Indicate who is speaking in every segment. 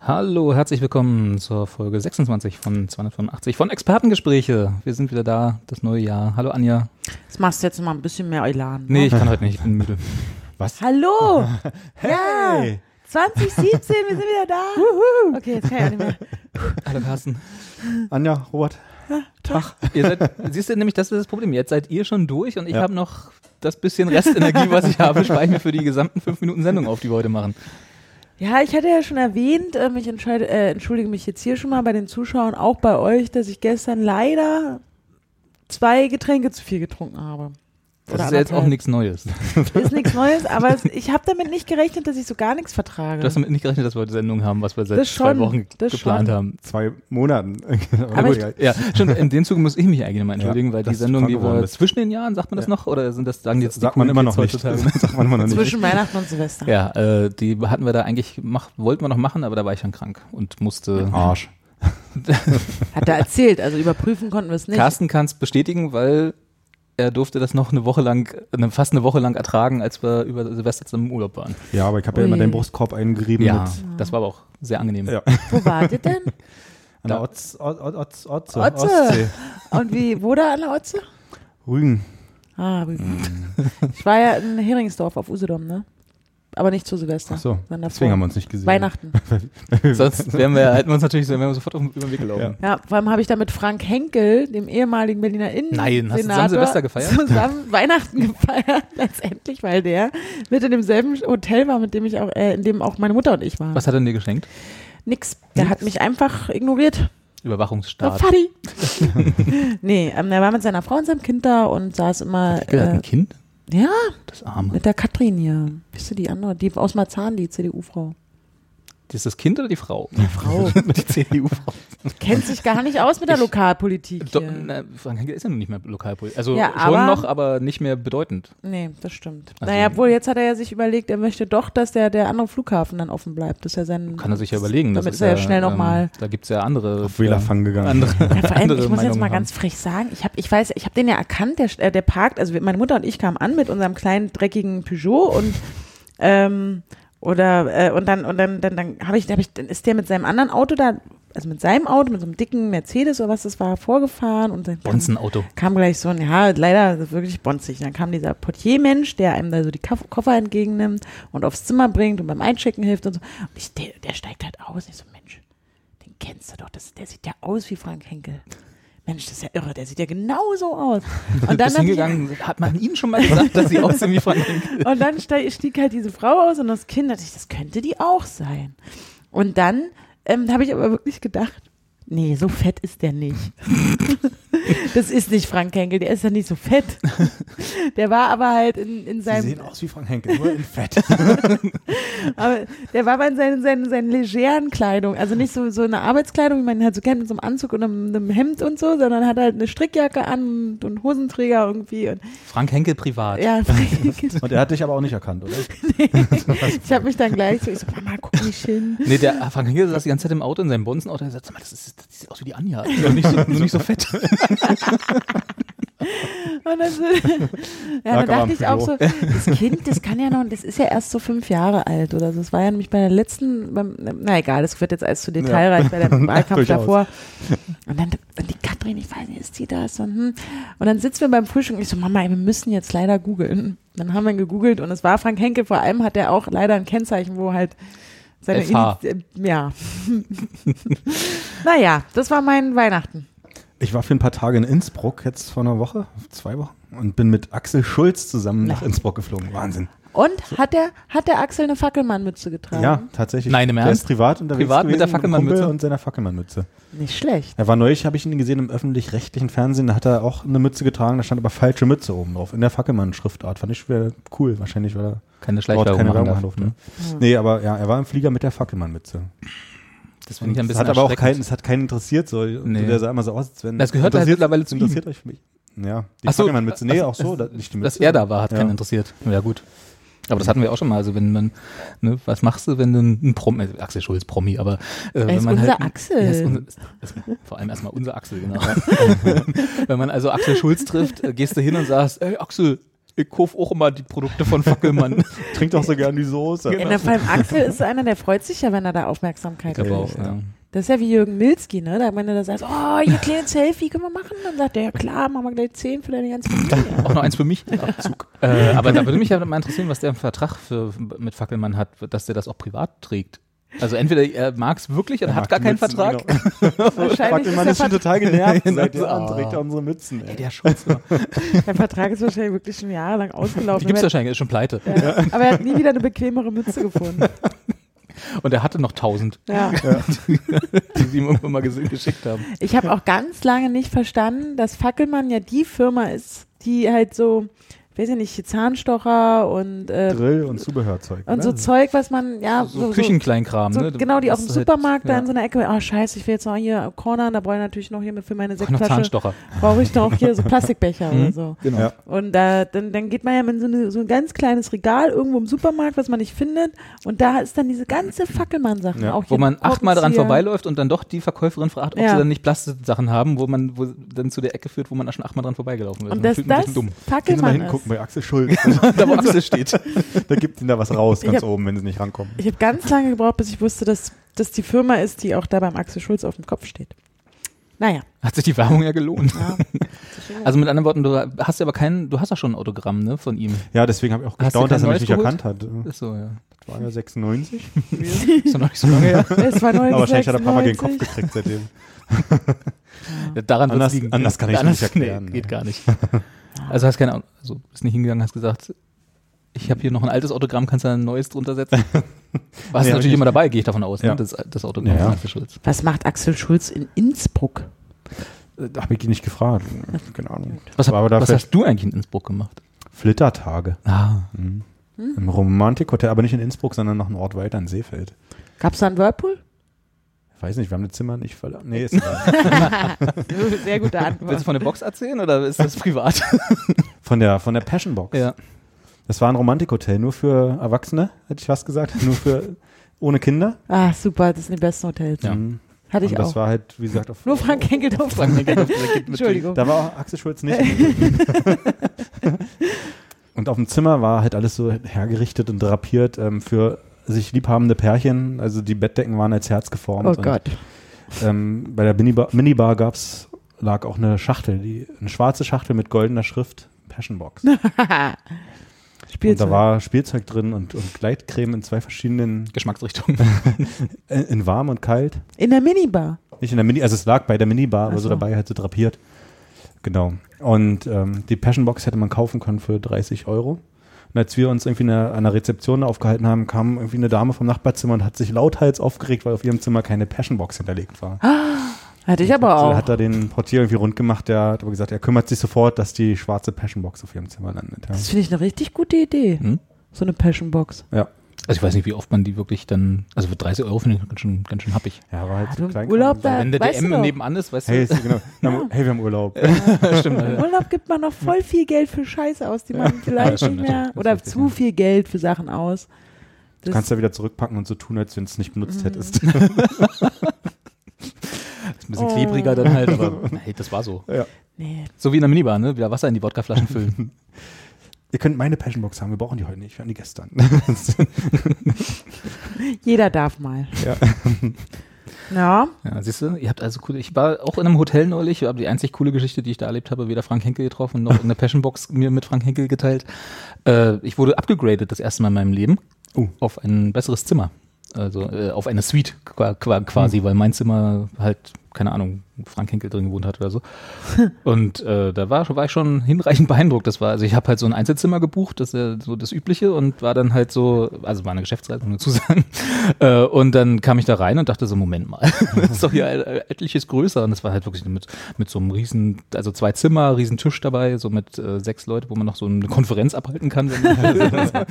Speaker 1: Hallo, herzlich willkommen zur Folge 26 von 285 von Expertengespräche. Wir sind wieder da, das neue Jahr. Hallo Anja. Oh.
Speaker 2: Das machst du jetzt mal ein bisschen mehr Elan. ne?
Speaker 1: Nee, ich kann heute nicht, ich bin müde.
Speaker 2: Hallo!
Speaker 3: Hey!
Speaker 2: 2017, wir sind wieder da. okay, jetzt kann ich auch nicht mehr.
Speaker 1: Hallo Carsten.
Speaker 3: Anja, Robert.
Speaker 1: Ihr seid, siehst du nämlich, das ist das Problem. Jetzt seid ihr schon durch und ich habe noch das bisschen Restenergie, was ich habe, spare ich mir für die gesamten 5 Minuten Sendung auf, die wir heute machen.
Speaker 2: Ja, ich hatte ja schon erwähnt, ähm, ich entscheide, äh, entschuldige mich jetzt hier schon mal bei den Zuschauern, auch bei euch, dass ich gestern leider zwei Getränke zu viel getrunken habe.
Speaker 1: Das
Speaker 2: Oder
Speaker 1: ist ja jetzt auch
Speaker 2: anderthalb.
Speaker 1: nichts Neues.
Speaker 2: Ist nichts Neues, aber es, ich habe damit nicht gerechnet, dass ich so gar nichts vertrage.
Speaker 1: Du hast damit nicht gerechnet, dass wir heute Sendung haben, was wir seit
Speaker 2: Das
Speaker 1: zwei
Speaker 2: schon,
Speaker 1: Wochen
Speaker 2: das
Speaker 1: geplant
Speaker 2: schon.
Speaker 1: haben.
Speaker 3: Zwei Monaten. Aber
Speaker 2: Aber
Speaker 3: gut,
Speaker 2: ich-
Speaker 1: Ja, schon in dem Zuge muss ich mich eigentlich nochmal entschuldigen,
Speaker 3: Ja,
Speaker 1: weil die
Speaker 3: dass du
Speaker 1: Sendung,
Speaker 3: krank
Speaker 1: die
Speaker 3: geworden
Speaker 1: wir
Speaker 3: bist.
Speaker 1: zwischen den Jahren, sagt man das noch? Oder sind das sagen jetzt die
Speaker 3: sagt man
Speaker 1: coolen
Speaker 3: immer noch
Speaker 1: Kids
Speaker 3: nicht.
Speaker 1: heutzutage?
Speaker 3: sagt man immer noch nicht.
Speaker 2: Zwischen Weihnachten und Silvester.
Speaker 1: Ja, äh, die hatten wir da eigentlich, mach, wollten wir noch machen, aber da war ich dann krank und musste.
Speaker 3: Arsch.
Speaker 2: Hat er erzählt, also überprüfen konnten wir es nicht.
Speaker 1: Carsten kann es bestätigen, weil er durfte das noch eine Woche lang, eine- fast eine Woche lang ertragen, als wir über Silvester zusammen im Urlaub waren.
Speaker 3: Ja, aber ich habe ja
Speaker 2: Ui.
Speaker 3: immer den Brustkorb eingerieben
Speaker 1: Ja,
Speaker 3: mit
Speaker 1: das war aber auch sehr angenehm.
Speaker 3: Ja.
Speaker 2: Wo wart ihr denn?
Speaker 3: an der Otz, Otz, Otz, Otze,
Speaker 2: Otze.
Speaker 3: Ostsee.
Speaker 2: Und wie, wo da an der Otze?
Speaker 3: Rügen.
Speaker 2: Ah, Rügen.
Speaker 1: Mhm.
Speaker 2: Ich war ja in Heringsdorf auf Usedom, ne? Aber nicht zu Silvester.
Speaker 3: Ach so,
Speaker 2: sondern davor.
Speaker 3: deswegen haben wir uns nicht gesehen.
Speaker 2: Weihnachten.
Speaker 1: Sonst wären wir, hätten wir uns natürlich so- wären wir sofort auf, über den Weg gelaufen.
Speaker 2: Ja, vor allem habe ich da mit Frank Henkel, dem ehemaligen Berliner Innen.
Speaker 1: Nein, hast du zusammen Silvester gefeiert?
Speaker 2: Zusammen Weihnachten gefeiert, letztendlich, weil der mit in demselben Hotel war, mit dem ich auch, äh, in dem auch meine Mutter und ich waren.
Speaker 1: Was hat er denn dir geschenkt?
Speaker 2: Nix. Der hat mich einfach ignoriert.
Speaker 1: Überwachungsstaat.
Speaker 2: Fadi. nee, ähm, er war mit seiner Frau und seinem Kind da und saß immer.
Speaker 1: Henkel hat
Speaker 2: Äh,
Speaker 1: ein Kind?
Speaker 2: ja,
Speaker 1: Das Arme.
Speaker 2: mit der Katrin hier. Bist du die andere? Die aus Marzahn, die CDU-Frau.
Speaker 1: Ist das Kind oder die Frau?
Speaker 2: Frau.
Speaker 1: Die CDU-Frau.
Speaker 2: Kennt sich gar nicht aus mit der Lokalpolitik.
Speaker 1: Do- ne.
Speaker 2: Hier.
Speaker 1: na, Frank Henkel ist ja nun nicht mehr Lokalpolitik. Also
Speaker 2: Ja,
Speaker 1: schon
Speaker 2: aber-
Speaker 1: noch, aber nicht mehr bedeutend.
Speaker 2: Nee, das stimmt.
Speaker 1: Also-
Speaker 2: naja, obwohl jetzt hat er ja sich überlegt, er möchte doch, dass der, der andere Flughafen dann offen bleibt. Das ist ja sein.
Speaker 1: Kann er sich ja überlegen.
Speaker 2: Damit ist er ja schnell
Speaker 1: ähm,
Speaker 2: nochmal.
Speaker 1: Da gibt es ja andere. ähm,
Speaker 3: Auf Wählerfang gegangen.
Speaker 1: Andere,
Speaker 2: Vor allem,
Speaker 1: andere
Speaker 2: ich muss jetzt
Speaker 1: Meinungen
Speaker 2: mal
Speaker 1: haben.
Speaker 2: ganz frech sagen, ich, hab, ich weiß, ich habe den ja erkannt, der, äh, der parkt, also wir- meine Mutter und ich kamen an mit unserem kleinen dreckigen Peugeot und ähm, oder äh, und dann und dann dann, dann habe ich, hab ich dann ist der mit seinem anderen Auto da, also mit seinem Auto, mit so einem dicken Mercedes oder was das war, vorgefahren und dann kam-
Speaker 1: Bonzenauto.
Speaker 2: kam gleich so ein, ja, leider wirklich bonzig. Dann kam dieser Portiermensch, der einem da so die Kaff- Koffer entgegennimmt und aufs Zimmer bringt und beim Einchecken hilft und so. Und ich, der, der steigt halt aus. Ich so, Mensch, den kennst du doch. Das, der sieht ja aus wie Frank Henkel. Mensch, das ist ja irre. Der sieht ja genauso aus. Und
Speaker 1: Dann
Speaker 2: dann,
Speaker 1: ist
Speaker 2: hab ich,
Speaker 1: hingegangen, hat man ihnen schon mal gesagt, dass sie aussehen wie Frank Henkel.
Speaker 2: und dann ste- stieg halt diese Frau aus und das Kind. Da dachte ich, das könnte die auch sein. Und dann ähm, habe ich aber wirklich gedacht, nee, so fett ist der nicht. das ist nicht Frank Henkel, der ist ja nicht so fett. Der war aber halt in, in
Speaker 3: Sie
Speaker 2: seinem.
Speaker 3: sehen aus wie Frank Henkel, nur in Fett.
Speaker 2: Aber der war aber in seinen, seinen, seinen legeren Kleidung. Also nicht so, so eine Arbeitskleidung, wie man halt so kennt, mit so einem Anzug und einem, einem Hemd und so, sondern hat halt eine Strickjacke an und, und Hosenträger irgendwie. Und,
Speaker 1: Frank Henkel privat.
Speaker 2: ja,
Speaker 3: Und er hat dich aber auch nicht erkannt, oder?
Speaker 2: ich habe mich dann gleich so, ich so, Mama, guck nicht hin.
Speaker 1: Nee, der äh, Frank Henkel saß die ganze Zeit im Auto, in seinem Bonzenauto. Er sagt, sag mal, das, ist, das sieht aus wie die Anja. Nur nicht so, nur nicht so fett.
Speaker 2: Und dann, so, ja, dann
Speaker 3: Lag aber am
Speaker 2: dachte ich auch so,
Speaker 3: Pullover.
Speaker 2: das Kind, das kann ja noch, das ist ja erst so fünf Jahre alt oder so. Das war ja nämlich bei der letzten, beim, na egal, das wird jetzt alles zu detailreich bei dem Wahlkampf
Speaker 3: Durchaus.
Speaker 2: davor. Und dann und die Katrin, ich weiß nicht, ist die da? Ist so, hm. Und dann sitzen wir beim Frühstück und ich so, Mama, ey, wir müssen jetzt leider googeln. Dann haben wir gegoogelt und es war Frank Henke, vor allem hat er auch leider ein Kennzeichen, wo halt seine
Speaker 1: FH.
Speaker 2: Iniz- äh, ja. naja, das war mein Weihnachten.
Speaker 3: Ich war für ein paar Tage in Innsbruck, jetzt vor einer Woche, zwei Wochen, und bin mit Axel Schulz zusammen nach Innsbruck geflogen. Wahnsinn.
Speaker 2: Und hat der, hat der Axel eine Fackelmannmütze getragen?
Speaker 3: Ja, tatsächlich.
Speaker 1: Nein, im
Speaker 3: Der
Speaker 1: Ernst?
Speaker 3: ist privat unterwegs
Speaker 1: Privat mit
Speaker 3: gewesen,
Speaker 1: der
Speaker 3: einem
Speaker 1: Fackelmannmütze?
Speaker 3: Kumpel Und seiner Fackelmannmütze.
Speaker 2: Nicht schlecht.
Speaker 3: Er war neulich, habe ich ihn gesehen im öffentlich-rechtlichen Fernsehen, da hat er auch eine Mütze getragen, da stand aber falsche Mütze oben drauf, in der Fackelmann-Schriftart. Fand ich schwer cool, wahrscheinlich, weil er
Speaker 1: Keine
Speaker 3: dort
Speaker 1: Schleichwerbung
Speaker 3: keine
Speaker 1: machen
Speaker 3: Werbung
Speaker 1: darf.
Speaker 3: machen durfte.
Speaker 2: ne?
Speaker 3: Nee, aber ja, er war im Flieger mit der Fackelmann-Mütze.
Speaker 1: Das finde ich ein
Speaker 3: Das
Speaker 1: bisschen
Speaker 3: hat aber auch keinen,
Speaker 1: erschreckend.
Speaker 3: es hat keinen interessiert, so.
Speaker 1: Nee.
Speaker 3: Nee. Der sah immer so aus, als wenn.
Speaker 1: Das gehört halt
Speaker 3: interessiert-
Speaker 1: mittlerweile zu ihm.
Speaker 3: Interessiert euch mich. Ja, die
Speaker 1: Ach so,
Speaker 3: Fackelmann-Mütze. Nee,
Speaker 1: also,
Speaker 3: auch so, da- nicht die Mütze.
Speaker 1: Dass er da war, hat
Speaker 3: äh, Ja.
Speaker 1: keinen interessiert. Ja, gut. Aber das hatten wir auch schon mal. Also, wenn man, ne, was machst du, wenn du ein Promi, also Axel Schulz Promi, aber äh, wenn
Speaker 2: ist
Speaker 1: man
Speaker 2: unser
Speaker 1: halt,
Speaker 2: Axel.
Speaker 1: Ja, ist unser, ist, ist, vor allem erstmal unser Axel, genau. wenn man also Axel Schulz trifft, äh, gehst du hin und sagst, ey Axel, ich kauf auch immer die Produkte von Fackelmann.
Speaker 3: Trinkt auch so gern die Soße.
Speaker 2: In der Fall Axel ist einer, der freut sich ja, wenn er da Aufmerksamkeit kriegt.
Speaker 1: Genau. Genau, ja.
Speaker 2: Das ist ja wie Jürgen Milzki, ne? Da, wenn du da sagst, oh, ihr kleines Selfie können wir machen, dann sagt er, ja klar, machen wir gleich 10 für deine ganze Familie.
Speaker 1: Auch noch eins für mich. Äh, aber da würde mich ja mal interessieren, was der im Vertrag für, mit Fackelmann hat, dass der das auch privat trägt. Also entweder er mag es wirklich und hat
Speaker 3: mag
Speaker 1: gar keinen
Speaker 3: Mützen,
Speaker 1: Vertrag.
Speaker 3: genau.
Speaker 2: wahrscheinlich ist
Speaker 3: Fackelmann
Speaker 2: der,
Speaker 3: ist schon
Speaker 2: Vert
Speaker 3: total genervt. Seit
Speaker 1: Ja.
Speaker 3: Jahren trägt er unsere Mützen. Ey.
Speaker 1: Der Schulz.
Speaker 2: der Vertrag ist wahrscheinlich wirklich schon jahrelang
Speaker 1: Die
Speaker 2: ausgelaufen.
Speaker 1: gibt es
Speaker 2: aber,
Speaker 1: wahrscheinlich, ist schon pleite.
Speaker 2: er- ja. aber er hat nie wieder eine bequemere Mütze gefunden.
Speaker 1: Und er hatte noch 1000,
Speaker 2: Ja.
Speaker 1: die sie ihm irgendwann mal gesehen, geschickt haben.
Speaker 2: Ich habe auch ganz lange nicht verstanden, dass Fackelmann ja die Firma ist, die halt so, weiß ich nicht, Zahnstocher und, äh,
Speaker 3: Drill und Zubehörzeug.
Speaker 2: und so
Speaker 3: ne?
Speaker 2: Zeug, was man, ja,
Speaker 1: So, Küchenkleinkram,
Speaker 2: Ah, So,
Speaker 1: ne?
Speaker 2: genau, die auf
Speaker 1: Das
Speaker 2: dem
Speaker 1: ist
Speaker 2: Supermarkt da in
Speaker 1: halt,
Speaker 2: so einer Ecke. Oh, scheiße, ich will jetzt noch hier cornern, da brauche ich natürlich noch hier mit für meine
Speaker 1: ja, noch
Speaker 2: Sektflasche.
Speaker 1: Zahnstocher.
Speaker 2: Brauche ich noch hier so Plastikbecher
Speaker 3: Mhm.
Speaker 2: oder so.
Speaker 1: Genau.
Speaker 3: Ja.
Speaker 2: Und da, dann, dann geht man ja in so, eine, so ein ganz kleines Regal irgendwo im Supermarkt, was man nicht findet. Und da ist dann diese ganze Fackelmann-Sachen.
Speaker 3: Ja.
Speaker 2: Auch hier
Speaker 1: Wo man achtmal dran
Speaker 2: Korkenzieher.
Speaker 1: vorbeiläuft und dann doch die Verkäuferin fragt, ob
Speaker 2: Genau, Ja.
Speaker 1: sie dann nicht Plastiksachen haben, wo man wo dann zu der Ecke führt, wo man schon achtmal dran vorbeigelaufen ist.
Speaker 2: Und
Speaker 1: dann
Speaker 2: dass
Speaker 1: fühlt man sich
Speaker 2: das
Speaker 1: dumm.
Speaker 3: Gehen Sie mal
Speaker 2: Fackelmann ist.
Speaker 3: hingucken bei Axel Schulz.
Speaker 1: da wo Axel steht.
Speaker 3: da gibt ihnen da was raus,
Speaker 2: Ich
Speaker 3: ganz
Speaker 2: hab-
Speaker 3: oben, wenn sie nicht rankommen.
Speaker 2: Ich habe ganz lange gebraucht, bis ich wusste, dass das die Firma ist, die auch da beim Axel Schulz auf dem Kopf steht. Naja.
Speaker 1: Hat sich die Werbung ja gelohnt.
Speaker 2: Ja.
Speaker 1: Also mit anderen Worten, du hast ja aber keinen, du hast ja schon ein Autogramm, ne, von ihm.
Speaker 3: Ja, deswegen habe ich auch
Speaker 1: Hast du
Speaker 3: gestaunt, dass er
Speaker 1: kein
Speaker 3: mich nicht
Speaker 1: neues
Speaker 3: erkannt hat. Das
Speaker 1: Ist so, ja.
Speaker 3: war ja 96.
Speaker 1: Ist doch noch nicht so lange her.
Speaker 2: Es war
Speaker 3: Aber
Speaker 2: 96.
Speaker 3: wahrscheinlich hat er ein paar Mal den Kopf gekriegt seitdem.
Speaker 1: Daran wird's
Speaker 3: Anders-
Speaker 1: liegen.
Speaker 3: anders kann ich's
Speaker 1: anders,
Speaker 3: nicht erklären,
Speaker 1: Nee,
Speaker 3: ne.
Speaker 1: geht gar nicht. Also hast keine Ahnung, also bist nicht hingegangen, hast gesagt, ich habe hier noch ein altes Autogramm, kannst du da ein neues drunter setzen? Warst
Speaker 3: Nee, hab ich
Speaker 1: natürlich
Speaker 3: nicht.
Speaker 1: immer dabei, gehe ich davon aus,
Speaker 3: Ja.
Speaker 1: ne? das, das Autogramm
Speaker 3: Ja, ja.
Speaker 1: von Axel Schulz.
Speaker 2: Was macht Axel Schulz in Innsbruck?
Speaker 3: Da habe ich ihn nicht gefragt. Keine Ahnung.
Speaker 1: Was,
Speaker 3: Aber
Speaker 1: was
Speaker 3: dafür-
Speaker 1: hast du eigentlich in Innsbruck gemacht?
Speaker 3: Flittertage.
Speaker 1: Ah,
Speaker 3: Im Romantikhotel, aber nicht in Innsbruck, sondern noch einen Ort weiter in Seefeld.
Speaker 2: Gab's da einen Whirlpool?
Speaker 3: Ich weiß nicht, wir haben das Zimmer nicht verlassen. Nee, ist egal.
Speaker 2: Sehr gute
Speaker 1: willst du
Speaker 2: Antwort.
Speaker 1: von der Box erzählen oder ist das privat?
Speaker 3: von der, von der Passion Box. Das war ein Romantikhotel, nur für Erwachsene, hätte ich fast gesagt. Nur für ohne Kinder.
Speaker 2: Ah, super, das sind die besten Hotels.
Speaker 1: Ja.
Speaker 3: Mhm.
Speaker 2: Hatte
Speaker 3: Und
Speaker 2: ich
Speaker 3: das
Speaker 2: auch.
Speaker 3: war halt, wie gesagt, auf
Speaker 2: Nur Frank Henkel drauf.
Speaker 1: Frank Henkel durfte-
Speaker 2: Entschuldigung.
Speaker 3: Da war auch Axel Schulz nicht. und auf dem Zimmer war halt alles so hergerichtet und drapiert ähm, für sich liebhabende Pärchen. Also die Bettdecken waren als Herz geformt.
Speaker 2: Oh Gott.
Speaker 3: Und, ähm, bei der Minibar, Minibar gab's, lag auch eine Schachtel, die, eine schwarze Schachtel mit goldener Schrift. Passion Box. Und da
Speaker 2: Spielzeug.
Speaker 3: war Spielzeug drin und, und Gleitcreme in zwei verschiedenen,
Speaker 1: Geschmacksrichtung.
Speaker 3: äh, in warm und kalt.
Speaker 2: In der Minibar.
Speaker 3: Nicht in der Mini, also es lag bei der Minibar, aber
Speaker 2: Ach
Speaker 3: so
Speaker 2: so.
Speaker 3: dabei halt so drapiert. Genau. Und ähm, die Passion Box hätte man kaufen können für 30 Euro. Und als wir uns irgendwie in einer- an einer Rezeption aufgehalten haben, kam irgendwie eine Dame vom Nachbarzimmer und hat sich lauthals aufgeregt, weil auf ihrem Zimmer keine Passion Box hinterlegt war.
Speaker 2: Hatte ich aber
Speaker 3: Also
Speaker 2: auch.
Speaker 3: hat er den Portier irgendwie rund gemacht, der hat aber gesagt, er kümmert sich sofort, dass die schwarze Passion Box auf ihrem Zimmer landet. Ja.
Speaker 2: das finde ich eine richtig gute Idee.
Speaker 1: Hm?
Speaker 2: So eine Passion-Box.
Speaker 3: Ja.
Speaker 1: Also ich weiß nicht, wie oft man die wirklich dann, also für 30 Euro finde ich ganz schön, ganz schön happig.
Speaker 3: ja, war halt
Speaker 2: Ah,
Speaker 3: so
Speaker 2: du,
Speaker 3: klein.
Speaker 2: Urlaub da-
Speaker 1: Wenn der
Speaker 2: Weißt du
Speaker 1: DM
Speaker 2: doch.
Speaker 1: nebenan ist, weißt du,
Speaker 3: Hey, ist, genau, Wir haben- hey, wir haben Urlaub.
Speaker 1: stimmt.
Speaker 2: Im
Speaker 1: Alter.
Speaker 2: Urlaub gibt man noch voll viel Geld für Scheiße aus, die man
Speaker 1: Ja,
Speaker 2: vielleicht
Speaker 1: schon,
Speaker 2: nicht mehr.
Speaker 1: natürlich.
Speaker 2: Oder
Speaker 1: Das ist
Speaker 2: zu viel Geld für Sachen aus.
Speaker 3: Du kannst da wieder zurückpacken und so tun, als wenn du es nicht benutzt
Speaker 2: Mhm.
Speaker 3: hättest.
Speaker 1: Ist ein bisschen klebriger dann halt, aber hey, das war so.
Speaker 2: nee,
Speaker 1: So wie in der Minibar, ne? Wieder Wasser in die Wodkaflaschen füllen.
Speaker 3: Ihr könnt meine Passion Box haben, wir brauchen die heute nicht, wir haben die gestern.
Speaker 2: jeder darf mal.
Speaker 3: Ja.
Speaker 2: Ja,
Speaker 1: Ja, siehst du, ihr habt also cool. Ich war auch in einem Hotel neulich, aber die einzig coole Geschichte, die ich da erlebt habe, weder Frank Henkel getroffen noch in der Passionbox mir mit Frank Henkel geteilt. Äh, ich wurde abgegradet das erste Mal in meinem Leben
Speaker 3: Oh.
Speaker 1: auf Hm. ein besseres Zimmer. Also äh, auf eine Suite qua- qua- quasi, weil mein Zimmer halt keine Ahnung, Frank Henkel drin gewohnt hat oder so. Und äh, da war, schon- war ich schon hinreichend beeindruckt. Das war, also ich habe halt so ein Einzelzimmer gebucht, das ist ja so das Übliche und war dann halt so, also war eine Geschäftsreise, muss man dazu sagen. Äh, und dann kam ich da rein und dachte so, Moment mal, das ist doch hier et- etliches größer. Und das war halt wirklich mit, mit so einem riesen, also zwei Zimmer, riesen Tisch dabei, so mit äh, sechs Leute, wo man noch so eine Konferenz abhalten kann. Wenn man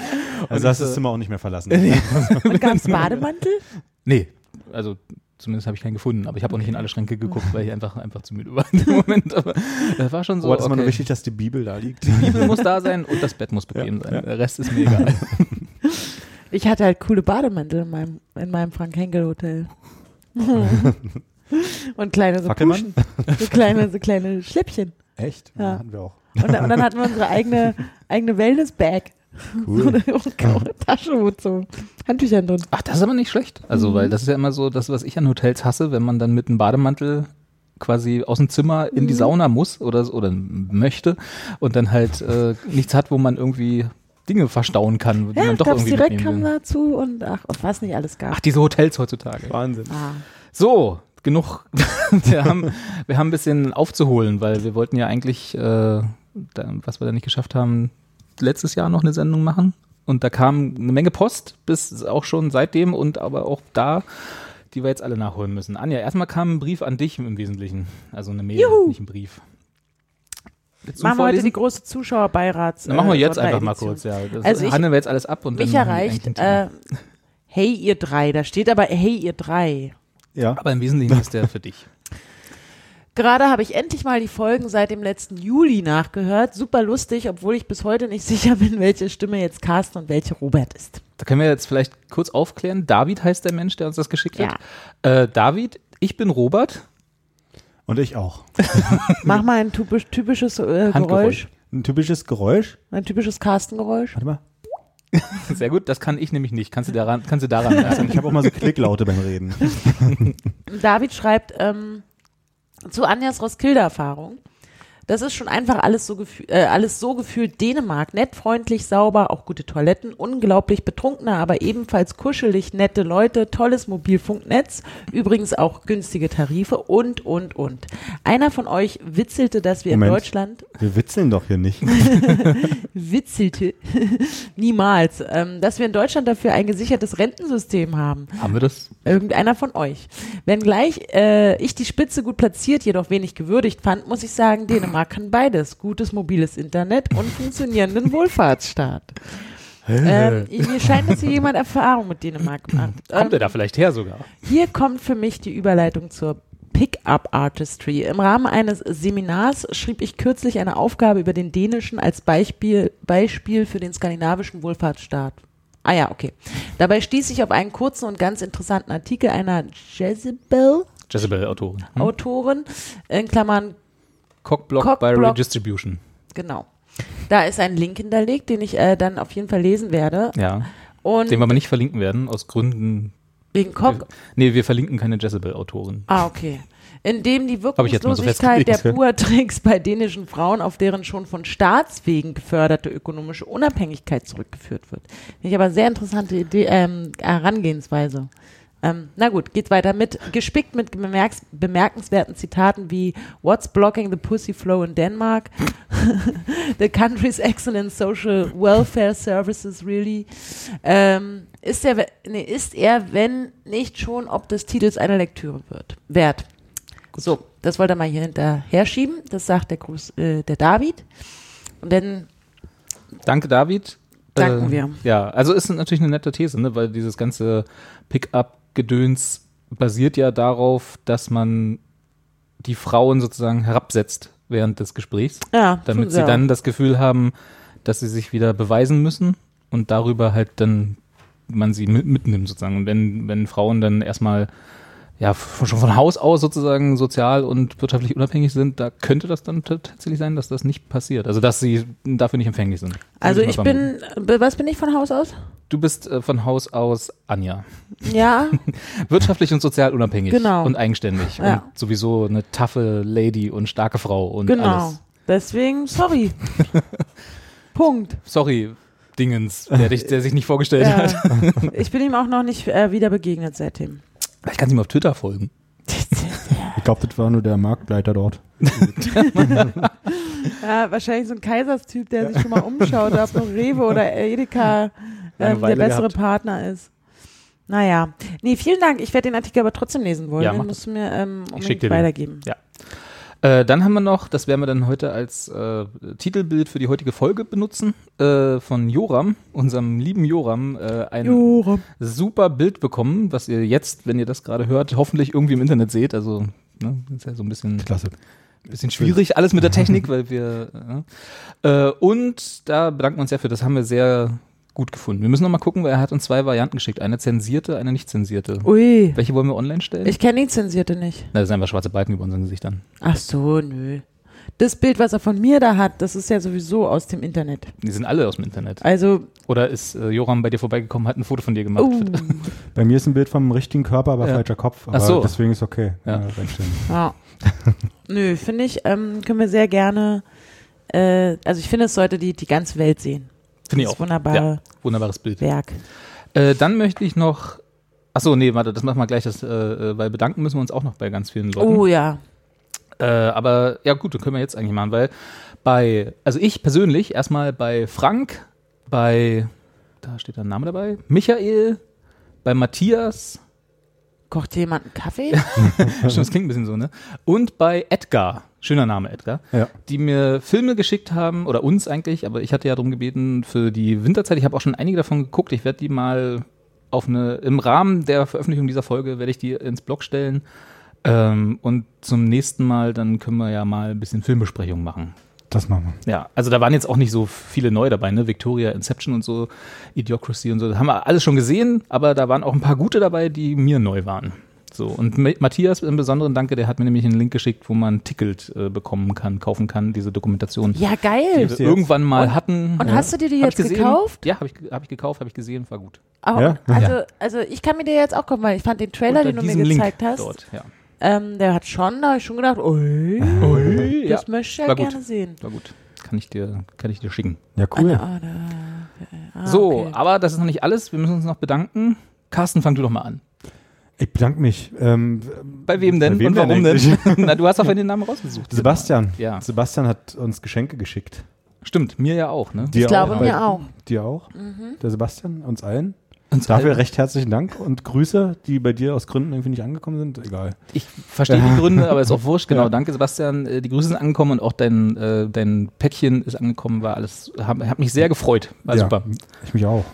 Speaker 3: Also hast du das Zimmer auch nicht mehr verlassen.
Speaker 2: Und gab es Bademantel?
Speaker 1: Nee, also zumindest habe ich keinen gefunden, aber ich habe auch nicht in alle Schränke geguckt, weil ich einfach, einfach zu müde war in dem Moment. Aber das war schon so.
Speaker 3: Aber es ist immer nur
Speaker 1: okay,
Speaker 3: wichtig, dass die Bibel da liegt.
Speaker 1: Die Bibel muss da sein und das Bett muss bequem
Speaker 3: Ja,
Speaker 1: sein.
Speaker 3: ja.
Speaker 1: Der Rest ist mir egal.
Speaker 2: Ich hatte halt coole Bademantel in meinem, in meinem Frank Henkel Hotel. Und kleine so, Puschen,
Speaker 3: Fackelmann?
Speaker 2: so kleine, so kleine Schläppchen.
Speaker 3: Echt?
Speaker 2: Ja.
Speaker 3: Hatten wir auch.
Speaker 2: Und, dann- und dann hatten wir unsere eigene, eigene Wellness-Bag. So
Speaker 3: Cool.
Speaker 2: eine graue Tasche mit so Handtüchern drin.
Speaker 1: Ach, das ist aber nicht schlecht. Also,
Speaker 2: Mhm.
Speaker 1: weil das ist ja immer so das, was ich an Hotels hasse, wenn man dann mit einem Bademantel quasi aus dem Zimmer in
Speaker 2: Mhm.
Speaker 1: die Sauna muss oder, oder möchte und dann halt äh, nichts hat, wo man irgendwie Dinge verstauen kann, die
Speaker 2: Ja,
Speaker 1: man doch
Speaker 2: gab's
Speaker 1: irgendwie
Speaker 2: direkt, ne?
Speaker 1: mitnehmen
Speaker 2: kam
Speaker 1: will.
Speaker 2: dazu und ach, und was nicht alles gab.
Speaker 1: Ach, diese Hotels heutzutage.
Speaker 3: Wahnsinn.
Speaker 2: Ah.
Speaker 1: So, genug. wir, haben, wir haben ein bisschen aufzuholen, weil wir wollten ja eigentlich, äh, da, was wir da nicht geschafft haben, letztes Jahr noch eine Sendung machen. Und da kam eine Menge Post, bis auch schon seitdem und aber auch da, die wir jetzt alle nachholen müssen. Anja, erstmal kam ein Brief an dich im Wesentlichen. Also eine Mail,
Speaker 2: Juhu.
Speaker 1: nicht ein Brief. Willst du
Speaker 2: Machen wir heute
Speaker 1: vorlesen?
Speaker 2: die große Zuschauerbeirats.
Speaker 1: Dann machen wir jetzt
Speaker 2: äh,
Speaker 1: einfach mal
Speaker 2: Sonderedition.
Speaker 1: kurz, ja. Das
Speaker 2: Also ich-
Speaker 1: handeln wir jetzt alles ab und dann.
Speaker 2: Mich
Speaker 1: machen wir
Speaker 2: erreicht,
Speaker 1: eigentlich ein Thema.
Speaker 2: äh, hey ihr drei, da steht aber hey ihr drei. äh,
Speaker 3: Ja.
Speaker 1: aber im Wesentlichen ist der für dich.
Speaker 2: Gerade habe ich endlich mal die Folgen seit dem letzten Juli nachgehört. Super lustig, obwohl ich bis heute nicht sicher bin, welche Stimme jetzt Carsten und welche Robert ist.
Speaker 1: Da können wir jetzt vielleicht kurz aufklären. David heißt der Mensch, der uns das geschickt
Speaker 2: Ja.
Speaker 1: hat. Äh, David, ich bin Robert.
Speaker 3: Und ich auch.
Speaker 2: Mach mal ein typisch, typisches äh,
Speaker 1: Handgeräusch.
Speaker 2: Geräusch.
Speaker 3: Ein typisches Geräusch.
Speaker 2: Ein typisches Carsten-Geräusch.
Speaker 3: Warte mal.
Speaker 1: Sehr gut, das kann ich nämlich nicht. Kannst du daran, kannst du daran merken.
Speaker 3: Ich habe auch mal so Klicklaute beim Reden.
Speaker 2: David schreibt ähm, zu Anjas Roskilde-Erfahrung. Das ist schon einfach alles so, gefü- äh, alles so gefühlt Dänemark. Nett, freundlich, sauber, auch gute Toiletten, unglaublich betrunkene, aber ebenfalls kuschelig, nette Leute, tolles Mobilfunknetz, übrigens auch günstige Tarife und, und, und. Einer von euch witzelte, dass wir in
Speaker 3: Moment.
Speaker 2: Deutschland
Speaker 3: Wir witzeln doch hier nicht.
Speaker 2: witzelte, niemals, ähm, dass wir in Deutschland dafür ein gesichertes Rentensystem haben.
Speaker 1: Haben wir das?
Speaker 2: Ähm, Irgendeiner von euch. Wenngleich äh, ich die Spitze gut platziert, jedoch wenig gewürdigt fand, muss ich sagen, Dänemark kann beides. Gutes mobiles Internet und funktionierenden Wohlfahrtsstaat. ähm, mir scheint, dass hier jemand Erfahrung mit Dänemark gemacht hat.
Speaker 1: Kommt er da vielleicht her sogar?
Speaker 2: Hier kommt für mich die Überleitung zur Pickup Artistry. Im Rahmen eines Seminars schrieb ich kürzlich eine Aufgabe über den dänischen als Beispiel, Beispiel für den skandinavischen Wohlfahrtsstaat. Ah ja, okay. Dabei stieß ich auf einen kurzen und ganz interessanten Artikel einer Jezebel
Speaker 1: Jezebel Autorin. Hm?
Speaker 2: Autorin, in Klammern,
Speaker 1: Cockblock, by
Speaker 2: Cockblock.
Speaker 1: Redistribution.
Speaker 2: genau. Da ist ein Link hinterlegt, den ich äh, dann auf jeden Fall lesen werde.
Speaker 1: Ja.
Speaker 2: Und
Speaker 1: Den wir aber nicht verlinken werden, aus Gründen.
Speaker 2: wegen Cock,
Speaker 1: Nee, wir verlinken keine Jezebel Autorin.
Speaker 2: Ah, okay. Indem die
Speaker 1: Hab ich jetzt mal so
Speaker 2: Wirkungslosigkeit der
Speaker 1: festgelegt.
Speaker 2: Puertricks bei dänischen Frauen auf deren schon von Staatswegen geförderte ökonomische Unabhängigkeit zurückgeführt wird. Finde ich aber sehr interessante Idee, ähm, Herangehensweise. Ähm, na gut, geht weiter mit, gespickt mit bemerks bemerkenswerten Zitaten wie What's blocking the pussy flow in Denmark? the country's excellent social welfare services really? Ähm, ist, er, we- nee, ist er, wenn nicht schon, ob des Titels einer Lektüre wird, wert? So, das wollte er mal hier hinterher schieben. Das sagt der Gruß, äh, der David. Und dann,
Speaker 1: Danke, David.
Speaker 2: Danken wir.
Speaker 1: Ja, also ist natürlich eine nette These, ne? weil dieses ganze Pick-up-Gedöns basiert ja darauf, dass man die Frauen sozusagen herabsetzt während des Gesprächs,
Speaker 2: ja, tun
Speaker 1: damit sie
Speaker 2: auch.
Speaker 1: dann das Gefühl haben, dass sie sich wieder beweisen müssen und darüber halt dann man sie mit, mitnimmt sozusagen. Und wenn, wenn Frauen dann erstmal ja, f- schon von Haus aus sozusagen sozial und wirtschaftlich unabhängig sind, da könnte das dann t- tatsächlich sein, dass das nicht passiert. Also, dass sie dafür nicht empfänglich sind.
Speaker 2: Also
Speaker 1: Würde
Speaker 2: ich
Speaker 1: mal vermuten.
Speaker 2: bin, be- was bin ich von Haus aus?
Speaker 1: Du bist äh, von Haus aus Anja.
Speaker 2: Ja,
Speaker 1: Wirtschaftlich und sozial unabhängig.
Speaker 2: Genau.
Speaker 1: Und eigenständig.
Speaker 2: Ja.
Speaker 1: Und sowieso eine taffe Lady und starke Frau und
Speaker 2: genau.
Speaker 1: alles.
Speaker 2: Deswegen, sorry. Punkt.
Speaker 1: Sorry, Dingens, der, dich, der sich nicht vorgestellt
Speaker 2: Ja.
Speaker 1: hat.
Speaker 2: Ich bin ihm auch noch nicht äh, wieder begegnet seitdem.
Speaker 1: Vielleicht kannst du ihm auf Twitter folgen.
Speaker 3: Ich glaube, das war nur der Marktleiter dort.
Speaker 2: Ja, Äh, wahrscheinlich so ein Kaiserstyp, der sich schon mal umschaut, ob noch Rewe oder Edeka ähm, der
Speaker 3: Langeweile
Speaker 2: bessere
Speaker 3: gehabt.
Speaker 2: Partner ist. Naja. Nee, vielen Dank. Ich werde den Artikel aber trotzdem lesen wollen.
Speaker 1: Ja,
Speaker 2: den
Speaker 1: mach
Speaker 2: musst du mir ähm,
Speaker 1: schick
Speaker 2: unbedingt
Speaker 1: dir den.
Speaker 2: weitergeben.
Speaker 1: Äh, dann haben wir noch, das werden wir dann heute als äh, Titelbild für die heutige Folge benutzen, äh, von Joram, unserem lieben Joram, äh, ein
Speaker 2: Jura.
Speaker 1: super Bild bekommen, was ihr jetzt, wenn ihr das gerade hört, hoffentlich irgendwie im Internet seht. Also, ne, ist ja so ein bisschen
Speaker 3: Klasse.
Speaker 1: bisschen schwierig, alles mit der Technik, weil wir. Ja. Äh, und da bedanken wir uns sehr für, das haben wir sehr gut gefunden. Wir müssen noch mal gucken, weil er hat uns zwei Varianten geschickt: eine zensierte, eine nicht zensierte.
Speaker 2: Ui.
Speaker 1: Welche wollen wir online stellen?
Speaker 2: Oh. Ich kenne die zensierte nicht.
Speaker 1: Na, das sind einfach schwarze Balken über unseren Gesichtern.
Speaker 2: Ach so, nö. Das Bild, was er von mir da hat, das ist ja sowieso aus dem Internet.
Speaker 1: Die sind alle aus dem Internet.
Speaker 2: Also,
Speaker 1: Oder ist äh, Joram bei dir vorbeigekommen, hat ein Foto von dir gemacht?
Speaker 2: uh,
Speaker 3: Bei mir ist ein Bild vom richtigen Körper, aber
Speaker 1: Ja.
Speaker 3: falscher Kopf. Aber
Speaker 1: Ach so.
Speaker 3: Deswegen ist okay.
Speaker 1: Ja.
Speaker 3: reinstimmen.
Speaker 2: ja. Nö, finde ich, ähm, können wir sehr gerne, äh, also ich finde, es sollte die, die ganze Welt sehen.
Speaker 1: Finde ich
Speaker 2: Das
Speaker 1: auch.
Speaker 2: wunderbare
Speaker 1: Wunderbares Bild.
Speaker 2: Werk.
Speaker 1: Äh, dann möchte ich noch. Achso, nee, warte, das machen wir gleich, das, äh, äh, weil bedanken müssen wir uns auch noch bei ganz vielen Leuten.
Speaker 2: Oh ja.
Speaker 1: Äh, aber ja gut, dann können wir jetzt eigentlich machen, weil bei, also ich persönlich erstmal bei Frank, bei, da steht der Name dabei, Michael, bei Matthias,
Speaker 2: Kocht jemand einen Kaffee? Mhm.
Speaker 1: schon, das klingt ein bisschen so, ne? Und bei Edgar, schöner Name Edgar,
Speaker 3: Ja.
Speaker 1: die mir Filme geschickt haben, oder uns eigentlich, aber ich hatte ja darum gebeten für die Winterzeit, ich habe auch schon einige davon geguckt, ich werde die mal auf eine, im Rahmen der Veröffentlichung dieser Folge werde ich die ins Blog stellen. Ähm, und zum nächsten Mal, dann können wir ja mal ein bisschen Filmbesprechung machen.
Speaker 3: Das machen
Speaker 1: Ja, also da waren jetzt auch nicht so viele neu dabei, ne? Victoria, Inception und so, Idiocracy und so, das haben wir alles schon gesehen, aber da waren auch ein paar gute dabei, die mir neu waren. So, und Ma- Matthias im Besonderen, danke, der hat mir nämlich einen Link geschickt, wo man Ticket äh, bekommen kann, kaufen kann, diese Dokumentation,
Speaker 2: Ja,
Speaker 1: die
Speaker 2: geil.
Speaker 1: wir
Speaker 3: jetzt.
Speaker 1: irgendwann mal hatten.
Speaker 2: Und
Speaker 1: Ja.
Speaker 2: hast du dir die
Speaker 1: Hab ich
Speaker 2: jetzt
Speaker 1: gesehen?
Speaker 2: gekauft?
Speaker 1: Ja, habe ich, ge- hab ich gekauft, habe ich gesehen, war gut.
Speaker 2: Auch,
Speaker 3: Ja?
Speaker 2: Also, also ich kann mir dir jetzt auch kommen, weil ich fand den Trailer,
Speaker 1: Unter
Speaker 2: den du mir
Speaker 1: diesem
Speaker 2: gezeigt
Speaker 1: Link
Speaker 2: hast,
Speaker 1: Dort, ja.
Speaker 2: ähm, der hat schon, da habe ich schon gedacht, ui,
Speaker 1: Ui, ja,
Speaker 2: das möchte ich ja
Speaker 1: war gut.
Speaker 2: gerne sehen.
Speaker 1: war gut. Kann ich dir, kann ich dir schicken.
Speaker 3: wir. Ja, cool.
Speaker 2: Ah, da- ah,
Speaker 1: so,
Speaker 2: okay.
Speaker 1: aber das ist noch nicht alles, wir müssen uns noch bedanken. Carsten, fang du doch mal an.
Speaker 3: Ich bedanke mich. Ähm,
Speaker 1: Bei wem denn?
Speaker 3: Bei wem
Speaker 1: und warum
Speaker 3: denn
Speaker 1: denn? Na, du hast doch den Namen rausgesucht.
Speaker 3: Sebastian.
Speaker 1: Ja.
Speaker 3: Sebastian hat uns Geschenke geschickt.
Speaker 1: Stimmt, mir ja auch, ne?
Speaker 3: Dir
Speaker 2: ich glaube
Speaker 3: auch,
Speaker 2: mir
Speaker 3: bei-
Speaker 2: auch.
Speaker 3: Dir auch? Der Sebastian, uns allen.
Speaker 1: Und äh,
Speaker 3: Dafür recht herzlichen Dank und Grüße, die bei dir aus Gründen irgendwie nicht angekommen sind. Egal.
Speaker 1: Ich verstehe die Gründe, aber ist auch wurscht. Genau,
Speaker 3: Ja.
Speaker 1: danke Sebastian. Äh, Die Grüße sind angekommen und auch dein, äh, dein Päckchen ist angekommen, war alles, hab, hab mich sehr gefreut. War
Speaker 3: ja,
Speaker 1: super.
Speaker 3: Ich mich auch.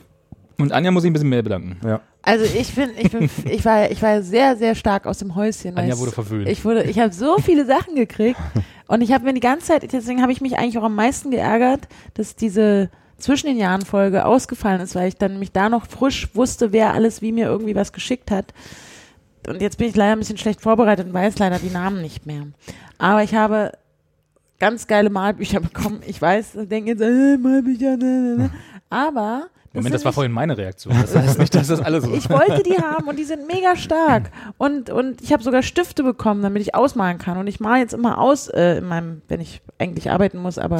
Speaker 1: Und Anja muss ich ein bisschen mehr bedanken.
Speaker 3: Ja.
Speaker 2: Also ich bin, ich bin, ich war, ich war sehr, sehr stark aus dem Häuschen. weil
Speaker 1: Anja
Speaker 2: ich-
Speaker 1: wurde verwöhnt.
Speaker 2: Ich wurde, ich habe so viele Sachen gekriegt und ich habe mir die ganze Zeit, deswegen habe ich mich eigentlich auch am meisten geärgert, dass diese zwischen den Jahren Folge ausgefallen ist, weil ich dann mich da noch frisch wusste, wer alles wie mir irgendwie was geschickt hat. Und jetzt bin ich leider ein bisschen schlecht vorbereitet und weiß leider die Namen nicht mehr. Aber ich habe ganz geile Malbücher bekommen. Ich weiß, denke jetzt, äh, Malbücher, ne, ne, ne. Aber das
Speaker 1: Moment,
Speaker 2: sind
Speaker 1: das war
Speaker 2: nicht-
Speaker 1: vorhin meine Reaktion. Das heißt nicht, dass das alles so
Speaker 2: also ich wollte die haben und die sind mega stark. Und, und ich habe sogar Stifte bekommen, damit ich ausmalen kann. Und ich male jetzt immer aus, äh, in meinem, wenn ich eigentlich arbeiten muss, aber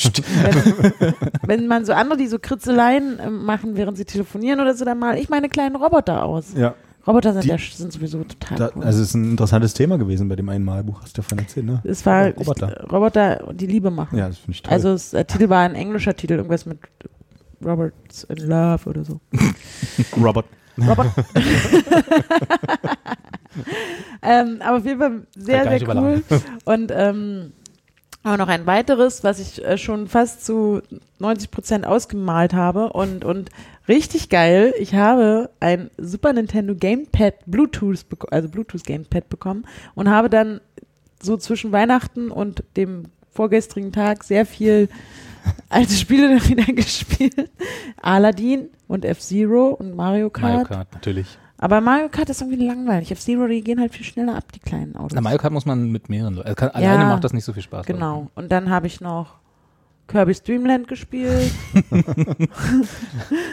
Speaker 2: wenn, wenn man so andere, die so Kritzeleien äh, machen, während sie telefonieren oder so, dann male ich meine kleinen Roboter aus.
Speaker 3: Ja.
Speaker 2: Roboter sind,
Speaker 3: Die-
Speaker 2: ja, sind sowieso total
Speaker 3: Da,
Speaker 2: cool.
Speaker 3: also es ist ein interessantes Thema gewesen bei dem einen Malbuch, hast du davon erzählt, ne?
Speaker 2: es war ich,
Speaker 3: Roboter.
Speaker 2: Roboter, die Liebe machen.
Speaker 3: Ja, das finde ich toll.
Speaker 2: also es- der Titel war ein englischer Titel, irgendwas mit Robots in Love oder so.
Speaker 3: Robert.
Speaker 2: Robert. ähm, aber auf jeden Fall
Speaker 1: Kann
Speaker 2: sehr,
Speaker 1: gar nicht
Speaker 2: sehr cool. Und ähm, aber noch ein weiteres, was ich äh, schon fast zu 90 Prozent ausgemalt habe und, und richtig geil. Ich habe ein Super Nintendo Gamepad Bluetooth, beko- also Bluetooth Gamepad bekommen und habe dann so zwischen Weihnachten und dem vorgestrigen Tag sehr viel alte Spiele wieder gespielt. Aladdin und F-Zero und Mario Kart.
Speaker 1: Mario Kart, natürlich.
Speaker 2: Aber Mario Kart ist irgendwie langweilig. F-Zero, die gehen halt viel schneller ab, die kleinen Autos.
Speaker 1: Na, Mario Kart muss man mit mehreren Leuten. Also kann, Alleine macht das nicht so viel Spaß. glaub ich.
Speaker 2: Genau. Und dann habe ich noch Kirby's Dreamland gespielt.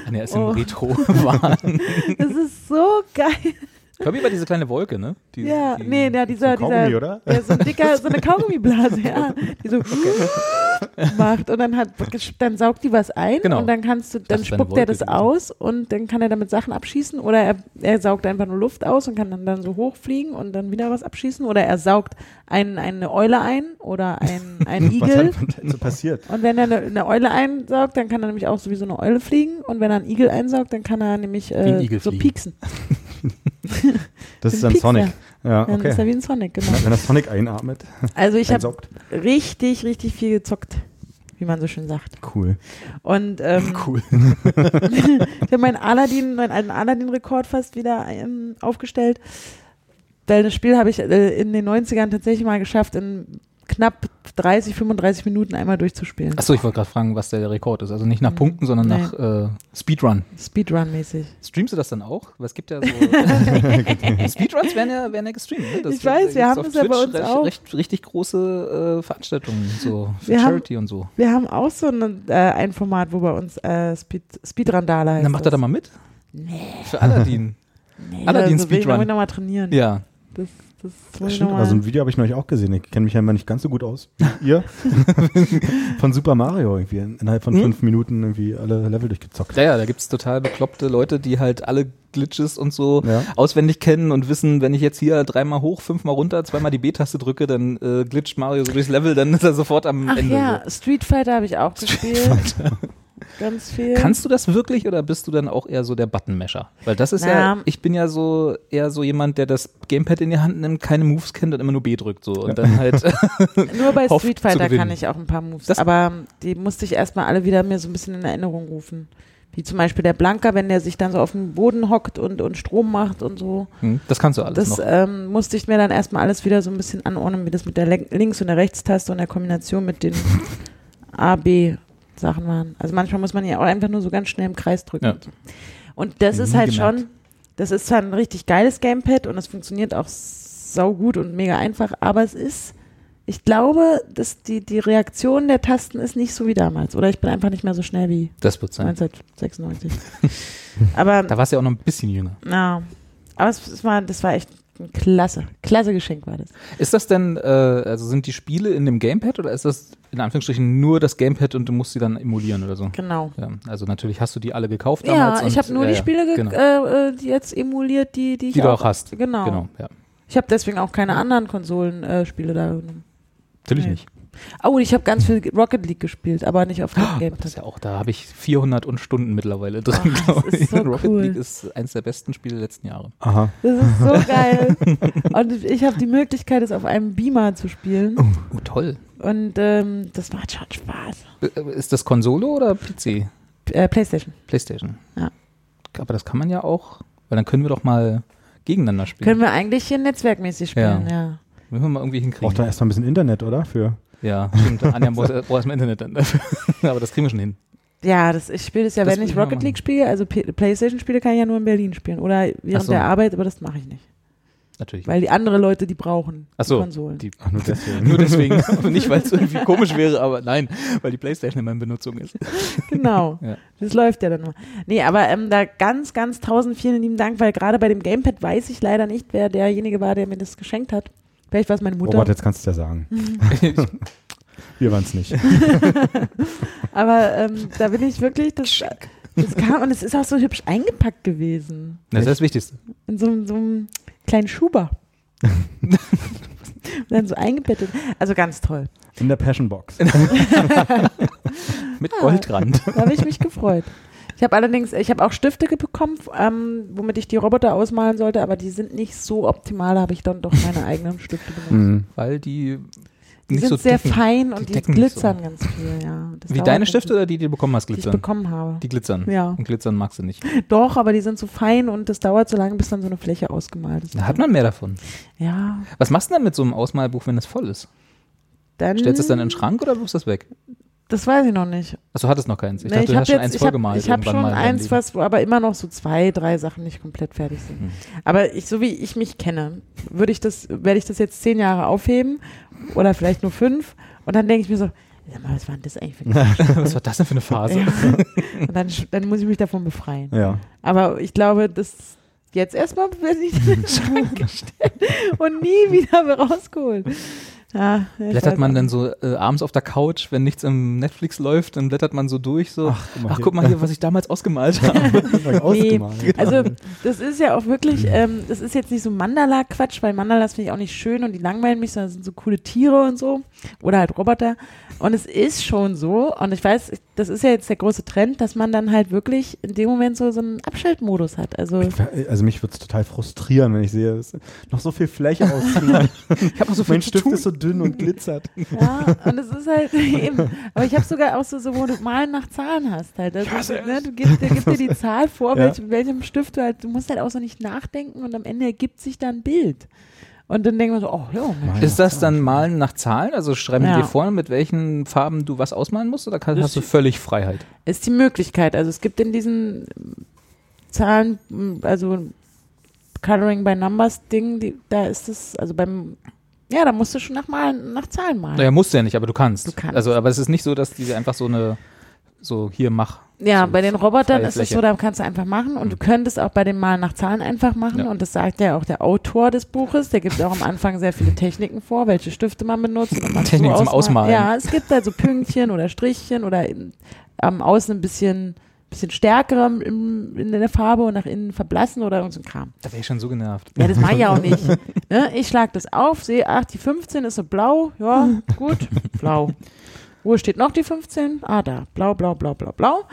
Speaker 1: Anja ist im
Speaker 2: Oh.
Speaker 1: Retro-Wahn.
Speaker 2: Das ist so geil.
Speaker 1: Kirby war diese kleine Wolke, ne? Die,
Speaker 2: Ja,
Speaker 1: die,
Speaker 2: nee, ja, dieser,
Speaker 3: So ein Kaugummi,
Speaker 2: dieser,
Speaker 3: oder?
Speaker 2: Ja, so ein dicker, so eine Kaugummiblase, ja, die so macht und dann hat, dann saugt die was ein
Speaker 1: Genau.
Speaker 2: und dann kannst du, dann
Speaker 1: ist eine
Speaker 2: spuckt
Speaker 1: Wolke
Speaker 2: er das
Speaker 1: gewesen.
Speaker 2: aus und dann kann er damit Sachen abschießen oder er, er saugt einfach nur Luft aus und kann dann, dann so hochfliegen und dann wieder was abschießen oder er saugt ein, eine Eule ein oder ein, ein
Speaker 1: halt
Speaker 3: Was
Speaker 2: Igel.
Speaker 3: hat, was hat so passiert?
Speaker 2: Und wenn er eine, eine Eule einsaugt, dann kann er nämlich auch sowieso eine Eule fliegen. Und wenn er einen Igel einsaugt, dann kann er nämlich
Speaker 1: ein
Speaker 2: äh,
Speaker 1: Igel
Speaker 2: so
Speaker 1: fliegen.
Speaker 2: pieksen.
Speaker 3: Das
Speaker 2: Ein
Speaker 3: ist dann
Speaker 2: Piekser.
Speaker 3: Sonic.
Speaker 1: Ah,
Speaker 3: Ja,
Speaker 2: Dann ist er
Speaker 3: okay.
Speaker 2: wie ein Sonic, genau.
Speaker 3: Wenn das Sonic einatmet,
Speaker 2: Also ich habe
Speaker 3: einsaugt.
Speaker 2: richtig, richtig viel gezockt, wie man so schön sagt.
Speaker 3: Cool.
Speaker 2: Und ähm,
Speaker 3: Cool.
Speaker 2: ich habe meinen Aladdin, meinen alten Aladdin-Rekord fast wieder ähm, aufgestellt. Weil das Spiel habe ich äh, in den 90ern tatsächlich mal geschafft, in knapp 30, 35 Minuten einmal durchzuspielen.
Speaker 1: Achso, ich wollte gerade fragen, was der Rekord ist. Also nicht nach Punkten, sondern
Speaker 2: Mhm. Nee.
Speaker 1: nach äh, Speedrun.
Speaker 2: Speedrun-mäßig.
Speaker 1: Streamst du das dann auch? Weil es gibt ja so. Speedruns werden ja, werden ja gestreamt. Ne?
Speaker 2: Ich weiß, wir
Speaker 1: da gibt's
Speaker 2: haben
Speaker 1: auf
Speaker 2: das ja bei
Speaker 1: Twitch
Speaker 2: uns
Speaker 1: recht,
Speaker 2: auch.
Speaker 1: Recht, richtig große äh, Veranstaltungen, so für
Speaker 2: Wir haben-
Speaker 1: Charity und so.
Speaker 2: Wir haben auch so ein, äh, ein Format, wo bei uns äh, Speed, Speedrandale heißt.
Speaker 1: Dann macht er
Speaker 2: das.
Speaker 1: da mal mit? Nee. Für Aladdin.
Speaker 2: Nee,
Speaker 1: Aladdin
Speaker 2: also will ich noch-
Speaker 1: Speedrun.
Speaker 2: will ich nochmal trainieren.
Speaker 1: Ja. also
Speaker 2: Das, das muss
Speaker 3: Das
Speaker 2: ich
Speaker 3: stimmt,
Speaker 2: nochmal.
Speaker 3: aber so ein Video habe ich neulich auch gesehen. Ich kenne mich ja immer nicht ganz so gut aus wie ihr. von Super Mario irgendwie. Innerhalb von
Speaker 1: Hm?
Speaker 3: fünf Minuten irgendwie alle Level durchgezockt.
Speaker 1: Ja, ja, da gibt's total bekloppte Leute, die halt alle Glitches und so
Speaker 3: Ja.
Speaker 1: auswendig kennen und wissen, wenn ich jetzt hier dreimal hoch, fünfmal runter, zweimal die B-Taste drücke, dann äh, glitscht Mario so durchs Level, dann ist er sofort am
Speaker 2: Ach
Speaker 1: Ende.
Speaker 2: ja, Street Fighter habe ich auch gespielt. Ganz viel.
Speaker 1: Kannst du das wirklich oder bist du dann auch eher so der Buttonmesher? Weil das ist ja,
Speaker 2: Na.
Speaker 1: ich bin ja so eher so jemand, der das Gamepad in die Hand nimmt, keine Moves kennt und immer nur B drückt so und dann halt
Speaker 2: Nur bei
Speaker 1: hofft
Speaker 2: Street
Speaker 1: zu
Speaker 2: Fighter
Speaker 1: gewinnen.
Speaker 2: kann ich auch ein paar Moves,
Speaker 1: Das-
Speaker 2: aber die musste ich erstmal alle wieder mir so ein bisschen in Erinnerung rufen. Wie zum Beispiel der Blanker, wenn der sich dann so auf den Boden hockt und, und Strom macht und so.
Speaker 1: Hm, das kannst du alles
Speaker 2: Das
Speaker 1: noch.
Speaker 2: ähm, musste ich mir dann erstmal alles wieder so ein bisschen anordnen, wie das mit der Lenk- Links- und der Rechtstaste und der Kombination mit den A, B Sachen waren. Also manchmal muss man ja auch einfach nur so ganz schnell im Kreis drücken.
Speaker 1: Ja.
Speaker 2: Und das
Speaker 1: Nie
Speaker 2: ist halt
Speaker 1: gemerkt.
Speaker 2: schon, das ist zwar ein richtig geiles Gamepad und das funktioniert auch saugut und mega einfach, aber es ist, ich glaube, dass die, die Reaktion der Tasten ist nicht so wie damals. Oder ich bin einfach nicht mehr so schnell wie
Speaker 1: Das wird sein.
Speaker 2: 1996. aber
Speaker 1: Da warst du ja auch noch ein bisschen jünger.
Speaker 2: ja. Aber es, es war, das war echt ein klasse, klasse Geschenk war das.
Speaker 1: Ist das denn, äh, also sind die Spiele in dem Gamepad oder ist das in Anführungsstrichen nur das Gamepad und du musst sie dann emulieren oder so?
Speaker 2: Genau.
Speaker 1: Ja, also natürlich hast du die alle gekauft damals.
Speaker 2: Ja, ich
Speaker 1: und-
Speaker 2: habe nur
Speaker 1: ja,
Speaker 2: die
Speaker 1: ja,
Speaker 2: Spiele ge-
Speaker 1: genau,
Speaker 2: äh, äh, die jetzt emuliert, die, die ich
Speaker 1: die du auch hast.
Speaker 2: Genau.
Speaker 1: Genau, ja.
Speaker 2: Ich habe deswegen auch keine anderen Konsolenspiele äh, Spiele da genommen.
Speaker 1: Natürlich
Speaker 2: Nee.
Speaker 1: nicht.
Speaker 2: Oh, und ich habe ganz viel Rocket League gespielt, aber nicht auf dem Gamepad.
Speaker 1: Ah, Das ist ja auch, da habe ich 400 und Stunden mittlerweile drin,
Speaker 2: das
Speaker 1: glaube
Speaker 2: ist
Speaker 1: ich.
Speaker 2: so
Speaker 1: Rocket
Speaker 2: cool.
Speaker 1: League ist eins der besten Spiele der letzten Jahre.
Speaker 3: Aha.
Speaker 2: Das ist so geil. Und ich habe die Möglichkeit, es auf einem Beamer zu spielen.
Speaker 1: Oh, toll.
Speaker 2: Und ähm, das macht schon Spaß.
Speaker 1: B- äh, Ist das Konsole oder PC?
Speaker 2: Äh, Playstation.
Speaker 1: Playstation.
Speaker 2: Ja.
Speaker 1: Aber das kann man ja auch, weil dann können wir doch mal gegeneinander spielen.
Speaker 2: Können wir eigentlich hier netzwerkmäßig spielen, ja.
Speaker 1: Wenn wir mal irgendwie hinkriegen.
Speaker 3: Braucht dann erstmal ein bisschen Internet, oder? Für
Speaker 1: Ja, stimmt. Anja braucht äh, braucht erstmal Internet dann. Aber das kriegen wir schon hin.
Speaker 2: Ja, das, ich spiele das ja,
Speaker 1: Das
Speaker 2: wenn
Speaker 1: will
Speaker 2: ich
Speaker 1: ich mal
Speaker 2: Rocket
Speaker 1: machen.
Speaker 2: League spiele, also P- Playstation spiele, kann ich ja nur in Berlin spielen oder während
Speaker 1: Ach so.
Speaker 2: der Arbeit, aber das mache ich nicht,
Speaker 1: Natürlich.
Speaker 2: weil die anderen Leute, die brauchen
Speaker 1: Ach so,
Speaker 2: die Konsolen.
Speaker 1: die-
Speaker 3: Ach, nur deswegen.
Speaker 1: Nur deswegen. Aber nicht, weil es irgendwie komisch wäre, aber nein, weil die Playstation immer in Benutzung ist.
Speaker 2: Genau,
Speaker 1: Ja.
Speaker 2: das läuft ja dann nur. Nee, aber ähm, da ganz, ganz tausend vielen lieben Dank, weil gerade bei dem Gamepad weiß ich leider nicht, wer derjenige war, der mir das geschenkt hat. Vielleicht war es meine
Speaker 1: Oh,
Speaker 2: Mutter,
Speaker 3: Robert, jetzt kannst du es ja sagen.
Speaker 1: Hm.
Speaker 3: Wir waren es nicht.
Speaker 2: aber ähm, da bin ich wirklich, das, das kam und es ist auch so hübsch eingepackt gewesen.
Speaker 1: Das ist das Wichtigste.
Speaker 2: In so, einem- so einem kleinen Schuber. Und dann so eingebettet. Also ganz toll.
Speaker 3: In der Passion Box.
Speaker 2: Ah.
Speaker 1: Mit Goldrand.
Speaker 2: Da habe ich mich gefreut. Ich habe allerdings, ich habe auch Stifte ge- bekommen, ähm, womit ich die Roboter ausmalen sollte, aber die sind nicht so optimal, da habe ich dann doch meine eigenen Stifte benutzt.
Speaker 3: Mhm.
Speaker 1: Weil die,
Speaker 2: Die
Speaker 1: nicht
Speaker 2: sind
Speaker 1: so
Speaker 2: sehr
Speaker 1: dicken.
Speaker 2: fein und
Speaker 1: die
Speaker 2: die,
Speaker 1: decken nicht so.
Speaker 2: glitzern ganz viel, ja. Das
Speaker 1: Wie
Speaker 2: dauert
Speaker 1: deine
Speaker 2: ganz
Speaker 1: Stifte
Speaker 2: viel,
Speaker 1: oder die, die du bekommen hast,
Speaker 2: die ich
Speaker 1: glitzern?
Speaker 2: bekommen habe.
Speaker 1: Die glitzern.
Speaker 2: Ja.
Speaker 1: Und glitzern magst du nicht.
Speaker 2: Doch, aber die sind so fein und das dauert so lange, bis dann so eine Fläche ausgemalt ist.
Speaker 1: Da hat man mehr davon.
Speaker 2: Ja,
Speaker 1: Was machst du denn mit so einem Ausmalbuch, wenn das voll ist?
Speaker 2: dann.
Speaker 1: Stellst du es dann in
Speaker 2: Mm.
Speaker 1: den Schrank oder wirfst du es weg?
Speaker 2: Das weiß ich noch nicht.
Speaker 1: Achso, hattest noch keins. Ich
Speaker 2: Nee,
Speaker 1: dachte, du
Speaker 2: hab
Speaker 1: hast schon eins
Speaker 2: Ne, ich hab-
Speaker 1: vorgemalt.
Speaker 2: Ich habe
Speaker 1: irgendwann
Speaker 2: schon
Speaker 1: mal
Speaker 2: eins,
Speaker 1: liegen.
Speaker 2: was, wo aber immer noch so zwei, drei Sachen nicht komplett fertig sind.
Speaker 1: Mhm.
Speaker 2: Aber ich, so wie ich mich kenne, würde ich das, werde ich das jetzt zehn Jahre aufheben oder vielleicht nur fünf. Und dann denke ich mir so, sag mal, was war denn das eigentlich für ein Quatsch?
Speaker 1: was war das denn für eine Phase?
Speaker 2: Und dann, sch- dann muss ich mich davon befreien.
Speaker 3: Ja.
Speaker 2: Aber ich glaube, das, Jetzt erstmal werden die in den Schrank gestellt und nie wieder rausgeholt. Ja, ich
Speaker 1: Blättert
Speaker 2: weiß
Speaker 1: man
Speaker 2: auch
Speaker 1: dann
Speaker 2: nicht.
Speaker 1: so äh, abends auf der Couch, wenn nichts im Netflix läuft, dann blättert man so durch, so, ach,
Speaker 3: guck mal hier."
Speaker 1: guck mal hier, was ich damals ausgemalt habe.
Speaker 2: Nee,
Speaker 3: Ausgemalt.
Speaker 2: also das ist ja auch wirklich, ähm, das ist jetzt nicht so Mandala-Quatsch, weil Mandalas finde ich auch nicht schön und die langweilen mich, sondern es sind so coole Tiere und so oder halt Roboter. Und es ist schon so und ich weiß, ich- das ist ja jetzt der große Trend, dass man dann halt wirklich in dem Moment so, so einen Abschaltmodus hat. Also
Speaker 3: Also mich würde es total frustrieren, wenn ich sehe, es ist noch so viel Fläche ausgemalt.
Speaker 1: Ich habe noch so viel
Speaker 3: mein
Speaker 1: zu
Speaker 3: Stift
Speaker 1: tun.
Speaker 3: ist so dünn und glitzert.
Speaker 2: ja, und es ist halt eben, aber ich habe sogar auch so, so, wo du Malen nach Zahlen hast halt. Also,
Speaker 1: hasse
Speaker 2: ne, du gibst, der gibt dir die Zahl vor,
Speaker 3: Ja.
Speaker 2: welch, welchem Stift du halt, du musst halt auch so nicht nachdenken und am Ende ergibt sich dann ein Bild. Und dann denkt man so, oh ja, Mensch,
Speaker 1: Ist das dann Malen nach Zahlen? Also schreiben
Speaker 2: Ja.
Speaker 1: die dir vor, mit welchen Farben du was ausmalen musst oder kannst, hast du völlig Freiheit?
Speaker 2: ist die Möglichkeit. Also es gibt in diesen Zahlen, m, also Coloring by Numbers Ding, die, da ist es, also beim, ja, da musst du schon nach, malen, nach Zahlen malen.
Speaker 1: Naja, musst du ja nicht, aber du kannst.
Speaker 2: Du kannst.
Speaker 1: Also, aber es ist nicht so, dass die dir einfach so eine, so hier mach.
Speaker 2: Ja,
Speaker 1: So
Speaker 2: bei den Robotern
Speaker 1: freie
Speaker 2: ist es
Speaker 1: Fläche. Mhm.
Speaker 2: so, da kannst du einfach machen und du könntest auch bei den Malen nach Zahlen einfach machen
Speaker 1: Ja.
Speaker 2: und das sagt ja auch der Autor des Buches, der gibt auch am Anfang sehr viele Techniken vor, welche Stifte man benutzt. und ob man
Speaker 1: Techniken zum Ausmalen.
Speaker 2: Ja, es gibt also Pünktchen oder Strichchen oder in, am Außen ein bisschen, bisschen stärker im, im, in der Farbe und nach innen verblassen oder irgend so ein Kram.
Speaker 1: Da wäre ich schon so genervt.
Speaker 2: Ja, das mache ich auch nicht. Ne? Ich schlag das auf, sehe, ach, die 15 ist so blau, ja, gut, blau. Wo steht noch die 15? Ah, da, blau, blau, blau, blau, blau.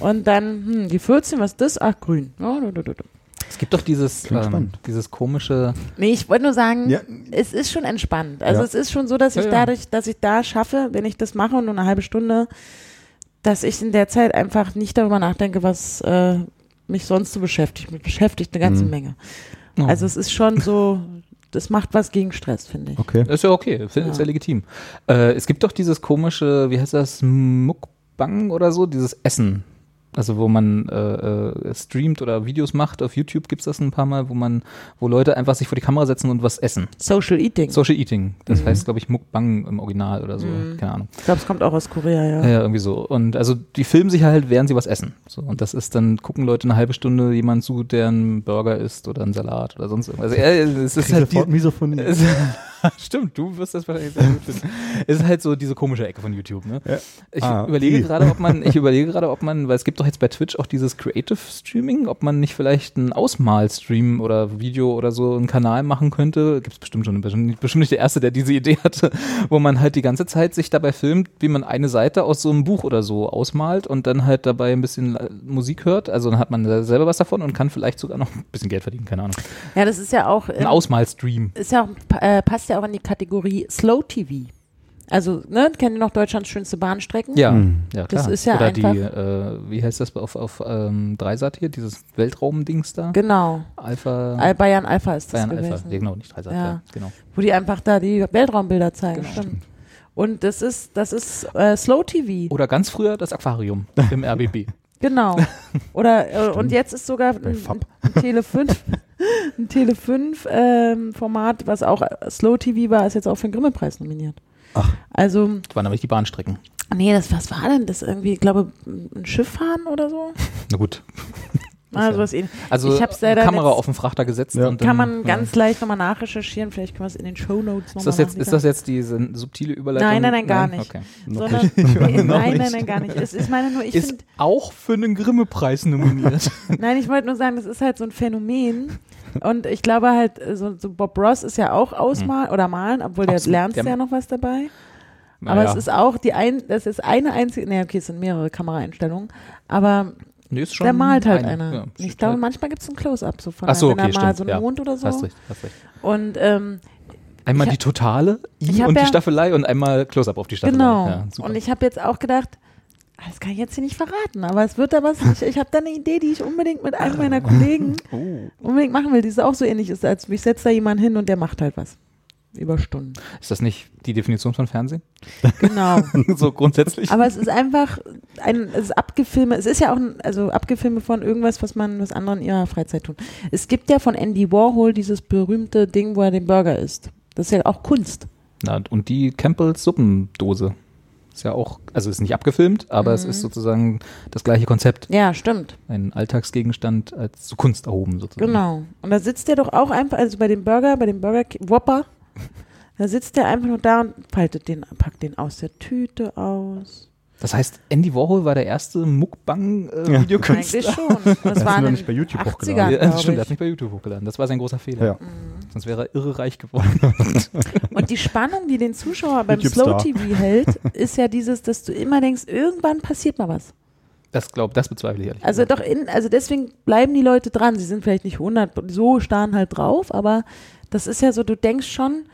Speaker 2: Und dann, hm, die 14, was ist das? Ach, grün. Ja, du, du, du, du.
Speaker 1: Es gibt doch dieses,
Speaker 3: Klingt
Speaker 1: ähm,
Speaker 3: spannend.
Speaker 1: dieses komische,
Speaker 2: Nee, ich wollte nur sagen,
Speaker 3: Ja.
Speaker 2: es ist schon entspannt. Also
Speaker 3: Ja.
Speaker 2: es ist schon so, dass
Speaker 1: Ja,
Speaker 2: ich
Speaker 1: ja.
Speaker 2: dadurch, dass ich da schaffe, wenn ich das mache und nur eine halbe Stunde, dass ich in der Zeit einfach nicht darüber nachdenke, was äh, mich sonst so beschäftigt. Mich beschäftigt eine ganze
Speaker 3: Mhm.
Speaker 2: Menge.
Speaker 1: Oh.
Speaker 2: Also es ist schon so, das macht was gegen Stress, finde ich.
Speaker 3: Okay.
Speaker 1: Ist ja okay, ist ja, ist ja legitim. Äh, es gibt doch dieses komische, wie heißt das, Mukbang oder so, dieses Essen. Also wo man äh, äh, streamt oder Videos macht, auf YouTube gibt es das ein paar Mal, wo man, wo Leute einfach sich vor die Kamera setzen und was essen.
Speaker 2: Social Eating.
Speaker 1: Social Eating.
Speaker 3: Mhm.
Speaker 1: Das heißt, glaube ich, Mukbang im Original oder so.
Speaker 2: Mhm.
Speaker 1: Keine Ahnung.
Speaker 2: Ich glaube, es kommt auch aus Korea, ja.
Speaker 1: Ja, irgendwie so. Und also die filmen sich halt, während sie was essen. So, und das ist dann, gucken Leute eine halbe Stunde jemand zu, der einen Burger isst oder einen Salat oder sonst irgendwas. Also, äh, es ist halt die,
Speaker 3: Sofort Misophonie.
Speaker 1: es, stimmt, du wirst das wahrscheinlich sehr gut finden. Es ist halt so diese komische Ecke von YouTube, ne?
Speaker 3: Ja.
Speaker 1: Ich
Speaker 3: Ah,
Speaker 1: überlege
Speaker 3: die.
Speaker 1: gerade, ob man, ich überlege gerade, ob man, weil es gibt doch jetzt bei Twitch auch dieses Creative Streaming, ob man nicht vielleicht einen Ausmalstream oder Video oder so einen Kanal machen könnte. Gibt es bestimmt schon, bestimmt bestimmt nicht der Erste, der diese Idee hatte, wo man halt die ganze Zeit sich dabei filmt, wie man eine Seite aus so einem Buch oder so ausmalt und dann halt dabei ein bisschen la- Musik hört. Also dann hat man da selber was davon und kann vielleicht sogar noch ein bisschen Geld verdienen, keine Ahnung.
Speaker 2: Ja, das ist ja auch,
Speaker 1: Ein
Speaker 2: ähm,
Speaker 1: Ausmalstream.
Speaker 2: ist ja auch pa- äh, passt ja auch in die Kategorie Slow TV. Also, ne, kennt ihr noch Deutschlands schönste Bahnstrecken?
Speaker 1: Ja,
Speaker 3: Mhm.
Speaker 1: ja klar.
Speaker 2: Das ist ja
Speaker 1: Oder
Speaker 2: einfach-
Speaker 1: die, äh, wie heißt das auf, auf ähm, Dreisat hier, dieses Weltraumdings da?
Speaker 2: Genau.
Speaker 1: Alpha,
Speaker 2: Al Bayern Alpha ist das
Speaker 1: Bayern Alpha.
Speaker 2: gewesen.
Speaker 1: Ja, genau, nicht Dreisat,
Speaker 2: Ja.
Speaker 1: ja. genau.
Speaker 2: Wo die einfach da die Weltraumbilder zeigen.
Speaker 1: Genau.
Speaker 2: Stimmt. Und das ist, das ist äh, Slow TV.
Speaker 1: Oder ganz früher das Aquarium im RBB.
Speaker 2: Genau. Oder äh, und jetzt ist sogar ein,
Speaker 3: Fab.
Speaker 2: ein Tele 5 ein Tele 5 ähm, Format, was auch äh, Slow TV war, ist jetzt auch für den Grimme Preis nominiert.
Speaker 3: Ach.
Speaker 2: Also
Speaker 1: Das waren nämlich die Bahnstrecken.
Speaker 2: nee, das was war denn das irgendwie, ich glaube ein Schiff fahren oder so?
Speaker 1: Na gut.
Speaker 2: Also was ähnlich.
Speaker 1: Also
Speaker 2: Ich hab's leider
Speaker 1: Kamera
Speaker 2: letzt-
Speaker 1: auf den Frachter gesetzt.
Speaker 3: Ja.
Speaker 1: Und dann,
Speaker 2: Kann man ganz
Speaker 1: Ja.
Speaker 2: leicht nochmal nachrecherchieren, vielleicht können wir es in den Show Notes
Speaker 1: Ist
Speaker 2: nochmal
Speaker 1: das, jetzt, ist das jetzt diese subtile Überleitung?
Speaker 2: Nein, nein, nein, gar nicht.
Speaker 1: Okay.
Speaker 2: Sondern, nee, nein, nein, nein, gar nicht. Es- Ich meine nur, ich
Speaker 1: ist
Speaker 2: finde,
Speaker 1: auch für einen Grimme-Preis nominiert.
Speaker 2: Nein, ich wollte nur sagen, das ist halt so ein Phänomen. Und ich glaube halt, äh, so, so Bob Ross ist ja auch ausmalen oder malen, obwohl der
Speaker 1: Hm. Absolut,
Speaker 2: lernst
Speaker 1: der-
Speaker 2: ja noch was dabei. Aber
Speaker 1: Naja.
Speaker 2: es ist auch die ein, das ist eine einzige, nee, okay, es sind mehrere Kameraeinstellungen, aber
Speaker 1: nee, ist schon
Speaker 2: der malt halt
Speaker 1: eine.
Speaker 2: einer.
Speaker 1: Ja,
Speaker 2: ich
Speaker 1: stimmt
Speaker 2: glaube,
Speaker 1: halt.
Speaker 2: manchmal gibt es ein Close-Up so von
Speaker 1: Ach so,
Speaker 2: einem, wenn
Speaker 1: okay,
Speaker 2: er mal
Speaker 1: stimmt.
Speaker 2: so einen
Speaker 1: ja.
Speaker 2: Mond oder so.
Speaker 1: Hast recht, hast recht.
Speaker 2: Und ähm,
Speaker 1: Einmal
Speaker 2: Ich
Speaker 1: die totale
Speaker 2: ich
Speaker 1: I
Speaker 2: hab
Speaker 1: und
Speaker 2: ja-
Speaker 1: die Staffelei und einmal Close-Up auf die Staffelei.
Speaker 2: genau.
Speaker 1: Ja, super.
Speaker 2: und ich habe jetzt auch gedacht, ah, das kann ich jetzt hier nicht verraten, aber es wird da was. Ich, ich habe da eine Idee, die ich unbedingt mit einem meiner Kollegen
Speaker 1: Oh.
Speaker 2: unbedingt machen will, die es auch so ähnlich ist, als mich setzt da jemand hin und der macht halt was. Über Stunden.
Speaker 1: Ist das nicht die Definition von Fernsehen?
Speaker 2: Genau.
Speaker 1: so grundsätzlich?
Speaker 2: Aber es ist einfach ein, es ist abgefilme, es ist ja auch ein, also abgefilme von irgendwas, was man, was andere in ihrer Freizeit tun. Es gibt ja von Andy Warhol dieses berühmte Ding, wo er den Burger isst. Das ist ja auch Kunst.
Speaker 1: Na, und die Campbells Suppendose. Ist ja auch, also ist nicht abgefilmt, aber es
Speaker 2: Mhm.
Speaker 1: ist sozusagen das gleiche Konzept.
Speaker 2: Ja, stimmt.
Speaker 1: Ein Alltagsgegenstand als zu Kunst erhoben sozusagen.
Speaker 2: Genau. Und da sitzt der doch auch einfach, also bei dem Burger, bei dem Burger Ki- Whopper, da sitzt der einfach nur da und faltet den, packt den aus der Tüte aus.
Speaker 1: Das heißt, Andy Warhol war der erste
Speaker 3: Ja.
Speaker 1: Mukbang-Videokünstler.
Speaker 2: Eigentlich schon. Und Das war
Speaker 3: noch
Speaker 2: in den
Speaker 3: nicht bei YouTube
Speaker 2: 80ern,
Speaker 1: Ja, das
Speaker 2: glaube
Speaker 1: stimmt, er hat
Speaker 2: ich. Mhm.
Speaker 1: mich bei YouTube hochgeladen. Das war sein großer Fehler.
Speaker 3: Ja.
Speaker 1: Sonst wäre er irre reich geworden.
Speaker 2: Und die Spannung, die den Zuschauer beim Slow
Speaker 3: YouTube-Star.
Speaker 2: TV hält, ist ja dieses, dass du immer denkst, irgendwann passiert mal was.
Speaker 1: Das glaub, das bezweifle ich ehrlich.
Speaker 2: Also doch in, also deswegen bleiben die Leute dran. Sie sind vielleicht nicht 100, so starren halt drauf, aber das ist ja so, du denkst schon,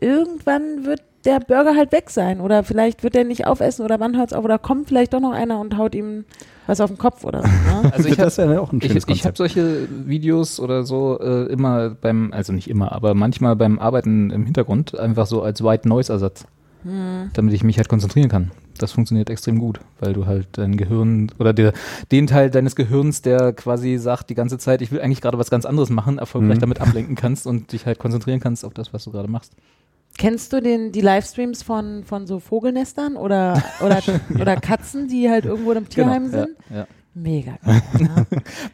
Speaker 2: irgendwann wird der Burger halt weg sein oder vielleicht wird er nicht aufessen oder wann hört's auf oder kommt vielleicht doch noch einer und haut ihm was auf den Kopf oder so. Ne?
Speaker 1: Also ich
Speaker 3: das ist
Speaker 1: habe
Speaker 3: ja auch ein
Speaker 1: ich,
Speaker 3: schönes
Speaker 1: ich hab
Speaker 3: Konzept.
Speaker 1: solche Videos oder so äh, immer beim, also nicht immer, aber manchmal beim Arbeiten im Hintergrund einfach so als White Noise Ersatz,
Speaker 2: Hm.
Speaker 1: damit ich mich halt konzentrieren kann. Das funktioniert extrem gut, weil du halt dein Gehirn oder der, den Teil deines Gehirns, der quasi sagt die ganze Zeit, ich will eigentlich gerade was ganz anderes machen,
Speaker 3: Mhm.
Speaker 1: erfolgreich damit ablenken kannst und dich halt konzentrieren kannst auf das, was du gerade machst.
Speaker 2: Kennst du den, die Livestreams von, von so Vogelnestern oder, oder, oder Katzen, die halt irgendwo im Tierheim
Speaker 1: Genau, ja,
Speaker 2: sind?
Speaker 1: ja.
Speaker 2: Mega geil.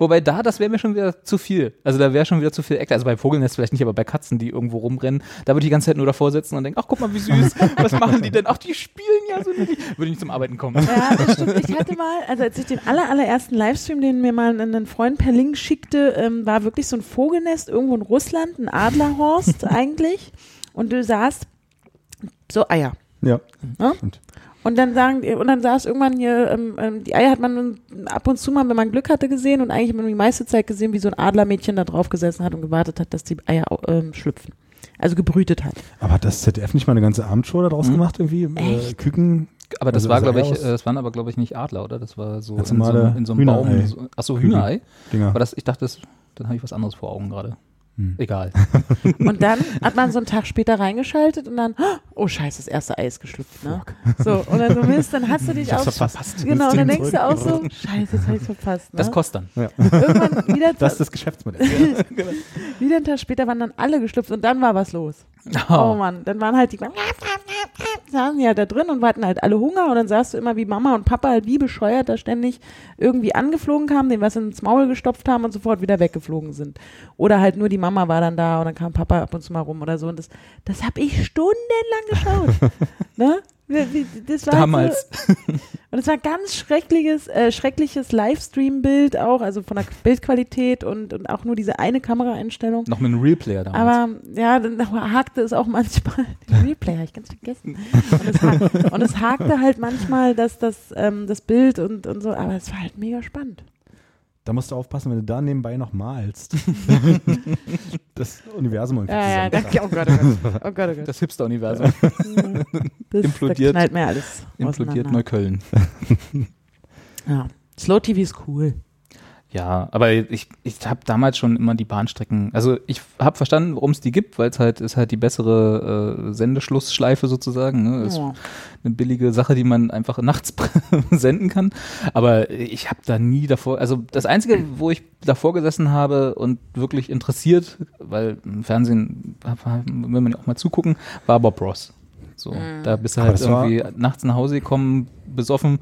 Speaker 1: Wobei da, das wäre mir schon wieder zu viel. Also da wäre schon wieder zu viel Ecke. Also bei Vogelnest vielleicht nicht, aber bei Katzen, die irgendwo rumrennen, da würde ich die ganze Zeit nur davor sitzen und denken, ach guck mal, wie süß, was machen die denn? Ach, die spielen ja so niedlich. Würde ich nicht zum Arbeiten kommen.
Speaker 2: Ja, das stimmt. Ich hatte mal, also als ich den aller, allerersten Livestream, den mir mal ein ein Freund per Link schickte, ähm, war wirklich so ein Vogelnest irgendwo in Russland, ein Adlerhorst eigentlich. Und du saßt so Eier.
Speaker 3: Ja.
Speaker 2: Ja?
Speaker 3: Stimmt.
Speaker 2: Und dann sagen, die- und dann saß irgendwann hier, ähm, ähm, die Eier hat man ab und zu mal, wenn man Glück hatte, gesehen und eigentlich hat man die meiste Zeit gesehen, wie so ein Adlermädchen da drauf gesessen hat und gewartet hat, dass die Eier au- ähm, schlüpfen. Also gebrütet hat.
Speaker 3: Aber hat das ZDF nicht mal eine ganze Abendshow daraus gemacht irgendwie? Äh,
Speaker 2: Echt?
Speaker 3: Küken?
Speaker 1: Aber das
Speaker 3: Also
Speaker 1: war,
Speaker 3: das
Speaker 1: glaube
Speaker 3: Ei
Speaker 1: ich,
Speaker 3: aus-
Speaker 1: äh, das waren aber, glaube ich, nicht Adler, oder? Das war so in
Speaker 3: Ganz
Speaker 1: so, einem-
Speaker 3: normale
Speaker 1: in so einem Baum.
Speaker 3: Hühnerei. Mhm.
Speaker 1: So, ach so, Hühnerei?
Speaker 3: Dinger.
Speaker 1: Aber das, ich dachte, das, dann habe ich was anderes vor Augen gerade.
Speaker 3: Hm.
Speaker 1: Egal.
Speaker 2: Und dann hat man so einen Tag später reingeschaltet und dann, oh scheiße, das erste Eis geschlüpft, ne? So, und dann so Mist, dann hast du dich auch.
Speaker 3: verpasst.
Speaker 2: Genau, und dann denkst du auch so,
Speaker 3: zurück.
Speaker 2: scheiße, das hab ich verpasst, ne?
Speaker 1: Das kostet dann.
Speaker 2: Irgendwann wieder,
Speaker 3: Das ist das Geschäftsmodell.
Speaker 2: wieder einen Tag später waren dann alle geschlüpft und dann war was los. Oh, Mann, dann waren halt die, saßen die halt da drin und hatten halt alle Hunger und dann saßt du immer wie Mama und Papa halt wie bescheuert da ständig irgendwie angeflogen kamen, denen was ins Maul gestopft haben und sofort wieder weggeflogen sind. Oder halt nur die Mama war dann da und dann kam Papa ab und zu mal rum oder so und das, das habe ich stundenlang geschaut. ne? Wie- wie- Das war halt
Speaker 1: Damals.
Speaker 2: So, und es war ganz schreckliches, äh, schreckliches Livestream-Bild auch, also von der Bildqualität und, und auch nur diese eine Kameraeinstellung.
Speaker 1: Noch mit einem Realplayer damals.
Speaker 2: Aber ja, dann hakte es auch manchmal. Den Replay habe ich ganz vergessen. Und es, hak, und es hakte halt manchmal, dass das, ähm, das Bild und, und so, aber es war halt mega spannend.
Speaker 3: Da musst du aufpassen, wenn du da nebenbei noch malst. das Universum irgendwie
Speaker 2: Ja, ja,
Speaker 3: zusammen.
Speaker 2: danke. Oh Gott, oh Gott. Oh Gott, oh Gott.
Speaker 1: das Hipster-Universum
Speaker 2: Das,
Speaker 1: implodiert-
Speaker 2: Da knallt mir alles.
Speaker 1: implodiert
Speaker 2: auseinander.
Speaker 1: Neukölln.
Speaker 2: Ja. Slow TV ist cool.
Speaker 1: Ja, aber ich, ich habe damals schon immer die Bahnstrecken. Also ich habe verstanden, warum es die gibt, weil es halt ist halt die bessere äh, Sendeschlussschleife sozusagen. Ne? Ist
Speaker 2: Ja.
Speaker 1: eine billige Sache, die man einfach nachts senden kann. Aber ich habe da nie davor. Also das einzige, wo ich davor gesessen habe und wirklich interessiert, weil im Fernsehen hab- hab- will man ja auch mal zugucken, war Bob Ross. So, da bist du
Speaker 3: Aber
Speaker 1: halt
Speaker 3: das war-
Speaker 1: irgendwie nachts nach Hause gekommen, besoffen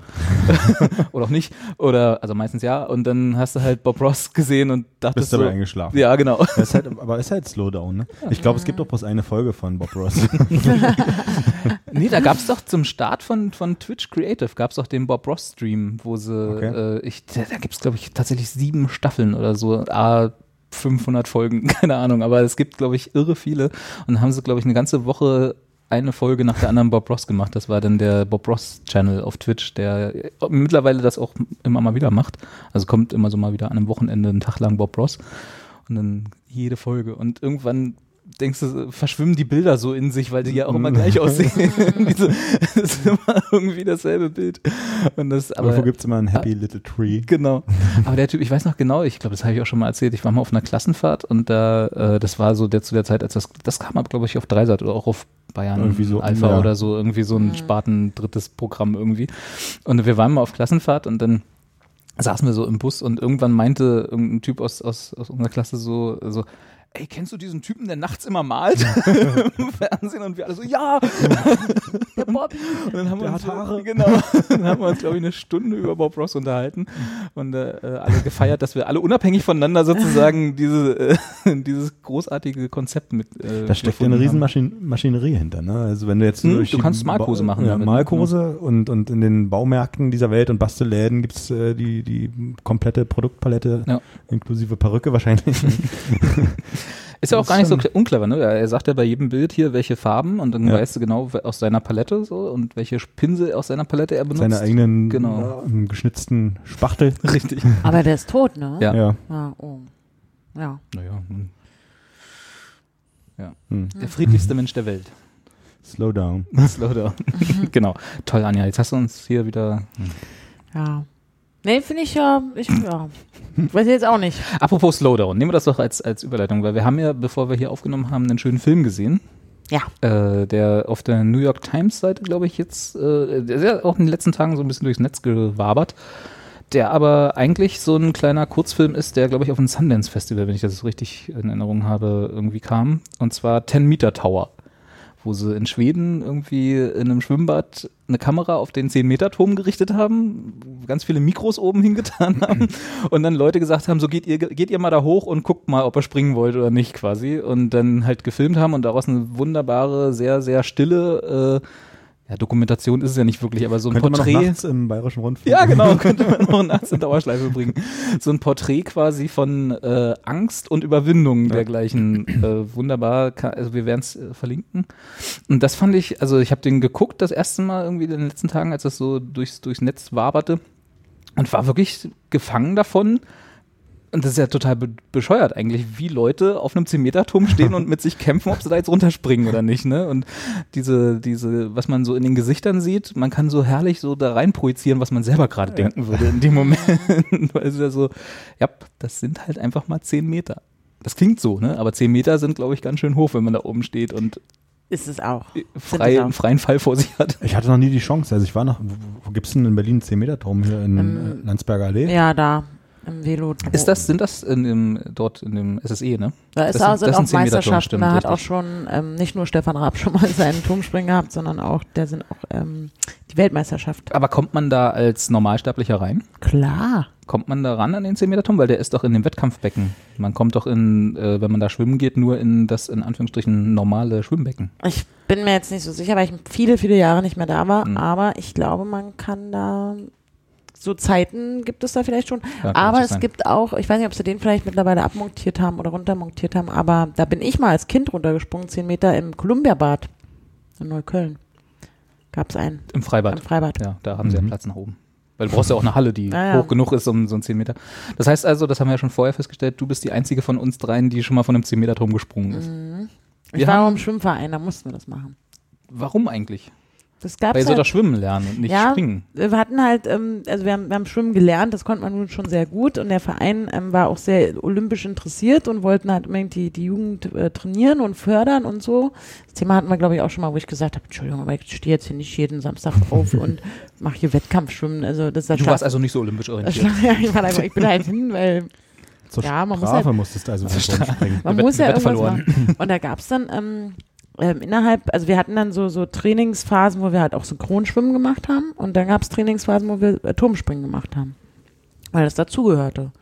Speaker 1: oder auch nicht. Oder, also meistens ja. Und dann hast du halt Bob Ross gesehen und dachtest
Speaker 3: Bist dabei
Speaker 1: so,
Speaker 3: eingeschlafen.
Speaker 1: Ja, genau.
Speaker 3: Das ist halt, aber ist halt Slowdown, ne? Ich glaube, es gibt auch bloß eine Folge von Bob Ross.
Speaker 1: Nee, da gab's doch zum Start von, von Twitch Creative, gab's doch den Bob Ross Stream, wo sie,
Speaker 3: Okay.
Speaker 1: äh, ich, da, da gibt's glaube ich tatsächlich sieben Staffeln oder so, ah, 500 Folgen, keine Ahnung, aber es gibt glaube ich irre viele und dann haben sie glaube ich eine ganze Woche eine Folge nach der anderen Bob Ross gemacht. Das war dann der Bob Ross Channel auf Twitch, der äh, mittlerweile das auch immer mal wieder macht. Also kommt immer so mal wieder an einem Wochenende einen Tag lang Bob Ross und dann jede Folge und irgendwann denkst du, verschwimmen die Bilder so in sich, weil die ja auch immer gleich aussehen. Diese, das ist immer irgendwie dasselbe Bild. Und das, aber,
Speaker 3: Irgendwo gibt es immer ein Happy Little Tree.
Speaker 1: Genau. Aber der Typ, ich weiß noch genau, ich glaube, das habe ich auch schon mal erzählt, ich war mal auf einer Klassenfahrt und da, äh, das war so der zu der Zeit, als das, das kam ab, glaube ich, auf Dreisat oder auch auf Bayern
Speaker 3: Irgendwie so,
Speaker 1: Alpha
Speaker 3: ja.
Speaker 1: oder so, irgendwie so ein Spaten drittes Programm irgendwie. Und wir waren mal auf Klassenfahrt und dann saßen wir so im Bus und irgendwann meinte irgendein Typ aus, aus, aus unserer Klasse so, so ey, kennst du diesen Typen, der nachts immer malt? Im Fernsehen und wir alle so, ja!
Speaker 2: Der Bobby.
Speaker 1: Und dann haben wir
Speaker 3: Der
Speaker 1: uns,
Speaker 3: hat Haare.
Speaker 1: Genau. Dann haben wir uns, glaube ich, eine Stunde über Bob Ross unterhalten und äh, äh, alle gefeiert, dass wir alle unabhängig voneinander sozusagen diese, äh, dieses großartige Konzept mit. Äh,
Speaker 3: Da steckt ja
Speaker 1: gefunden
Speaker 3: eine
Speaker 1: haben.
Speaker 3: Riesenmaschinerie hinter, ne? Also wenn du jetzt
Speaker 1: Hm,
Speaker 3: durch
Speaker 1: du
Speaker 3: die
Speaker 1: kannst Malkurse
Speaker 3: Ba-
Speaker 1: machen
Speaker 3: Ja,
Speaker 1: damit, ne?
Speaker 3: Malkurse und, und in den Baumärkten dieser Welt und Bastelläden gibt's äh, die, die komplette Produktpalette
Speaker 1: Ja.
Speaker 3: inklusive Perücke wahrscheinlich.
Speaker 1: Ist ja auch
Speaker 3: Das
Speaker 1: gar nicht
Speaker 3: ist
Speaker 1: so
Speaker 3: schon-
Speaker 1: kle- unclever, ne? Er sagt ja bei jedem Bild hier, welche Farben und dann
Speaker 3: Ja.
Speaker 1: weißt du genau we- aus seiner Palette so und welche Pinsel aus seiner Palette er benutzt.
Speaker 3: Seine eigenen
Speaker 1: Genau.
Speaker 3: äh, geschnitzten Spachtel.
Speaker 1: Richtig.
Speaker 2: Aber der ist tot, ne?
Speaker 1: Ja.
Speaker 3: Ja.
Speaker 2: Ah, oh. Ja.
Speaker 1: Naja. hm. Ja.
Speaker 3: Hm.
Speaker 1: Der friedlichste Mensch der Welt.
Speaker 3: Slow down.
Speaker 1: Slowdown. genau. Toll, Anja. Jetzt hast du uns hier wieder.
Speaker 2: Ja. Nee, finde ich ja, ich, ja. Weiß ich jetzt auch nicht.
Speaker 1: Apropos Slowdown, nehmen wir das doch als, als Überleitung, weil wir haben ja, bevor wir hier aufgenommen haben, einen schönen Film gesehen.
Speaker 2: Ja.
Speaker 1: Äh, der auf der New York Times Seite, glaube ich, jetzt, äh, der ist ja auch in den letzten Tagen so ein bisschen durchs Netz gewabert, der aber eigentlich so ein kleiner Kurzfilm ist, der, glaube ich, auf dem Sundance Festival, wenn ich das richtig in Erinnerung habe, irgendwie kam. Und zwar Ten Meter Tower, wo sie in Schweden irgendwie in einem Schwimmbad eine Kamera auf den 10-Meter-Turm gerichtet haben, ganz viele Mikros oben hingetan haben und dann Leute gesagt haben, so geht ihr, geht ihr mal da hoch und guckt mal, ob ihr springen wollt oder nicht quasi. Und dann halt gefilmt haben und daraus eine wunderbare, sehr, sehr stille, äh, ja, Dokumentation ist es ja nicht wirklich, aber so ein
Speaker 3: Könnte man
Speaker 1: Porträt.
Speaker 3: noch nachts im Bayerischen Rundfunk.
Speaker 1: Ja, genau, könnte man noch nachts in Dauerschleife bringen. So ein Porträt quasi von äh, Angst und Überwindung dergleichen. Äh, wunderbar, ka- also wir werden es äh, verlinken. Und das fand ich, also ich habe den geguckt das erste Mal irgendwie in den letzten Tagen, als das so durchs, durchs Netz waberte und war wirklich gefangen davon. Und das ist ja total be bescheuert eigentlich, wie Leute auf einem 10-Meter-Turm stehen und mit sich kämpfen, ob sie da jetzt runterspringen oder nicht. Ne? Und diese, diese, was man so in den Gesichtern sieht, man kann so herrlich so da rein projizieren, was man selber gerade denken würde in dem Moment. Weil es ja so, ja, das sind halt einfach mal 10 Meter. Das klingt so, ne? Aber 10 Meter sind, glaube ich, ganz schön hoch, wenn man da oben steht und
Speaker 2: Ist es auch.
Speaker 1: frei,
Speaker 2: auch.
Speaker 1: einen freien Fall vor sich hat.
Speaker 3: Ich hatte noch nie die Chance. Also ich war noch, wo, wo gibt's denn in Berlin 10 Meter Turm hier in
Speaker 2: Ähm,
Speaker 3: äh, Landsberger Allee?
Speaker 2: Ja, da. Im Velo.
Speaker 1: Ist das, sind das in dem, dort in dem SSE, ne?
Speaker 2: Oh. Da ist
Speaker 1: das
Speaker 2: auch,
Speaker 1: sind-
Speaker 2: sind
Speaker 1: das sind 10
Speaker 2: auch
Speaker 1: Meter Turm,
Speaker 2: Meisterschaften.
Speaker 1: stimmt,
Speaker 2: da hat
Speaker 1: richtig.
Speaker 2: auch schon ähm, nicht nur Stefan Raab schon mal seinen Turmspringen gehabt, sondern auch, der sind auch ähm, die Weltmeisterschaft.
Speaker 1: Aber kommt man da als Normalsterblicher rein?
Speaker 2: Klar.
Speaker 1: Kommt man da ran an den 10-Meter-Turm? Weil der ist doch in dem Wettkampfbecken. Man kommt doch in, äh, wenn man da schwimmen geht, nur in das in Anführungsstrichen normale Schwimmbecken.
Speaker 2: Ich bin mir jetzt nicht so sicher, weil ich viele, viele Jahre nicht mehr da war,
Speaker 1: Mhm.
Speaker 2: aber ich glaube, man kann da so Zeiten gibt es da vielleicht schon.
Speaker 1: kann
Speaker 2: aber
Speaker 1: so
Speaker 2: es
Speaker 1: sein.
Speaker 2: gibt auch, ich weiß nicht, ob sie den vielleicht mittlerweile abmontiert haben oder runtermontiert haben, aber da bin ich mal als Kind runtergesprungen, 10 Meter im Columbia-Bad in Neukölln. Gab es einen
Speaker 1: Im Freibad.
Speaker 2: im Freibad.
Speaker 1: Ja, da haben sie ja
Speaker 3: Mhm.
Speaker 1: Platz nach oben. Weil du brauchst ja auch eine Halle, die
Speaker 2: Ah, Ja, ja.
Speaker 1: hoch genug ist, um so einen 10 Meter. Das heißt also, das haben wir ja schon vorher festgestellt, du bist die einzige von uns dreien, die schon mal von einem 10-Meter-Turm gesprungen ist.
Speaker 2: Ich
Speaker 1: Wir
Speaker 2: war
Speaker 1: haben-
Speaker 2: auch im Schwimmverein, da mussten wir das machen.
Speaker 1: Warum eigentlich?
Speaker 2: Das gab's
Speaker 1: Weil ihr sollt doch
Speaker 2: halt.
Speaker 1: schwimmen lernen und nicht
Speaker 2: Ja.
Speaker 1: springen.
Speaker 2: Wir hatten halt, ähm, also wir haben, wir haben Schwimmen gelernt, das konnte man nun schon sehr gut und der Verein ähm, war auch sehr olympisch interessiert und wollten halt unbedingt die, die Jugend äh, trainieren und fördern und so. Das Thema hatten wir, glaube ich, auch schon mal, wo ich gesagt habe, Entschuldigung, aber ich stehe jetzt hier nicht jeden Samstag auf und mache hier Wettkampfschwimmen. Also das ist
Speaker 1: Du warst
Speaker 2: das
Speaker 1: also nicht so olympisch
Speaker 2: das
Speaker 1: orientiert.
Speaker 2: schla- ja, ich, war einfach, ich bin halt hin, weil
Speaker 3: Zur
Speaker 2: Ja, man muss halt
Speaker 3: Strafe musstest du also vom Turm springen.
Speaker 2: man
Speaker 1: Eine
Speaker 2: muss
Speaker 1: Wette-
Speaker 2: ja
Speaker 1: eine
Speaker 2: irgendwas
Speaker 1: Wette
Speaker 2: machen. Und da gab's dann ähm, ähm, innerhalb, also wir hatten dann so, so Trainingsphasen, wo wir halt auch Synchronschwimmen gemacht haben und dann gab's Trainingsphasen, wo wir äh, Turmspringen gemacht haben, weil das dazugehörte.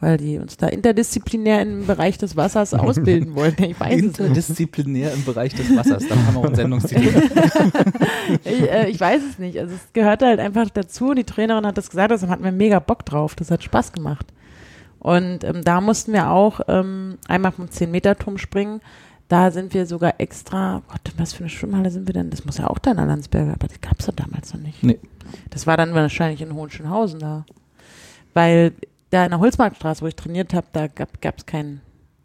Speaker 2: Weil die uns da interdisziplinär im Bereich des Wassers ausbilden wollten. Ich weiß es nicht.
Speaker 1: Interdisziplinär im Bereich des Wassers. Dann haben wir auch einen Sendungstitel.
Speaker 2: Ich, äh, ich weiß es nicht. Also es gehörte halt einfach dazu. Die Trainerin hat das gesagt, deshalb hatten wir mega Bock drauf. Das hat Spaß gemacht. Und ähm, da mussten wir auch ähm, einmal vom 10-Meter-Turm springen. Da sind wir sogar extra, Gott, was für eine Schwimmhalle sind wir denn? Das muss ja auch da in der Landsberger, aber das gab's doch damals noch nicht.
Speaker 1: Nee.
Speaker 2: Das war dann wahrscheinlich in Hohenschönhausen da. Weil da in der Holzmarktstraße, wo ich trainiert habe, da gab, gab's keinen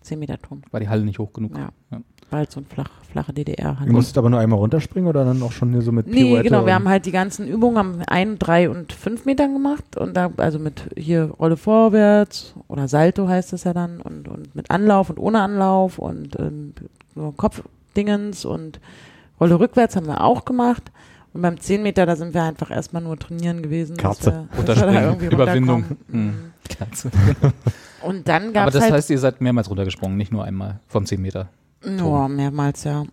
Speaker 2: 10-Meter-Turm.
Speaker 1: War die Halle nicht hoch genug.
Speaker 2: Ja.
Speaker 1: Ja.
Speaker 2: War halt so ein flach, flache
Speaker 3: Ihr
Speaker 2: DDR-Halle.
Speaker 3: musstet aber nur einmal runterspringen oder dann auch schon hier so mit
Speaker 2: Nee,
Speaker 3: Pirouette
Speaker 2: genau, wir
Speaker 3: und-
Speaker 2: haben halt die ganzen Übungen am 1, 3 und 5 Metern gemacht und da, also mit hier Rolle vorwärts oder Salto heißt es ja dann und, und mit Anlauf und ohne Anlauf und ähm, nur Kopfdingens und Rolle rückwärts haben wir auch gemacht Und beim 10 Meter, da sind wir einfach erstmal nur trainieren gewesen. dass
Speaker 3: Katze.
Speaker 2: wir- dass wir da irgendwie
Speaker 1: Überwindung.
Speaker 2: runterkommen.
Speaker 1: Mhm. Katze.
Speaker 2: Und dann gab
Speaker 1: Aber
Speaker 2: es
Speaker 1: das
Speaker 2: halt
Speaker 1: heißt, ihr seid mehrmals runtergesprungen, nicht nur einmal vom 10 Meter.
Speaker 2: Ja, mehrmals, ja.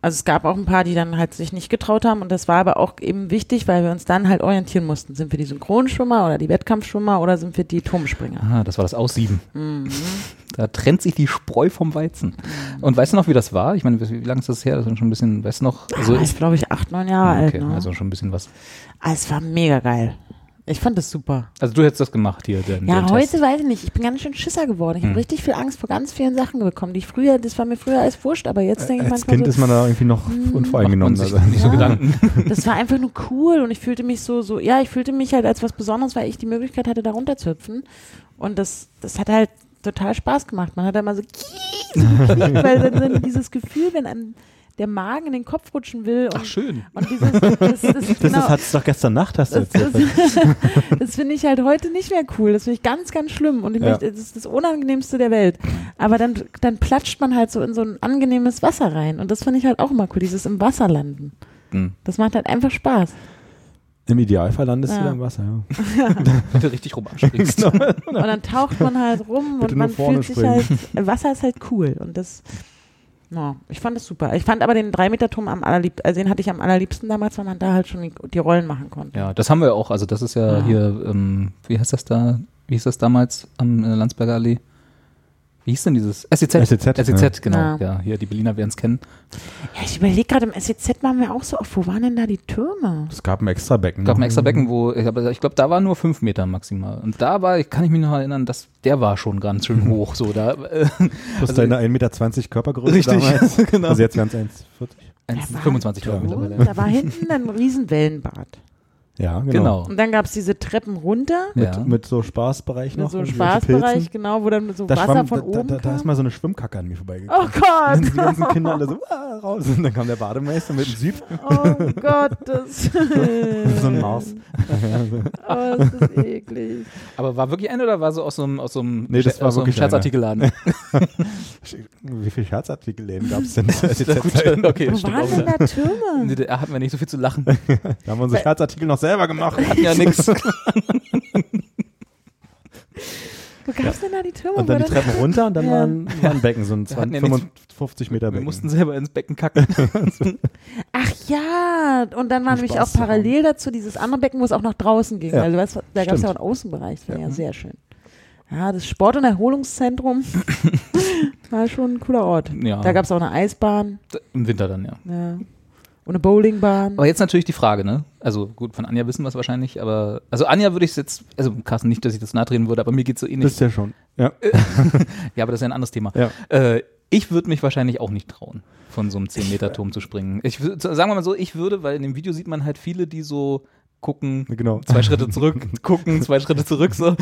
Speaker 2: Also es gab auch ein paar, die dann halt sich nicht getraut haben und das war aber auch eben wichtig, weil wir uns dann halt orientieren mussten. Sind wir die Synchronschwimmer oder die Wettkampfschwimmer oder sind wir die Turmspringer?
Speaker 1: Ah, das war das Aussieben.
Speaker 2: Mhm.
Speaker 1: Da trennt sich die Spreu vom Weizen. Und weißt du noch, wie das war? Ich meine, wie, wie lange ist das her? Das ist schon ein bisschen, weißt du noch?
Speaker 2: Also
Speaker 1: Also
Speaker 2: ich glaube ich acht, neun
Speaker 3: Ah,
Speaker 2: Jahre
Speaker 1: okay,
Speaker 2: alt. Ne?
Speaker 1: also schon ein bisschen was.
Speaker 2: Ah, es war mega geil. Ich fand das super.
Speaker 1: Also du hättest das gemacht hier. Den,
Speaker 2: Ja,
Speaker 1: den
Speaker 2: heute
Speaker 1: Test.
Speaker 2: weiß ich nicht. Ich bin ganz schön Schisser geworden. Ich
Speaker 3: Hm.
Speaker 2: habe richtig viel Angst vor ganz vielen Sachen bekommen, die ich früher, das war mir früher als wurscht, aber jetzt denke ich
Speaker 3: Äh, Als
Speaker 2: manchmal so,
Speaker 3: Kind
Speaker 2: Hm.
Speaker 3: ist man da irgendwie noch
Speaker 1: Macht man
Speaker 3: unvoreingenommen.
Speaker 1: sich
Speaker 3: Also.
Speaker 1: nicht so
Speaker 2: Ja.
Speaker 1: Gedanken.
Speaker 2: das war einfach nur cool und ich fühlte mich so, so, ja, ich fühlte mich halt als was Besonderes, weil ich die Möglichkeit hatte, da runterzuhüpfen. Und das, das hat halt total Spaß gemacht. Man hat immer so, kiek, so gekriegt, weil dann, dann dieses Gefühl, wenn einem der Magen in den Kopf rutschen will und,
Speaker 1: Ach, schön.
Speaker 2: und dieses, das, das,
Speaker 3: Das
Speaker 2: genau,
Speaker 3: hat es doch gestern Nacht, hast du
Speaker 2: das,
Speaker 3: erzählt.
Speaker 2: das, das finde ich halt heute nicht mehr cool. Das finde ich ganz, ganz schlimm. Und ich
Speaker 3: Ja.
Speaker 2: möchte, das ist das Unangenehmste der Welt. Aber dann, dann platscht man halt so in so ein angenehmes Wasser rein. Und das finde ich halt auch immer cool, dieses im Wasser landen.
Speaker 1: Mhm.
Speaker 2: Das macht halt einfach Spaß.
Speaker 3: Im Idealfall landest
Speaker 2: Ja.
Speaker 3: du da im Wasser, ja.
Speaker 1: Wenn du richtig rum abspringst.
Speaker 3: Genau.
Speaker 2: Und dann taucht man halt rum
Speaker 3: Bitte
Speaker 2: und
Speaker 3: nur
Speaker 2: man
Speaker 3: vorne
Speaker 2: fühlt sich halt,
Speaker 3: springen.
Speaker 2: Wasser ist halt cool und das, ja, ich fand das super. Ich fand aber den 3-Meter-Turm am allerliebsten, also den hatte ich am allerliebsten damals, weil man da halt schon die, die Rollen machen konnte.
Speaker 1: Ja, das haben wir auch. Also das ist ja
Speaker 2: Ja.
Speaker 1: hier, ähm, wie heißt das da? Wie hieß das damals am äh, Landsberger Allee? Wie hieß denn dieses? E SEZ.
Speaker 3: SEZ,
Speaker 1: SEZ, genau.
Speaker 2: Ja.
Speaker 1: Ja. hier, die Berliner werden es kennen.
Speaker 2: Ja, ich überlege gerade, im SEZ waren wir auch so oft, wo waren denn da die Türme?
Speaker 3: Es gab ein extra Becken.
Speaker 1: Es gab ein
Speaker 3: ne?
Speaker 1: extra Becken, wo, ich glaube, ich glaub, da war nur fünf Meter maximal. Und da war, ich kann ich mich noch erinnern, dass der war schon ganz
Speaker 3: Mhm.
Speaker 1: schön hoch. So, da, äh,
Speaker 3: Plus deine 1,20 Meter Körpergröße
Speaker 1: Richtig,
Speaker 3: damals.
Speaker 1: genau.
Speaker 3: Also jetzt wären es 1,40.
Speaker 2: Da war
Speaker 1: 25
Speaker 2: ein
Speaker 1: Meter
Speaker 2: Turm,
Speaker 1: mittlerweile.
Speaker 2: Da war hinten ein riesen Wellenbad.
Speaker 3: Ja, genau.
Speaker 1: Genau.
Speaker 2: Und dann gab es diese Treppen runter,
Speaker 1: Ja.
Speaker 3: Mit, mit so Spaßbereich
Speaker 2: mit
Speaker 3: noch.
Speaker 2: so einem
Speaker 3: irgendwie
Speaker 2: Spaßbereich,
Speaker 3: Pilzen.
Speaker 2: genau, wo dann so
Speaker 3: Da,
Speaker 2: Wasser
Speaker 3: schwamm,
Speaker 2: von
Speaker 3: da, da,
Speaker 2: oben
Speaker 3: da, da ist
Speaker 2: kam.
Speaker 3: mal so eine Schwimmkacke an mir vorbeigegangen.
Speaker 2: Oh Gott!
Speaker 3: Und dann die ganzen Kinder alle so ah, raus. Und dann kam der Bademeister mit dem Sieb.
Speaker 2: Oh Gott, das
Speaker 3: So ein Maus.
Speaker 2: Oh, das ist eklig.
Speaker 1: Aber war wirklich ein oder war so aus so einem, aus so einem,
Speaker 3: Nee, das war
Speaker 1: aus so einem
Speaker 3: wirklich einer.
Speaker 1: Scherzartikelladen?
Speaker 3: Wie viele Scherzartikelläden gab es denn? Also Das
Speaker 1: Ja, gut, okay,
Speaker 2: Wo
Speaker 1: stimmt
Speaker 2: waren denn
Speaker 1: auch.
Speaker 2: da Türme?
Speaker 1: In DDR hatten wir nicht so viel zu lachen.
Speaker 3: Da haben wir unsere Scherzartikel noch selber gemacht.
Speaker 1: Hatten ja nichts.
Speaker 2: Wo gab's denn da die Türme?
Speaker 3: Und dann
Speaker 2: Wo
Speaker 3: die
Speaker 2: denn-
Speaker 3: Treppen runter und dann
Speaker 2: Ja.
Speaker 3: war, ein, war ein Becken, so ein
Speaker 1: Wir hatten
Speaker 3: 20,
Speaker 1: ja nichts-
Speaker 3: 55 Meter
Speaker 1: Wir
Speaker 3: Becken.
Speaker 1: mussten selber ins Becken kacken.
Speaker 2: Ach ja, und dann war
Speaker 3: Um
Speaker 2: nämlich
Speaker 3: Spaß
Speaker 2: auch
Speaker 3: zu haben.
Speaker 2: parallel dazu dieses andere Becken, wo es auch nach draußen ging.
Speaker 3: Ja,
Speaker 2: Also weißt, du, da gab es
Speaker 3: stimmt.
Speaker 2: ja auch einen Außenbereich, das war ja. sehr schön. Ja, das Sport- und Erholungszentrum war schon ein cooler Ort.
Speaker 1: Ja.
Speaker 2: Da gab es auch eine Eisbahn
Speaker 1: Im Winter dann, ja.
Speaker 2: ja. und eine Bowlingbahn.
Speaker 1: Aber jetzt natürlich die Frage, ne? Also gut, von Anja wissen wir es wahrscheinlich, aber also Anja würde ich es jetzt, also Carsten, nicht, dass ich das nahtreten würde, aber mir geht's so ähnlich.
Speaker 3: Das ist ja schon. Ja.
Speaker 1: Äh. ja, aber das ist ja ein anderes Thema.
Speaker 3: Ja.
Speaker 1: Äh, ich würde mich wahrscheinlich auch nicht trauen, von so einem 10-Meter-Turm zu springen. Ich, wür- sagen wir mal so, ich würde, weil in dem Video sieht man halt viele, die so gucken,
Speaker 3: Genau.
Speaker 1: zwei Schritte zurück, gucken, zwei Schritte zurück, so.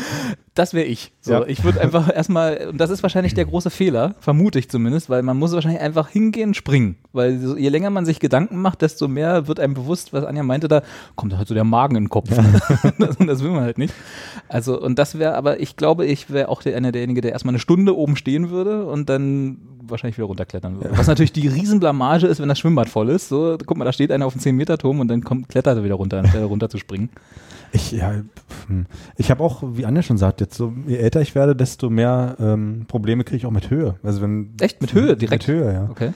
Speaker 1: Das wäre ich. So,
Speaker 3: Ja.
Speaker 1: Ich würde einfach erstmal, und das ist wahrscheinlich der große Fehler, vermute ich zumindest, weil man muss wahrscheinlich einfach hingehen, springen. Weil so, je länger man sich Gedanken macht, desto mehr wird einem bewusst, was Anja meinte, da kommt halt so der Magen in den Kopf. das, und das will man halt nicht. Also, und das wäre, aber ich glaube, ich wäre auch der, einer derjenige, der erstmal eine Stunde oben stehen würde und dann wahrscheinlich wieder runterklettern würde. Was natürlich die Riesenblamage ist, wenn das Schwimmbad voll ist. So, guck mal, da steht einer auf dem 10-Meter-Turm und dann kommt, klettert er wieder runter, anstelle runter zu springen.
Speaker 3: Ich, ja, pf, hm. ich habe auch, wie Anja schon sagt, jetzt so, je älter ich werde, desto mehr ähm, Probleme kriege ich auch mit Höhe. Also wenn,
Speaker 1: Echt? Mit Höhe direkt?
Speaker 3: Mit Höhe, ja.
Speaker 1: Okay.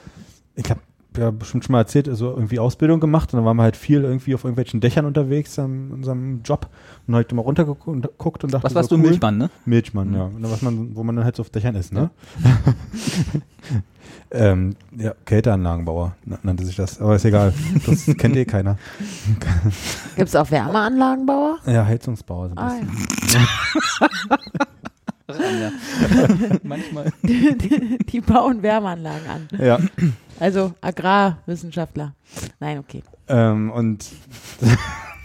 Speaker 3: Ich habe ja bestimmt schon mal erzählt, also irgendwie Ausbildung gemacht und dann waren wir halt viel irgendwie auf irgendwelchen Dächern unterwegs in unserem Job und halt immer runtergeguckt und dachte
Speaker 1: Was warst
Speaker 3: so,
Speaker 1: du,
Speaker 3: cool.
Speaker 1: Milchmann, ne?
Speaker 3: Milchmann, ja. Und Was man, wo man dann halt so auf Dächern ist, ne? ähm, ja, Kälteanlagenbauer na- nannte sich das, aber ist egal. Das kennt eh keiner.
Speaker 2: Gibt es auch Wärmeanlagenbauer?
Speaker 3: Ja, Heizungsbauer sind das.
Speaker 2: Ah, ja.
Speaker 1: Manchmal.
Speaker 2: die, die bauen Wärmeanlagen an.
Speaker 3: Ja.
Speaker 2: Also Agrarwissenschaftler. Nein, okay.
Speaker 3: Ähm, und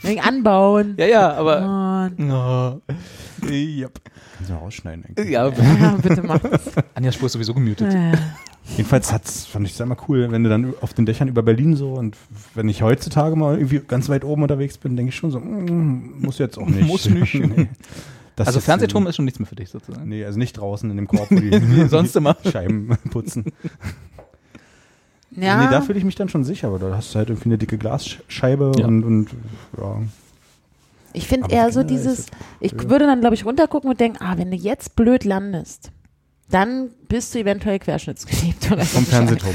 Speaker 2: Wegen Anbauen.
Speaker 1: Ja, ja, aber.
Speaker 2: Und,
Speaker 1: Yep.
Speaker 3: Kannst du mal rausschneiden eigentlich.
Speaker 1: Ja,
Speaker 2: ja, bitte mach das.
Speaker 1: Anja Spur ist sowieso gemutet.
Speaker 3: Also,
Speaker 2: Äh.
Speaker 3: Jedenfalls hat's, fand ich es immer cool, wenn du dann auf den Dächern über Berlin so und wenn ich heutzutage mal irgendwie ganz weit oben unterwegs bin, denke ich schon so, mm, muss jetzt auch nicht.
Speaker 1: Muss nicht.
Speaker 3: Nee. Das
Speaker 1: Also
Speaker 3: jetzt-
Speaker 1: Fernsehturm ist schon nichts mehr für dich sozusagen.
Speaker 3: Nee, also nicht draußen in dem Korb, wo die,
Speaker 1: Wie sonst immer.
Speaker 3: die Scheiben putzen.
Speaker 2: Ja,
Speaker 3: Nee, da fühle ich mich dann schon sicher, aber da hast du halt irgendwie eine dicke Glasscheibe
Speaker 1: Ja.
Speaker 3: und, und ja.
Speaker 2: ich finde
Speaker 3: aber
Speaker 2: eher so
Speaker 3: generell ist
Speaker 2: dieses, ich würde dann, glaube ich, runtergucken und denken, ah, wenn du jetzt blöd landest, dann bist du eventuell querschnittsgeliebt oder so.
Speaker 3: Vom Fernsehturm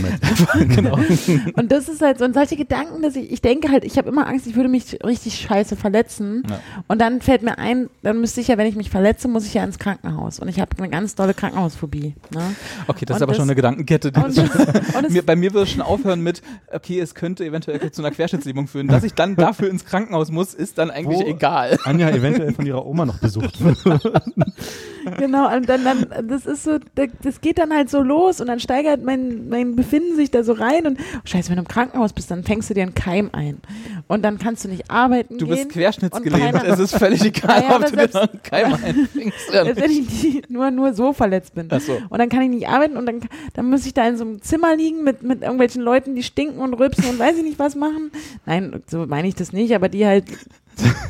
Speaker 3: jetzt.
Speaker 2: Und das ist halt so, und solche Gedanken, dass ich, ich denke halt, ich habe immer Angst, ich würde mich richtig scheiße verletzen.
Speaker 1: Ja.
Speaker 2: Und dann fällt mir ein, dann müsste ich ja, wenn ich mich verletze, muss ich ja ins Krankenhaus. Und ich habe eine ganz dolle Krankenhausphobie. Ne?
Speaker 1: Okay, das
Speaker 2: Und
Speaker 1: ist aber
Speaker 2: das-
Speaker 1: schon eine Gedankenkette. Die
Speaker 2: Und,
Speaker 3: Also,
Speaker 2: und es,
Speaker 1: mir, bei mir würde es schon aufhören mit, okay, es könnte eventuell zu einer Querschnittslähmung führen. Dass ich dann dafür ins Krankenhaus muss, ist dann eigentlich
Speaker 3: Wo-
Speaker 1: egal.
Speaker 3: Anja eventuell von ihrer Oma noch besucht wird.
Speaker 2: genau, und dann, dann, das ist so, das, das geht dann halt so los und dann steigert mein, mein Befinden sich da so rein und, oh, scheiße, wenn du im Krankenhaus bist, dann fängst du dir einen Keim ein. Und dann kannst du nicht arbeiten
Speaker 1: Du
Speaker 2: gehen.
Speaker 1: bist querschnittsgelähmt.
Speaker 2: keiner-
Speaker 1: Es ist völlig egal,
Speaker 2: Naja,
Speaker 1: ob
Speaker 2: aber
Speaker 1: du dir
Speaker 2: selbst-
Speaker 1: noch keinen einfängst. oder
Speaker 2: Als wenn ich die, nur, nur so verletzt bin.
Speaker 1: Ach so.
Speaker 2: Und dann kann ich nicht arbeiten und dann, dann muss ich da in so einem Zimmer liegen mit, mit irgendwelchen Leuten, die stinken und rülpsen und weiß ich nicht was machen. Nein, so meine ich das nicht, aber die halt,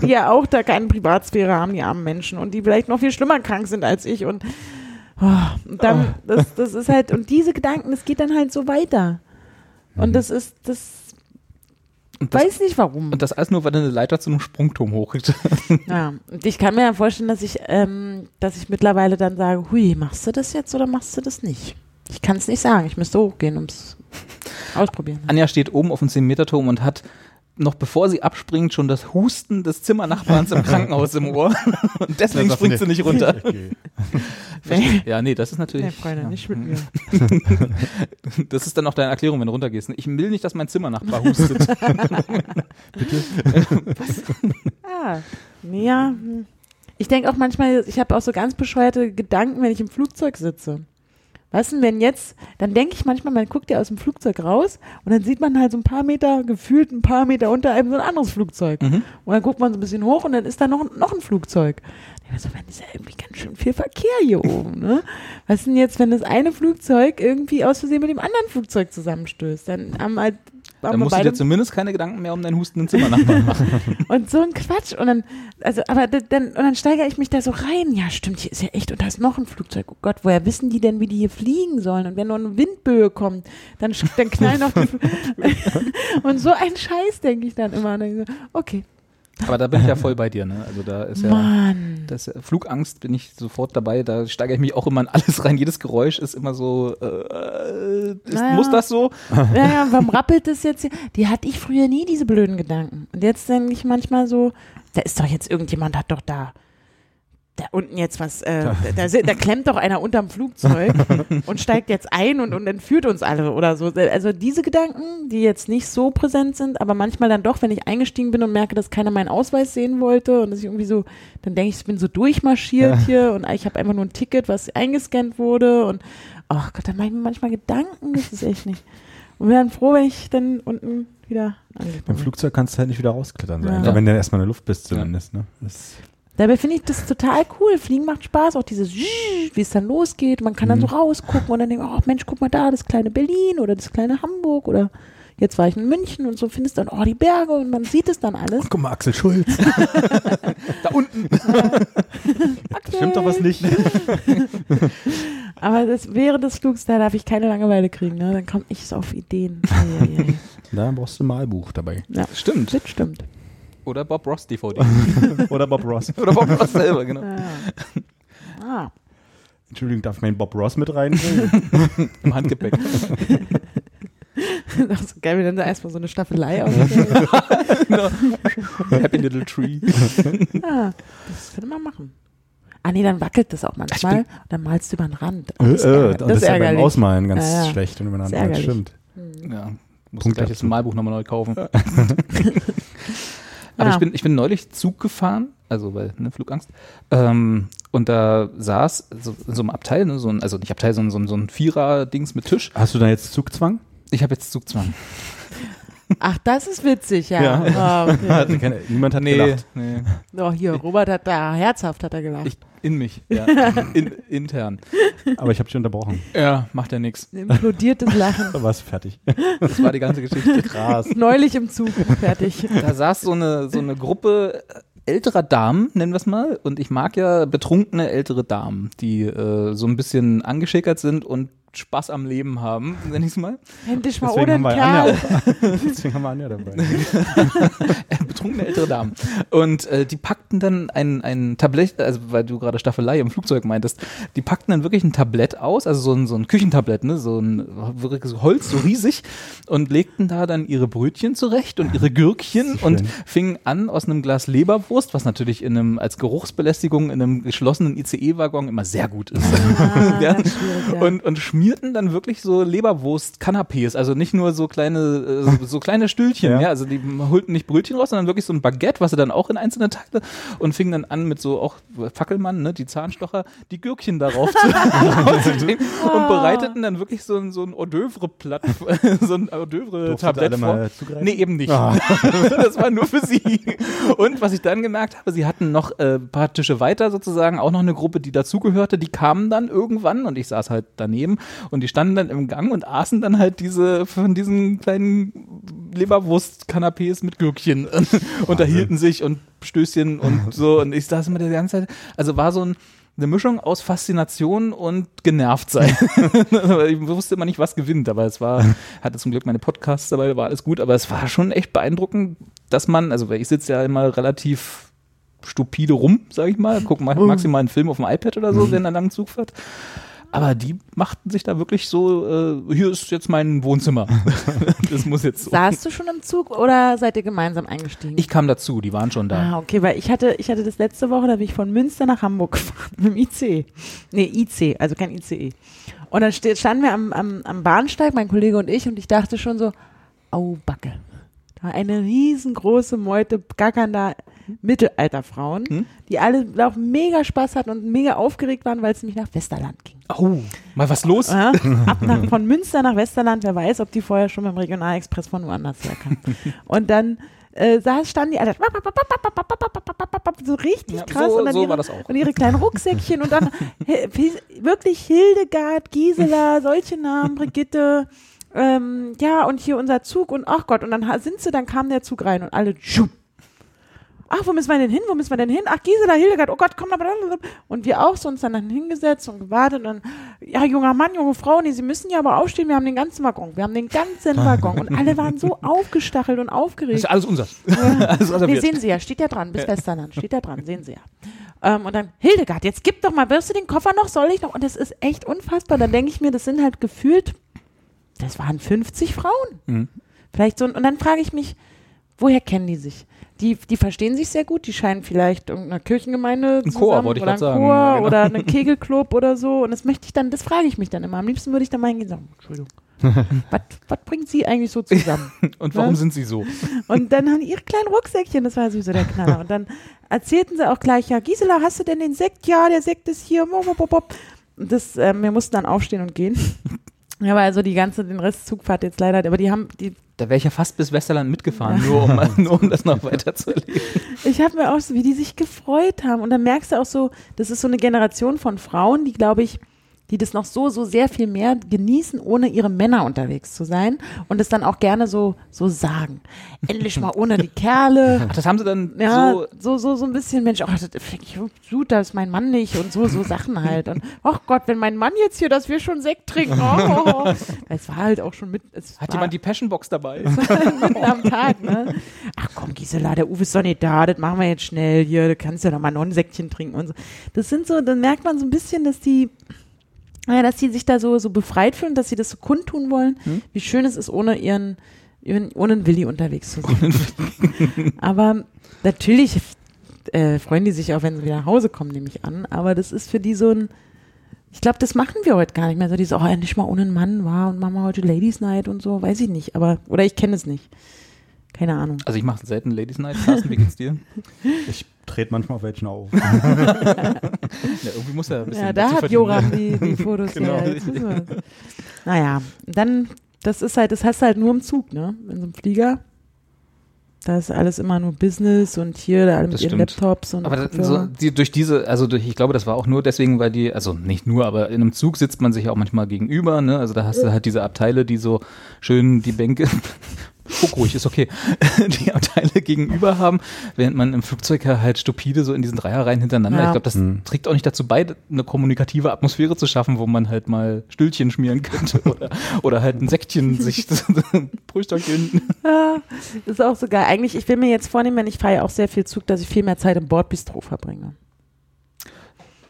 Speaker 2: die ja auch da keine Privatsphäre haben, die armen Menschen und die vielleicht noch viel schlimmer krank sind als ich und, oh, und dann, das, das ist halt, und diese Gedanken, das geht dann halt so weiter. Und das ist, das,
Speaker 1: Und das-
Speaker 2: weiß nicht warum.
Speaker 1: Mhm. Und das alles nur, weil du eine Leiter zu einem Sprungturm hochkriegst.
Speaker 2: Ja, und ich kann mir ja vorstellen, dass ich, ähm, dass ich mittlerweile dann sage, hui, machst du das jetzt oder machst du das nicht? Ich kann es nicht sagen. Ich müsste hochgehen, um es ausprobieren.
Speaker 1: Anja steht oben auf dem 10-Meter-Turm und hat noch bevor sie abspringt, schon das Husten des Zimmernachbarns im Krankenhaus im Ohr. Und deswegen springt sie nicht runter.
Speaker 3: Okay.
Speaker 2: Nee,
Speaker 1: Ja, nee, das ist natürlich.
Speaker 2: nee, Freunde,
Speaker 1: ja.
Speaker 2: nicht mit mir.
Speaker 1: Das ist dann auch deine Erklärung, wenn du runtergehst. ne? Ich will nicht, dass mein Zimmernachbar hustet.
Speaker 2: Ah, nee, ja. hm. Ich denke auch manchmal, ich habe auch so ganz bescheuerte Gedanken, wenn ich im Flugzeug sitze. Was denn, wenn jetzt, dann denke ich manchmal, man guckt ja aus dem Flugzeug raus und dann sieht man halt so ein paar Meter, gefühlt ein paar Meter unter einem so ein anderes Flugzeug.
Speaker 1: Mhm.
Speaker 2: Und dann guckt man so ein bisschen hoch und dann ist da noch, noch ein Flugzeug. Ich denke so, man ist ja irgendwie ganz schön viel Verkehr hier oben, ne? Was denn jetzt, wenn das eine Flugzeug irgendwie aus Versehen mit dem anderen Flugzeug zusammenstößt? Dann haben halt, haben wir
Speaker 1: Dann musst du
Speaker 2: beide-
Speaker 1: dir zumindest keine Gedanken mehr um deinen hustenden Zimmernachbarn machen.
Speaker 2: und so ein Quatsch. Und dann, also, aber d- dann, und dann steigere ich mich da so rein. Ja, stimmt, hier ist ja echt, und da ist noch ein Flugzeug. Oh Gott, woher wissen die denn, wie die hier fliegen sollen? Und wenn nur eine Windböe kommt, dann, sch- dann knallen noch die Fl- Und so ein Scheiß, denke ich dann immer. Und dann so, okay.
Speaker 1: Aber da bin ich ja voll bei dir, ne? Also da ist ja.
Speaker 2: Mann.
Speaker 1: Das ist ja- Flugangst bin ich sofort dabei, da steigere ich mich auch immer in alles rein. Jedes Geräusch ist immer so, äh, ist,
Speaker 2: Naja.
Speaker 1: muss das so?
Speaker 2: Ja, ja, warum rappelt das jetzt hier? Die hatte ich früher nie, diese blöden Gedanken. Und jetzt denke ich manchmal so, da ist doch jetzt irgendjemand, hat doch da, da unten jetzt was, äh, da, da, si- da klemmt doch einer unterm Flugzeug und steigt jetzt ein und, und entführt uns alle oder so. Also diese Gedanken, die jetzt nicht so präsent sind, aber manchmal dann doch, wenn ich eingestiegen bin und merke, dass keiner meinen Ausweis sehen wollte und dass ich irgendwie so, dann denke ich, ich bin so durchmarschiert hier und ich habe einfach nur ein Ticket, was eingescannt wurde und ach Gott, dann mache ich mir manchmal Gedanken, das ist echt nicht. Und wir wären froh, wenn ich dann unten wieder
Speaker 3: Im
Speaker 2: angekommen bin.
Speaker 3: Flugzeug kannst du halt nicht wieder rausklettern, so
Speaker 2: Ja.
Speaker 3: einfach, wenn du erstmal in der Luft bist
Speaker 1: Ja.
Speaker 3: zumindest. Ne? Das,
Speaker 2: Dabei finde ich das total cool. Fliegen macht Spaß, auch dieses, Zzzz, wie es dann losgeht. Man kann dann so rausgucken und dann denken, oh Mensch, guck mal da, das kleine Berlin oder das kleine Hamburg oder jetzt war ich in München und so findest dann, oh, die Berge und man sieht es dann alles.
Speaker 3: guck mal, Axel Schulz.
Speaker 1: Da unten.
Speaker 2: Okay.
Speaker 3: Stimmt doch was nicht.
Speaker 2: Aber das, während des Flugs, da darf ich keine Langeweile kriegen. Ne? Dann komme ich so auf Ideen. Eieiei.
Speaker 3: Da brauchst du ein Malbuch dabei.
Speaker 1: Stimmt.
Speaker 2: das stimmt.
Speaker 1: Oder Bob Ross DVD.
Speaker 3: Oder Bob Ross.
Speaker 1: Oder Bob Ross selber, genau.
Speaker 2: Ja. Ah.
Speaker 3: Entschuldigung, darf ich meinen Bob Ross mit reinbringen?
Speaker 1: Im Handgepäck.
Speaker 2: Das ist so geil, wenn dann da erstmal so eine Staffelei aufgeht.
Speaker 1: Happy Little Tree.
Speaker 2: Ja, Ah. das könnte man machen. Ah nee, dann wackelt das auch manchmal. dann malst du über den Rand. Oh,
Speaker 3: Äh,
Speaker 2: das,
Speaker 3: äh,
Speaker 2: ärgert-
Speaker 3: und das
Speaker 2: das
Speaker 3: ist ja beim
Speaker 2: ärgerlich.
Speaker 3: Ausmalen ganz
Speaker 2: Ja, ja.
Speaker 3: schlecht. Wenn man
Speaker 2: Das ist
Speaker 3: anmalt.
Speaker 2: ärgerlich.
Speaker 3: stimmt.
Speaker 1: Ja. Muss
Speaker 3: Punkt
Speaker 1: gleich das
Speaker 3: dazu.
Speaker 1: Malbuch nochmal neu kaufen. Aber
Speaker 2: Ja.
Speaker 1: ich, bin, ich bin neulich Zug gefahren, also weil, ne, Flugangst. Ähm, und da saß so, in so einem Abteil, ne, so ein, also nicht Abteil, sondern so ein, so ein Vierer-Dings mit Tisch.
Speaker 3: Hast du da jetzt Zugzwang?
Speaker 1: Ich habe jetzt Zugzwang.
Speaker 2: Ach, das ist witzig, ja.
Speaker 3: Ja.
Speaker 2: Ah, okay.
Speaker 3: Also keine- Niemand hat gelacht.
Speaker 1: nee.
Speaker 2: Oh, hier, Robert hat da, herzhaft hat er gelacht.
Speaker 1: Ich, in mich, ja. In, intern.
Speaker 3: Aber ich habe dich unterbrochen.
Speaker 1: Ja, macht ja nichts.
Speaker 2: Implodiertes Lachen.
Speaker 3: Da war es fertig.
Speaker 1: Das war die ganze Geschichte.
Speaker 3: Krass.
Speaker 2: Neulich im Zug, fertig.
Speaker 1: Da saß so eine, so eine Gruppe äh, älterer Damen, nennen wir es mal. Und ich mag ja betrunkene ältere Damen, die äh, so ein bisschen angeschickert sind und Spaß am Leben haben, nenn ich's mal.
Speaker 2: Endlich mal
Speaker 3: Deswegen
Speaker 2: ohne
Speaker 3: haben,
Speaker 2: einen
Speaker 3: wir Anja
Speaker 2: Kerl.
Speaker 3: auch, deswegen haben wir Anja dabei.
Speaker 1: Äh, Betrunkene ältere Damen. Und äh, die packten dann ein, ein Tablett, also weil du gerade Staffelei im Flugzeug meintest, die packten dann wirklich ein Tablett aus, also so ein, so ein Küchentablett, ne? so ein wirklich so Holz, so riesig, und legten da dann ihre Brötchen zurecht und ihre Gürkchen und fingen an aus einem Glas Leberwurst, was natürlich in einem, als Geruchsbelästigung in einem geschlossenen ICE-Waggon immer sehr gut ist. ja.
Speaker 2: ganz Ah, schwierig, ja.
Speaker 1: und, und schmierten dann wirklich so Leberwurst-Canapés, also nicht nur so kleine, äh, so, so kleine Stühlchen,
Speaker 3: Ja.
Speaker 1: ja. also die holten nicht Brötchen raus, sondern wirklich so ein Baguette, was sie dann auch in einzelne Takte und fingen dann an mit so auch Fackelmann, ne, die Zahnstocher, die Gürkchen darauf zu aufzunehmen
Speaker 2: Oh.
Speaker 1: und bereiteten dann wirklich so ein, so ein Hors-d'oeuvre-Platt, so ein Hors-d'oeuvre-Tablett
Speaker 3: alle mal
Speaker 1: vor.
Speaker 3: zugreifen?
Speaker 1: Nee, eben nicht.
Speaker 3: Ah.
Speaker 1: Also das war nur für sie. Und was ich dann gemerkt habe, sie hatten noch äh, ein paar Tische weiter sozusagen, auch noch eine Gruppe, die dazugehörte, die kamen dann irgendwann und ich saß halt daneben und die standen dann im Gang und aßen dann halt diese von diesen kleinen Leberwurst-Kanapés mit Gürkchen und unterhielten sich und Stößchen und so und ich saß immer die ganze Zeit, also war so ein eine Mischung aus Faszination und genervt sein. ich wusste immer nicht, was gewinnt, aber es war, hatte zum Glück meine Podcasts dabei, war alles gut, aber es war schon echt beeindruckend, dass man, also weil ich sitze ja immer relativ stupide rum, sage ich mal, gucke maximal einen Film auf dem iPad oder so, wenn er einen langen Zug fährt. Aber die machten sich da wirklich so, äh, hier ist jetzt mein Wohnzimmer. das muss jetzt so.
Speaker 2: Saßt du schon im Zug oder seid ihr gemeinsam eingestiegen?
Speaker 1: Ich kam dazu, die waren schon da.
Speaker 2: Ah, okay, weil ich hatte, ich hatte das letzte Woche, da bin ich von Münster nach Hamburg gefahren mit dem IC. Nee, IC, also kein ICE. Und dann ste- standen wir am, am, am Bahnsteig, mein Kollege und ich, und ich dachte schon so, au Backe. Da war eine riesengroße Meute gackernder Mittelalterfrauen, die alle auch mega Spaß hatten und mega aufgeregt waren, weil es nämlich nach Westerland ging.
Speaker 1: Oh, mal was los?
Speaker 2: Ja, ab nach, von Münster nach Westerland, wer weiß, ob die vorher schon beim Regionalexpress von woanders herkamen. Und dann äh, saß, standen die alle so richtig
Speaker 1: Ja,
Speaker 2: krass
Speaker 1: so-
Speaker 2: und, dann
Speaker 1: so
Speaker 2: ihre,
Speaker 1: war das auch.
Speaker 2: und ihre kleinen Rucksäckchen und dann he- wirklich Hildegard, Gisela, solche Namen, Brigitte. Ähm, ja, und hier unser Zug und ach Gott, und dann ha- sind sie, dann kam der Zug rein und alle tschupp, ach, wo müssen wir denn hin, wo müssen wir denn hin? Ach, Gisela, Hildegard, oh Gott, komm, blablabla. Und wir auch so uns dann, dann hingesetzt und gewartet und dann, ja, junger Mann, junge Frau, nee, sie müssen ja aber aufstehen, wir haben den ganzen Waggon, wir haben den ganzen Waggon. Und alle waren so aufgestachelt und
Speaker 1: Das
Speaker 2: aufgeregt.
Speaker 1: ist alles unser. alles
Speaker 2: Nee,
Speaker 1: reserviert.
Speaker 2: sehen Sie ja, steht ja dran, bis Westerland, steht ja dran, sehen Sie ja. Ähm, und dann, Hildegard, jetzt gib doch mal, wirst du den Koffer noch, soll ich noch? Und das ist echt unfassbar. Dann denke ich mir, das sind halt gefühlt, das waren 50 Frauen.
Speaker 1: Mhm.
Speaker 2: Vielleicht so, und dann frage ich mich, woher kennen die sich? Die, die verstehen sich sehr gut, die scheinen vielleicht irgendeiner Kirchengemeinde
Speaker 1: Ein Chor,
Speaker 2: zusammen
Speaker 1: wollte ich
Speaker 2: oder
Speaker 1: grad
Speaker 2: ein
Speaker 1: sagen,
Speaker 2: Chor
Speaker 1: ja, genau.
Speaker 2: oder einen Kegelclub oder so. Und das möchte ich dann, das frage ich mich dann immer. Am liebsten würde ich dann mal hingehen und sagen, Entschuldigung, was was bringt sie eigentlich so zusammen?
Speaker 1: Und warum
Speaker 2: Ne?
Speaker 1: sind sie so?
Speaker 2: Und dann haben die ihre kleinen Rucksäckchen, das war sowieso der Knaller. Und dann erzählten sie auch gleich, ja, Gisela, hast du denn den Sekt? Ja, der Sekt ist hier. Mop, mop, mop, mop. Und das, ähm, wir mussten dann aufstehen und gehen. Ja, aber also die ganze, den Rest Zugfahrt jetzt leider, aber die haben, die,
Speaker 1: Da wäre ich ja fast bis Westerland mitgefahren, nur um, nur um das noch weiter zu erleben.
Speaker 2: ich habe mir auch so, wie die sich gefreut haben. Und dann merkst du auch so, das ist so eine Generation von Frauen, die, glaube ich, die das noch so, so sehr viel mehr genießen, ohne ihre Männer unterwegs zu sein und es dann auch gerne so, so sagen. Endlich mal ohne die Kerle.
Speaker 1: Ach, das haben sie dann
Speaker 2: Ja,
Speaker 1: so.
Speaker 2: so, so, so, ein bisschen, Mensch, ach, das find ich gut, das ist mein Mann nicht und so, so Sachen halt. Und ach Gott, wenn mein Mann jetzt hier, dass wir schon Sekt trinken. Oh, oh, oh. Es war halt auch schon mit. Es
Speaker 1: Hat
Speaker 2: war
Speaker 1: jemand die Passionbox dabei?
Speaker 2: mitten am Tag, ne? Ach komm, Gisela, der Uwe ist doch nicht da, das machen wir jetzt schnell hier, du kannst ja noch mal noch ein Sektchen trinken und so. Das sind so, dann merkt man so ein bisschen, dass die. Ja, dass die sich da so, so befreit fühlen, dass sie das so kundtun wollen, wie schön es ist, ohne ihren, ihren ohne einen Willi unterwegs zu sein. Aber natürlich äh, freuen die sich auch, wenn sie wieder nach Hause kommen, nehme ich an. Aber das ist für die so ein. Ich glaube, das machen wir heute gar nicht mehr. So dieses, oh, endlich mal ohne einen Mann war und machen wir heute Ladies Night und so, weiß ich nicht. Aber, oder ich kenne es nicht. Keine Ahnung.
Speaker 1: Also ich mache selten Ladies Night. Carsten, wie geht's dir?
Speaker 3: Ich trete manchmal auf welchen auf.
Speaker 1: Ja, irgendwie muss er ein bisschen
Speaker 2: Ja, da
Speaker 1: dazu
Speaker 2: hat
Speaker 1: verdienen. ne?
Speaker 2: Joram die, die Fotos.
Speaker 1: Genau.
Speaker 2: ja, jetzt wissen wir es. naja, dann, das ist halt, das hast du halt nur im Zug, ne? In so einem Flieger. Da ist alles immer nur Business und hier, da alle mit
Speaker 1: Das
Speaker 2: ihren
Speaker 1: stimmt.
Speaker 2: Laptops und
Speaker 1: Aber das, so,
Speaker 2: Kopfhörer.
Speaker 1: die, durch diese, also durch, ich glaube, das war auch nur deswegen, weil die, also nicht nur, aber in einem Zug sitzt man sich ja auch manchmal gegenüber, ne? Also da hast du halt diese Abteile, die so schön die Bänke. Guck ruhig, ist okay. Die Abteile gegenüber haben, während man im Flugzeug ja halt stupide so in diesen Dreierreihen hintereinander.
Speaker 2: Ja.
Speaker 1: Ich glaube, das trägt auch nicht dazu bei, eine kommunikative Atmosphäre zu schaffen, wo man halt mal Stühlchen schmieren könnte oder, oder halt ein Säckchen sich Brühstöckchen.
Speaker 2: Ist auch so geil. Eigentlich, ich will mir jetzt vornehmen, ich fahre ja auch sehr viel Zug, dass ich viel mehr Zeit im Bordbistro verbringe.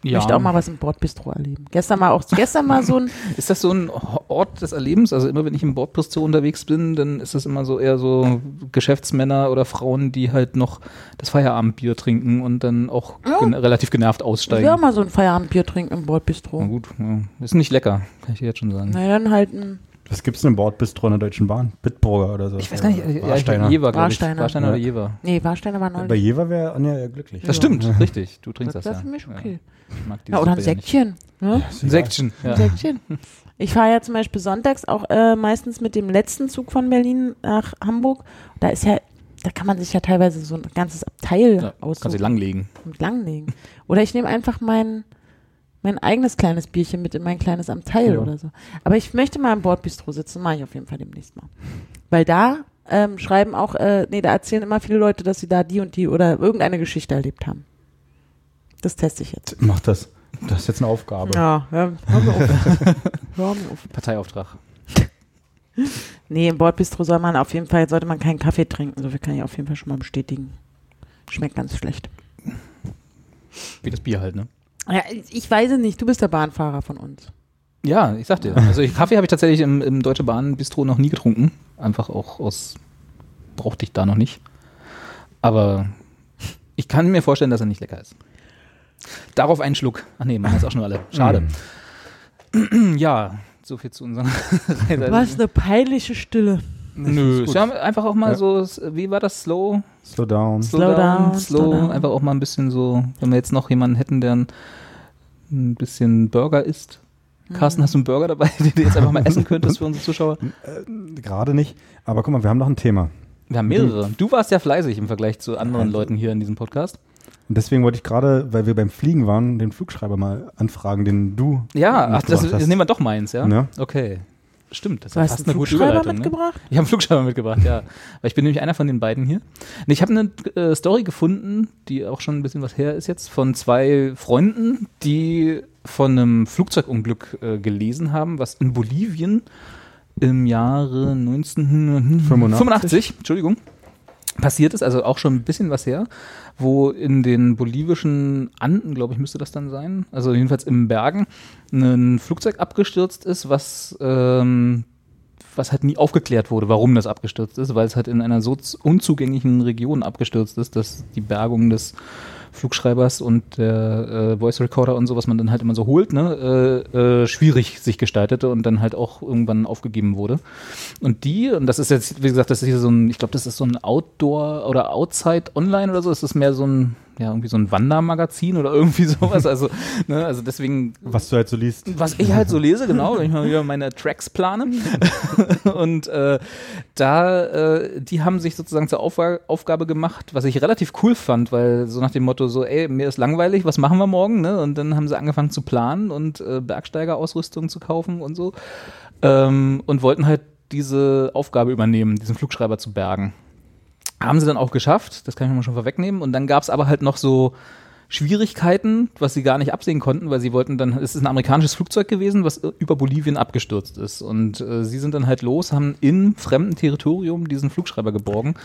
Speaker 2: Ich möchte auch mal was im Bordbistro erleben. Gestern mal auch, gestern mal so ein,
Speaker 1: Ist das so ein Ort des Erlebens? Also immer wenn ich im Bordbistro unterwegs bin, dann ist das immer so eher so Geschäftsmänner oder Frauen, die halt noch das Feierabendbier trinken und dann auch gen relativ genervt
Speaker 2: ich
Speaker 1: aussteigen.
Speaker 2: will auch mal so ein Feierabendbier trinken im Bordbistro.
Speaker 1: Na gut, ja. ist nicht lecker, kann ich dir jetzt schon sagen.
Speaker 2: Na dann halt ein,
Speaker 3: Was gibt's denn im Bordbistro in der Deutschen Bahn? Bitburger oder so.
Speaker 1: Ich weiß gar nicht, äh, ja, ich
Speaker 3: Warsteiner.
Speaker 1: glaub, Jever, glaube ich.
Speaker 2: Warsteiner.
Speaker 1: Warsteiner
Speaker 3: Ja.
Speaker 1: oder Jever.
Speaker 2: nee, Warsteiner war
Speaker 3: Bei
Speaker 2: neulich.
Speaker 3: Jever wäre Anja ja glücklich.
Speaker 1: Das stimmt, richtig. Du trinkst
Speaker 2: Das
Speaker 1: das,
Speaker 2: wäre
Speaker 1: ja.
Speaker 2: für mich okay.
Speaker 1: Ja, ich mag
Speaker 2: Ja,
Speaker 1: dieses
Speaker 2: oder ein
Speaker 1: Bier nicht.
Speaker 2: Säckchen. Ne?
Speaker 1: Ein Säckchen, ja.
Speaker 2: Säckchen. Ich fahre ja zum Beispiel sonntags auch äh, meistens mit dem letzten Zug von Berlin nach Hamburg. Da ist ja, da kann man sich ja teilweise so ein ganzes Abteil
Speaker 1: Ja, kannst du
Speaker 2: aussuchen
Speaker 1: langlegen.
Speaker 2: und langlegen. Oder ich nehme einfach mein, mein eigenes kleines Bierchen mit in mein kleines Abteil
Speaker 3: Ja.
Speaker 2: oder so. Aber ich möchte mal im Bordbistro sitzen, mache ich auf jeden Fall demnächst mal. Weil da ähm, schreiben auch, äh, nee, da erzählen immer viele Leute, dass sie da die und die oder irgendeine Geschichte erlebt haben. Das teste ich jetzt.
Speaker 3: Mach das. Das ist jetzt eine Aufgabe.
Speaker 2: Ja, hör, hör mir auf. hör mir auf.
Speaker 1: Parteiauftrag.
Speaker 2: Nee, im Bordbistro soll man auf jeden Fall, sollte man keinen Kaffee trinken. So viel kann ich auf jeden Fall schon mal bestätigen. Schmeckt ganz schlecht.
Speaker 1: Wie das Bier halt, ne?
Speaker 2: Ja, ich weiß es nicht. Du bist der Bahnfahrer von uns.
Speaker 1: Ja, ich sag dir. Also ich, Kaffee habe ich tatsächlich im, im Deutsche Bahn Bistro noch nie getrunken. Einfach auch aus, brauchte ich da noch nicht. Aber ich kann mir vorstellen, dass er nicht lecker ist. Darauf einen Schluck. Ach nee, machen jetzt auch schon alle. Schade. ja, so viel zu unseren Reise.
Speaker 2: Was eine peinliche Stille.
Speaker 1: Nö,
Speaker 3: gut.
Speaker 1: ist ja einfach auch mal
Speaker 3: Ja.
Speaker 1: so, wie war das, slow?
Speaker 3: Slow down.
Speaker 2: Slow down,
Speaker 1: slow,
Speaker 2: slow down.
Speaker 1: einfach auch mal ein bisschen so, wenn wir jetzt noch jemanden hätten, der ein- ein bisschen Burger isst.
Speaker 2: Mhm.
Speaker 1: Carsten, hast du einen Burger dabei, den du jetzt einfach mal essen könntest für unsere Zuschauer?
Speaker 3: Gerade nicht. Aber guck mal, wir haben noch ein Thema.
Speaker 1: Wir haben mehrere. Du warst ja fleißig im Vergleich zu anderen Leuten hier in diesem Podcast.
Speaker 3: Und deswegen wollte ich gerade, weil wir beim Fliegen waren, den Flugschreiber mal anfragen, den du.
Speaker 1: Ja, ach, das,
Speaker 3: mitgebracht
Speaker 1: das
Speaker 3: hast.
Speaker 1: nehmen wir doch meins, ja?
Speaker 3: Ja.
Speaker 1: Okay. Stimmt, das
Speaker 2: Du
Speaker 1: ist
Speaker 2: hast
Speaker 1: fast
Speaker 2: einen
Speaker 1: eine gute
Speaker 2: Flugschreiber
Speaker 1: Überleitung. Ne?
Speaker 2: mitgebracht?
Speaker 1: Ich habe einen Flugschreiber mitgebracht, ja. Weil ich bin nämlich einer von den beiden hier. Nee, ich habe eine äh, Story gefunden, die auch schon ein bisschen was her ist jetzt, von zwei Freunden, die von einem Flugzeugunglück äh, gelesen haben, was in Bolivien im Jahre 1985, Entschuldigung, passiert ist, also auch schon ein bisschen was her, wo in den bolivischen Anden, glaube ich, müsste das dann sein, also jedenfalls in Bergen, ein Flugzeug abgestürzt ist, was ähm, was halt nie aufgeklärt wurde, warum das abgestürzt ist, weil es halt in einer so z- unzugänglichen Region abgestürzt ist, dass die Bergung des Flugschreibers und der äh, Voice Recorder und so, was man dann halt immer so holt, ne, äh, äh, schwierig sich gestaltete und dann halt auch irgendwann aufgegeben wurde. Und die, und das ist jetzt, wie gesagt, das ist hier so ein, ich glaube, das ist so ein Outdoor oder Outside Online oder so, es ist mehr so ein, ja, irgendwie so ein Wandermagazin oder irgendwie sowas. Also, ne, also deswegen
Speaker 3: Was du halt so liest.
Speaker 1: was ich halt so lese, genau, wenn ich mal wieder meine Tracks plane. Und äh, da, äh, die haben sich sozusagen zur Aufga Aufgabe gemacht, was ich relativ cool fand, weil so nach dem Motto so, ey, mir ist langweilig, was machen wir morgen? Ne? Und dann haben sie angefangen zu planen und äh, Bergsteigerausrüstung zu kaufen und so. Ähm, und wollten halt diese Aufgabe übernehmen, diesen Flugschreiber zu bergen. Haben sie dann auch geschafft, das kann ich mir schon vorwegnehmen. Und dann gab es aber halt noch so Schwierigkeiten, was sie gar nicht absehen konnten, weil sie wollten dann, es ist ein amerikanisches Flugzeug gewesen, was über Bolivien abgestürzt ist. Und äh, sie sind dann halt los, haben in fremdem Territorium diesen Flugschreiber geborgen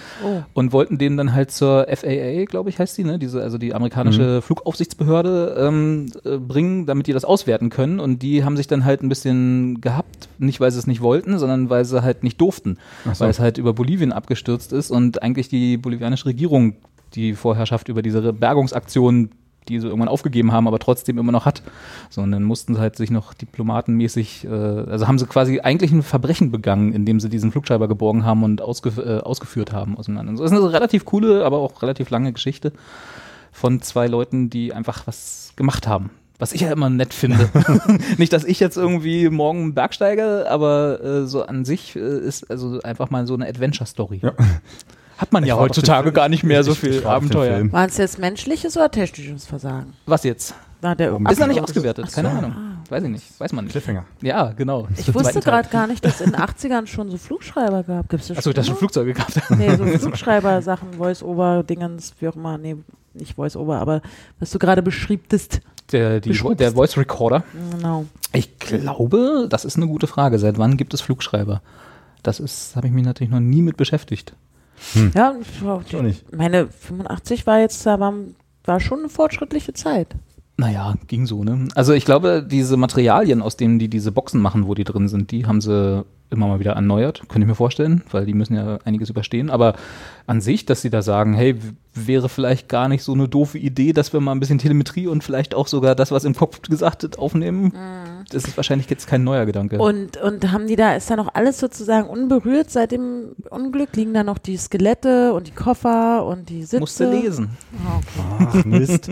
Speaker 1: und wollten den dann halt zur FAA, glaube ich, heißt sie, ne? Diese, also die amerikanische Flugaufsichtsbehörde ähm, äh, bringen, damit die das auswerten können. Und die haben sich dann halt ein bisschen gehabt, nicht weil sie es nicht wollten, sondern weil sie halt nicht durften, weil es halt über Bolivien abgestürzt ist und eigentlich die bolivianische Regierung die Vorherrschaft über diese Bergungsaktion, die sie irgendwann aufgegeben haben, aber trotzdem immer noch hat. So, und dann mussten sie halt sich noch diplomatenmäßig, äh, also haben sie quasi eigentlich ein Verbrechen begangen, indem sie diesen Flugschreiber geborgen haben und ausgef äh, ausgeführt haben auseinander. So, das ist eine relativ coole, aber auch relativ lange Geschichte von zwei Leuten, die einfach was gemacht haben. Was ich ja immer nett finde. Nicht, dass ich jetzt irgendwie morgen bergsteige, aber äh, so an sich äh, ist also einfach mal so eine Adventure-Story.
Speaker 3: Ja.
Speaker 1: Hat man ja
Speaker 3: war auf dem
Speaker 1: heutzutage
Speaker 3: Film.
Speaker 1: gar nicht mehr so
Speaker 3: Ich- ich
Speaker 1: viel
Speaker 3: war auf dem
Speaker 1: Abenteuer.
Speaker 3: Film.
Speaker 2: Waren es jetzt menschliches oder technisches Versagen?
Speaker 1: Was jetzt?
Speaker 2: Na, der
Speaker 1: Ist noch nicht ausgewertet,
Speaker 2: Ach so.
Speaker 1: keine Ahnung. Weiß ich nicht. Weiß man nicht.
Speaker 3: Cliffhanger.
Speaker 1: Ja, genau.
Speaker 2: Ich wusste gerade gar nicht, dass es in den 80ern schon so Flugschreiber gab. Gibt's das
Speaker 1: Achso, dass schon
Speaker 2: noch?
Speaker 1: Flugzeuge gehabt
Speaker 2: Nee, so Flugschreiber-Sachen, Voice-Over-Dingens, wie auch immer. Nee, nicht Voice-Over, aber was du gerade beschriebtest.
Speaker 1: Der, die,
Speaker 2: Beschwupst.
Speaker 1: der Voice Recorder.
Speaker 2: Genau.
Speaker 1: Ich glaube, das ist eine gute Frage. Seit wann gibt es Flugschreiber? Das ist, habe ich mich natürlich noch nie mit beschäftigt. Hm.
Speaker 2: Ja, ich
Speaker 3: Ich auch nicht.
Speaker 2: meine, 85 war jetzt, da war, war schon eine fortschrittliche Zeit.
Speaker 1: Naja, ging so, ne? Also ich glaube, diese Materialien, aus denen die diese Boxen machen, wo die drin sind, die haben sie immer mal wieder erneuert, könnte ich mir vorstellen, weil die müssen ja einiges überstehen. Aber an sich, dass sie da sagen, hey, w- wäre vielleicht gar nicht so eine doofe Idee, dass wir mal ein bisschen Telemetrie und vielleicht auch sogar das, was im Kopf gesagt wird, aufnehmen, das ist wahrscheinlich jetzt kein neuer Gedanke.
Speaker 2: Und, und haben die da, ist da noch alles sozusagen unberührt seit dem Unglück? Liegen da noch die Skelette und die Koffer und die Sitze?
Speaker 1: Musste lesen.
Speaker 2: Oh, okay.
Speaker 3: Ach, Mist.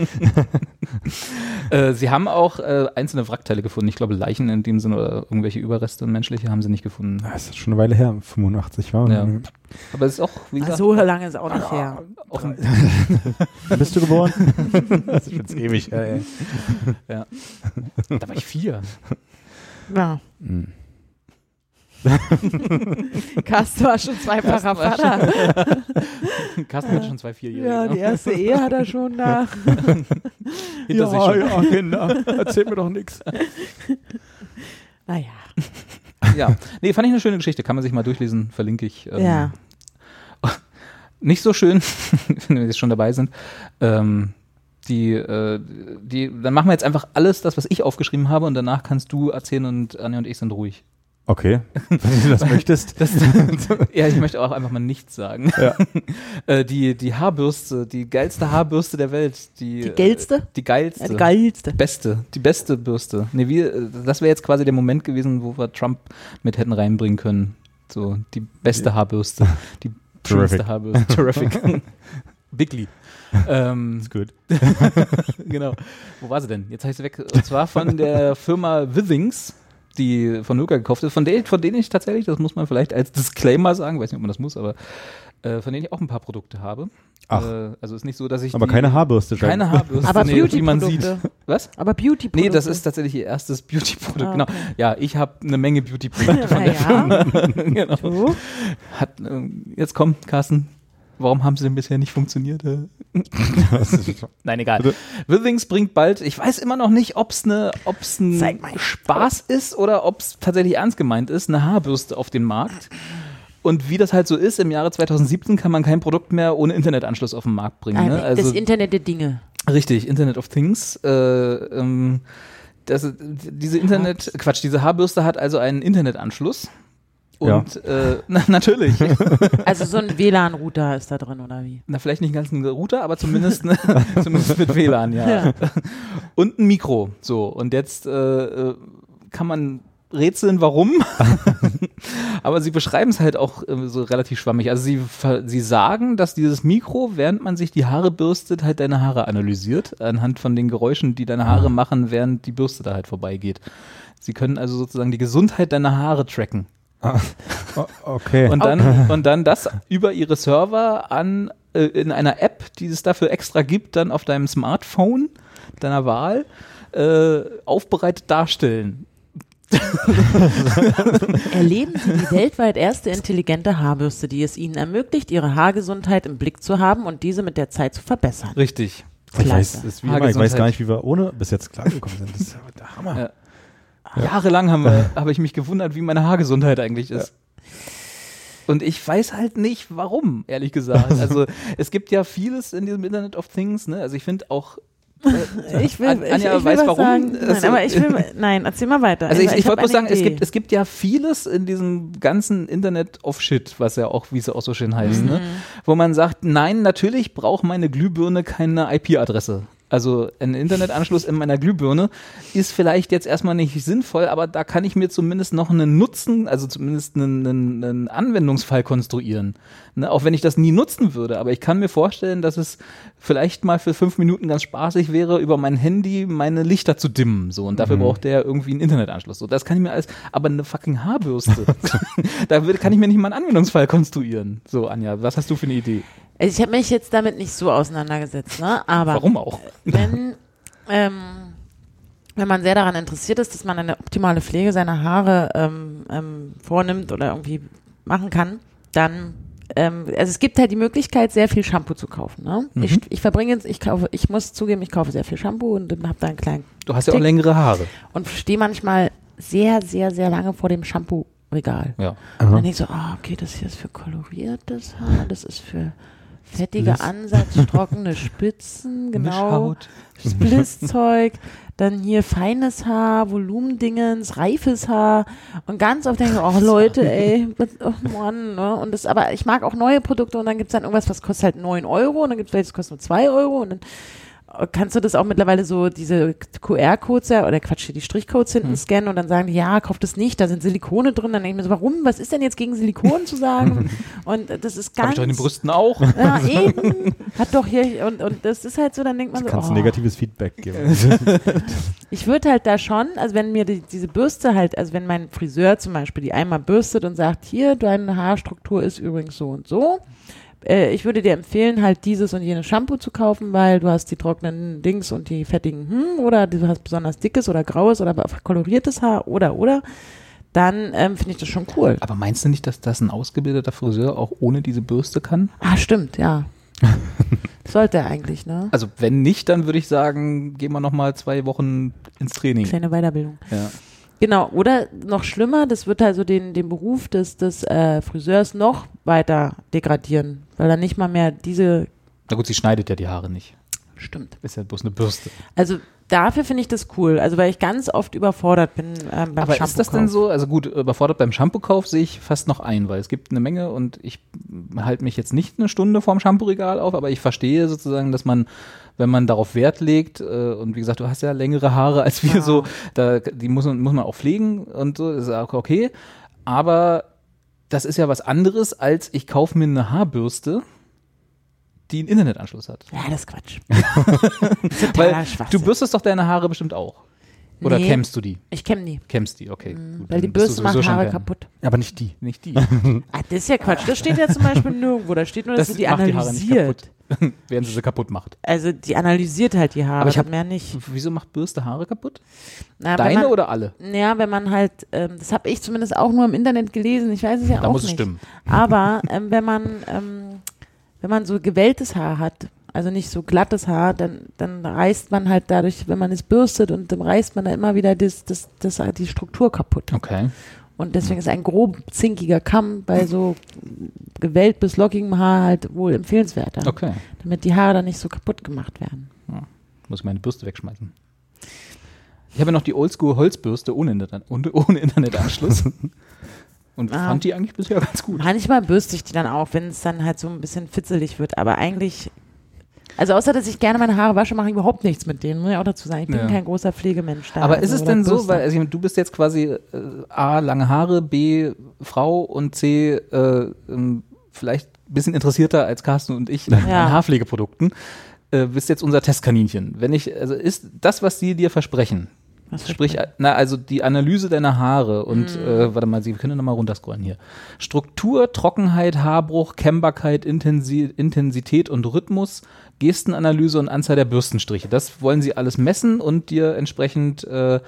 Speaker 1: Äh, sie haben auch äh, einzelne Wrackteile gefunden. Ich glaube, Leichen in dem Sinne oder irgendwelche Überreste menschliche haben sie nicht gefunden.
Speaker 3: Das Ah, ist schon eine Weile her, 85, war.
Speaker 1: Ja. Aber es ist auch, wie
Speaker 2: Ah,
Speaker 1: gesagt,
Speaker 2: So lange ist auch nicht her.
Speaker 1: offen.
Speaker 3: Bist du geboren? das ist jetzt ewig. her, ey.
Speaker 1: Da war ich vier.
Speaker 2: Ja.
Speaker 3: Hm.
Speaker 2: Carsten war schon zweifacher
Speaker 1: Carsten war
Speaker 2: Vater.
Speaker 1: Carsten hat schon zwei Vierjährige.
Speaker 2: Ja, die
Speaker 1: ne?
Speaker 2: erste Ehe hat er schon da.
Speaker 1: Hinter sich schon.
Speaker 3: ja, Kinder. Erzähl mir doch nichts.
Speaker 2: Naja.
Speaker 1: Ja. Nee, fand ich eine schöne Geschichte. Kann man sich mal durchlesen, verlinke ich. Ähm,
Speaker 2: Ja.
Speaker 1: Nicht so schön, wenn wir jetzt schon dabei sind. Ähm, die, äh, die, dann machen wir jetzt einfach alles das, was ich aufgeschrieben habe und danach kannst du erzählen und Anja und ich sind ruhig.
Speaker 3: Okay, wenn du das möchtest.
Speaker 1: Das, ja, ich möchte auch einfach mal nichts sagen.
Speaker 3: Ja.
Speaker 1: Äh, die, die Haarbürste, die geilste Haarbürste der Welt. Die, äh,
Speaker 2: Die äh, geilste?
Speaker 1: die geilste.
Speaker 2: Ja, die geilste.
Speaker 1: Beste, die beste Bürste. Nee, wir, äh, das wäre jetzt quasi der Moment gewesen, wo wir Trump mit hätten reinbringen können. So, die beste Haarbürste. Die
Speaker 3: Terrific.
Speaker 1: schönste Haarbürste. Terrific. Bigly. Ähm,
Speaker 3: Ist gut.
Speaker 1: genau. Wo war sie denn? Jetzt heißt sie weg. Und zwar von der Firma Withings, die von Nuka gekauft ist, von, der, von denen ich tatsächlich, das muss man vielleicht als Disclaimer sagen, weiß nicht, ob man das muss, aber äh, von denen ich auch ein paar Produkte habe.
Speaker 3: Ach.
Speaker 1: Äh, also ist nicht so, dass ich
Speaker 3: Aber
Speaker 1: die,
Speaker 3: keine Haarbürste, Jack.
Speaker 1: keine Haarbürste,
Speaker 2: Aber
Speaker 1: nee, die man sieht.
Speaker 2: Beauty-Produkte.
Speaker 1: Was?
Speaker 2: Aber beauty
Speaker 1: Nee, das ist tatsächlich ihr erstes Beauty-Produkt. Genau. Ja, ich habe eine Menge Beauty-Produkte von der
Speaker 2: Naja.
Speaker 1: Firma. genau.
Speaker 2: So.
Speaker 1: Hat, ähm, jetzt komm, Carsten. Warum haben sie denn bisher nicht funktioniert? äh? Nein, egal.
Speaker 3: Bitte?
Speaker 1: Withings bringt bald, ich weiß immer noch nicht, ob es ne, ob's
Speaker 2: Zeig
Speaker 1: ein
Speaker 2: mal.
Speaker 1: Spaß ist oder ob es tatsächlich ernst gemeint ist, eine Haarbürste auf den Markt. Und wie das halt so ist, im Jahre 2017 kann man kein Produkt mehr ohne Internetanschluss auf den Markt bringen. Ne?
Speaker 2: Ah, das Internet der Dinge.
Speaker 1: Richtig, Internet of Things. Äh, ähm, das, diese Internet, Quatsch, diese Haarbürste hat also einen Internetanschluss. Und äh, na, natürlich,
Speaker 2: Also so ein WLAN-Router ist da drin, oder wie?
Speaker 1: na, vielleicht nicht einen ganzen Router, aber zumindest, ne, zumindest mit WLAN, ja.
Speaker 2: Ja.
Speaker 1: Und ein Mikro. So, und jetzt äh, äh, kann man rätseln, warum. aber sie beschreiben es halt auch äh, so relativ schwammig. Also sie, ver- sie sagen, dass dieses Mikro, während man sich die Haare bürstet, halt deine Haare analysiert, anhand von den Geräuschen, die deine Haare machen, während die Bürste da halt vorbeigeht. Sie können also sozusagen die Gesundheit deiner Haare tracken.
Speaker 3: O- Okay.
Speaker 1: Und dann, und dann das über ihre Server an äh, in einer App, die es dafür extra gibt, dann auf deinem Smartphone deiner Wahl äh, aufbereitet darstellen.
Speaker 2: Erleben Sie die weltweit erste intelligente Haarbürste, die es Ihnen ermöglicht, Ihre Haargesundheit im Blick zu haben und diese mit der Zeit zu verbessern.
Speaker 1: Richtig.
Speaker 3: ich weiß,
Speaker 2: Klasse.
Speaker 3: das ist wie immer, ich weiß
Speaker 1: Haargesundheit.
Speaker 3: gar nicht, wie wir ohne bis jetzt klargekommen sind. Das ist ja der Hammer.
Speaker 1: Ja. Jahrelang haben wir- habe ich mich gewundert, wie meine Haargesundheit eigentlich ist. Und ich weiß halt nicht, warum, ehrlich gesagt. Also es gibt ja vieles in diesem Internet of Things. Ne? Also ich finde auch
Speaker 2: Ich will,
Speaker 1: An-
Speaker 2: ich, ich
Speaker 1: Anja
Speaker 2: will
Speaker 1: weiß,
Speaker 2: was
Speaker 1: warum.
Speaker 2: sagen. Nein,
Speaker 1: Also-
Speaker 2: aber ich will, nein, erzähl mal weiter.
Speaker 1: Also ich, ich,
Speaker 2: hab
Speaker 1: wollte bloß
Speaker 2: eine
Speaker 1: sagen, es
Speaker 2: Idee.
Speaker 1: gibt, es gibt ja vieles in diesem ganzen Internet of Shit, was ja auch, wie es ja auch so schön heißt, ne?
Speaker 2: Mhm.
Speaker 1: wo man sagt, nein, natürlich braucht meine Glühbirne keine IP-Adresse. Also ein Internetanschluss in meiner Glühbirne ist vielleicht jetzt erstmal nicht sinnvoll, aber da kann ich mir zumindest noch einen Nutzen, also zumindest einen, einen, einen Anwendungsfall konstruieren. Ne? Auch wenn ich das nie nutzen würde, aber ich kann mir vorstellen, dass es vielleicht mal für fünf Minuten ganz spaßig wäre, über mein Handy meine Lichter zu dimmen. So, und dafür braucht der irgendwie einen Internetanschluss. So, das kann ich mir alles, aber eine fucking Haarbürste. da würde- kann ich mir nicht mal einen Anwendungsfall konstruieren. So, Anja, was hast du für eine Idee?
Speaker 2: Also ich habe mich jetzt Ah, damit nicht so auseinandergesetzt, ne? Aber
Speaker 1: Warum auch?
Speaker 2: wenn ähm, wenn man sehr daran interessiert ist, dass man eine optimale Pflege seiner Haare ähm, ähm, vornimmt oder irgendwie machen kann, dann ähm, also es gibt halt die Möglichkeit, sehr viel Shampoo zu kaufen. Ne?
Speaker 1: Mhm.
Speaker 2: Ich, ich verbringe jetzt, ich kaufe, ich muss zugeben, ich kaufe sehr viel Shampoo und habe da einen kleinen
Speaker 1: Du hast ja auch längere Haare.
Speaker 2: und stehe manchmal sehr, sehr, sehr lange vor dem Shampoo-Regal.
Speaker 1: Ja.
Speaker 2: Und dann denke ich so, ah, okay, das hier ist für koloriertes Haar, das ist für fettige Ansatz, trockene Spitzen, genau.
Speaker 1: Mischhaut.
Speaker 2: Splitzzeug, dann hier feines Haar, Volumendingens, reifes Haar und ganz oft denke ich, oh Leute, ey, was, oh Mann, ne? Und das, aber ich mag auch neue Produkte und dann gibt's dann irgendwas, was kostet halt 9 Euro und dann gibt's welches, das kostet nur 2 Euro und dann äh, kannst du das auch mittlerweile so, diese QR-Codes ja, oder Quatsch, die Strichcodes
Speaker 1: Hm.
Speaker 2: hinten scannen und dann sagen die, ja, kauft das nicht, da sind Silikone drin. Dann denke ich mir so, warum? Was ist denn jetzt gegen Silikon zu sagen? Und äh, das ist
Speaker 1: Hab ich
Speaker 2: ganz.
Speaker 1: doch in den Brüsten auch.
Speaker 2: Ja, eben. Hat doch hier, und, und das ist halt so, dann denkt man
Speaker 3: Du
Speaker 2: so,
Speaker 3: kannst
Speaker 2: oh.
Speaker 3: negatives Feedback geben.
Speaker 2: Ich würde halt da schon, also wenn mir die, diese Bürste halt, also wenn mein Friseur zum Beispiel die einmal bürstet und sagt, hier, deine Haarstruktur ist übrigens so und so, äh, ich würde dir empfehlen, halt dieses und jenes Shampoo zu kaufen, weil du hast die trockenen Dings und die fettigen, hm, oder du hast besonders dickes oder graues oder koloriertes Haar oder, oder, dann ähm, finde ich das schon cool.
Speaker 1: Aber meinst du nicht, dass das ein ausgebildeter Friseur auch ohne diese Bürste kann?
Speaker 2: Ah, stimmt, ja. Sollte er eigentlich, ne?
Speaker 1: Also wenn nicht, dann würde ich sagen, gehen wir nochmal zwei Wochen ins Training.
Speaker 2: Kleine Weiterbildung.
Speaker 1: Ja.
Speaker 2: Genau, oder noch schlimmer, das wird also den, den Beruf des, des äh, Friseurs noch weiter degradieren, weil er nicht mal mehr diese
Speaker 1: Na gut, sie schneidet ja die Haare nicht.
Speaker 2: stimmt.
Speaker 1: Ist ja bloß eine Bürste.
Speaker 2: Also dafür finde ich das cool, also weil ich ganz oft überfordert bin ähm, beim
Speaker 1: Aber
Speaker 2: Shampoo.
Speaker 1: ist das denn so? Also gut, überfordert beim Shampoo-Kauf sehe ich fast noch ein, weil es gibt eine Menge und ich halte mich jetzt nicht eine Stunde vorm Shampoo-Regal auf, aber ich verstehe sozusagen, dass man, wenn man darauf Wert legt, äh, und wie gesagt, du hast ja längere Haare als wir so, da, die muss, man- muss man auch pflegen und so, ist auch okay. Aber das ist ja was anderes, als ich kaufe mir eine Haarbürste, die einen Internetanschluss hat.
Speaker 2: Ja, das ist Quatsch.
Speaker 1: Weil du
Speaker 2: Schwachsinn.
Speaker 1: bürstest doch deine Haare bestimmt auch. Oder
Speaker 2: Nee.
Speaker 1: kämmst du die?
Speaker 2: Ich kenne die,
Speaker 1: Kämmst die, okay. gut,
Speaker 2: weil die
Speaker 1: dann bist du
Speaker 2: Bürste
Speaker 1: sowieso
Speaker 2: macht
Speaker 1: schon
Speaker 2: Haare
Speaker 1: fern.
Speaker 2: kaputt.
Speaker 3: Aber nicht die.
Speaker 1: Nicht die.
Speaker 2: Ah, das ist ja Quatsch, das steht ja zum Beispiel nirgendwo, da steht nur, dass
Speaker 1: Das
Speaker 2: sie die
Speaker 1: macht die Haare nicht
Speaker 2: analysiert.
Speaker 1: kaputt. Während sie sie kaputt macht.
Speaker 2: also die analysiert halt die Haare,
Speaker 1: Aber ich hab-
Speaker 2: mehr nicht.
Speaker 1: Wieso macht Bürste Haare kaputt?
Speaker 2: Na, wenn
Speaker 1: Deine
Speaker 2: man,
Speaker 1: oder alle?
Speaker 2: Ja, wenn man halt, ähm, das habe ich zumindest auch nur im Internet gelesen, ich weiß es ja
Speaker 1: Da
Speaker 2: auch
Speaker 1: muss es
Speaker 2: nicht.
Speaker 1: stimmen.
Speaker 2: Aber ähm, wenn man ähm, wenn man so gewelltes Haar hat, also nicht so glattes Haar, dann, dann reißt man halt dadurch, wenn man es bürstet und dann reißt man da immer wieder das, das, das, die Struktur kaputt.
Speaker 1: Okay.
Speaker 2: Und deswegen ist ein grob zinkiger Kamm bei so gewellt bis lockigem Haar halt wohl empfehlenswerter,
Speaker 1: Okay.
Speaker 2: damit die Haare dann nicht so kaputt gemacht werden.
Speaker 1: Muss ich meine Bürste wegschmeißen. Ich habe noch die Oldschool Holzbürste ohne, Internet, ohne, ohne Internetanschluss. Und
Speaker 2: Ah.
Speaker 1: fand die eigentlich bisher ganz gut.
Speaker 2: Manchmal bürste ich die dann auch, wenn es dann halt so ein bisschen fitzelig wird, aber eigentlich, also außer dass ich gerne meine Haare wasche, mache ich überhaupt nichts mit denen, muss ich auch dazu sagen. Ich bin
Speaker 1: Ja.
Speaker 2: kein großer Pflegemensch. Da,
Speaker 1: Aber
Speaker 2: also,
Speaker 1: ist es
Speaker 2: oder
Speaker 1: denn so,
Speaker 2: Bürster.
Speaker 1: weil also ich meine, du bist jetzt quasi äh, A, lange Haare, B, Frau und C, äh, ähm, vielleicht ein bisschen interessierter als Carsten und ich an
Speaker 2: Ja.
Speaker 1: Haarpflegeprodukten, äh, bist jetzt unser Testkaninchen. Wenn ich, also ist das, was sie dir versprechen,
Speaker 2: Was
Speaker 1: Sprich, äh, na, also die Analyse deiner Haare und, äh, warte mal, Sie können nochmal runterscrollen hier. Struktur, Trockenheit, Haarbruch, Kennbarkeit, Intensi Intensität und Rhythmus, Gestenanalyse und Anzahl der Bürstenstriche. Das wollen Sie alles messen und dir entsprechend äh,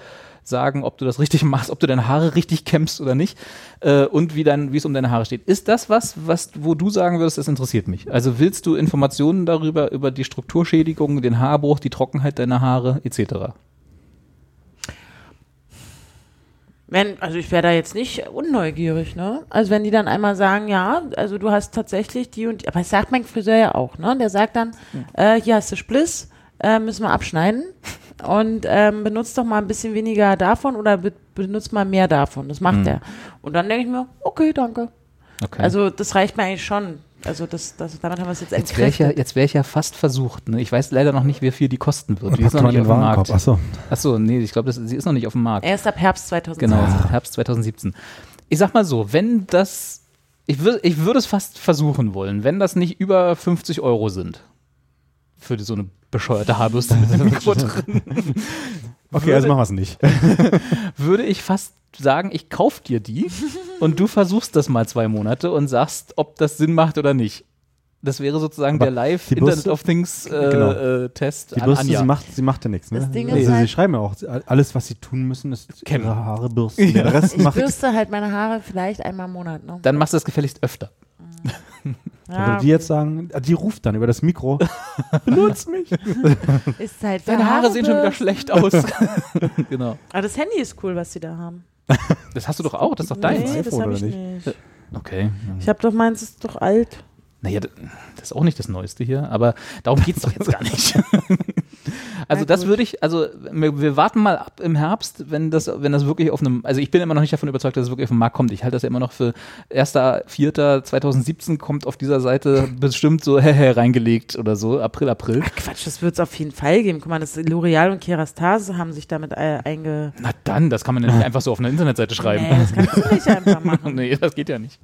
Speaker 1: sagen, ob du das richtig machst, ob du deine Haare richtig kämmst oder nicht äh, und wie dein, wie es um deine Haare steht. Ist das was, was, wo du sagen würdest, das interessiert mich? Also willst du Informationen darüber, über die Strukturschädigung, den Haarbruch, die Trockenheit deiner Haare etc.?
Speaker 2: Wenn, also ich wäre da jetzt nicht unneugierig, ne? Also wenn die dann einmal sagen, ja, also du hast tatsächlich die und die, aber das sagt mein Friseur ja auch, ne? Der sagt dann, äh, hier hast du Spliss, äh, müssen wir abschneiden und ähm, benutzt doch mal ein bisschen weniger davon oder be benutzt mal mehr davon. Das
Speaker 1: Mhm.
Speaker 2: macht er. Und dann denke ich mir, okay, danke.
Speaker 1: Okay.
Speaker 2: Also das reicht mir eigentlich schon. Also das, das, damit haben wir es jetzt
Speaker 1: Jetzt wäre ich, ja,
Speaker 2: entkräftet.
Speaker 1: jetzt wär ich ja fast versucht. Ne? Ich weiß leider noch nicht, wie viel die kosten wird. Die ist
Speaker 3: Packt
Speaker 1: noch
Speaker 3: man
Speaker 1: nicht auf
Speaker 3: in den
Speaker 1: dem
Speaker 3: Warenkorb.
Speaker 1: Markt.
Speaker 3: Achso.
Speaker 1: Achso, nee, ich glaube, sie ist noch nicht auf dem Markt.
Speaker 2: Erst ab Herbst 2020.
Speaker 1: Genau, Herbst 2017. Ich sag mal so, wenn das, ich würde ich würd es fast versuchen wollen, wenn das nicht über 50 Euro sind. Für so eine bescheuerte Haarbürste mit einem Mikro drin.
Speaker 3: Okay, also machen wir es nicht.
Speaker 1: Würde ich fast sagen, ich kauf dir die und du versuchst das mal zwei Monate und sagst, ob das Sinn macht oder nicht. Das wäre sozusagen
Speaker 3: Aber
Speaker 1: der Live
Speaker 3: die Bürste-
Speaker 1: Internet of Things äh,
Speaker 3: Genau.
Speaker 1: äh, Test
Speaker 3: Die
Speaker 1: an
Speaker 3: Bürste,
Speaker 1: Anja.
Speaker 3: sie macht, sie macht ja nichts. Ne?
Speaker 2: Das Ding
Speaker 3: also
Speaker 2: ist
Speaker 3: sie
Speaker 2: halt-
Speaker 3: schreiben ja auch, sie- alles, was sie tun müssen, ist
Speaker 1: Kennen.
Speaker 3: ihre Haare bürsten. Der Rest
Speaker 2: Ich
Speaker 3: macht
Speaker 2: bürste halt meine Haare vielleicht einmal im Monat. Ne?
Speaker 1: Dann machst du das gefälligst öfter.
Speaker 3: Da würde die jetzt sagen, die ruft dann über das Mikro, benutzt mich.
Speaker 2: ist halt
Speaker 1: Deine Haare sehen schon wieder
Speaker 2: bürsten.
Speaker 1: schlecht aus. genau.
Speaker 2: Aber Ah, das Handy ist cool, was sie da haben.
Speaker 1: Das hast du doch auch, das ist doch deins.
Speaker 2: Nee,
Speaker 3: iPhone,
Speaker 2: das habe
Speaker 3: oder
Speaker 2: ich
Speaker 3: nicht?
Speaker 2: nicht.
Speaker 1: Okay.
Speaker 2: Ich habe doch meins, ist doch alt.
Speaker 1: Naja, d- das ist auch nicht das Neueste hier, aber darum geht's doch jetzt gar nicht. Also
Speaker 2: Na
Speaker 1: das
Speaker 2: gut.
Speaker 1: würde ich, also wir, wir warten mal ab im Herbst, wenn das, wenn das wirklich auf einem, also ich bin immer noch nicht davon überzeugt, dass es wirklich auf den Markt kommt. Ich halte das ja immer noch für 1.4.2017 kommt auf dieser Seite bestimmt so hehe reingelegt oder so, April, April.
Speaker 2: Quatsch, das wird es auf jeden Fall geben. Guck mal, das L'Oreal und Kerastase haben sich damit äh, einge...
Speaker 1: Na dann, das kann man ja nicht einfach so auf einer Internetseite schreiben.
Speaker 2: Nee, das kannst du nicht einfach machen.
Speaker 1: Nee, das geht ja nicht.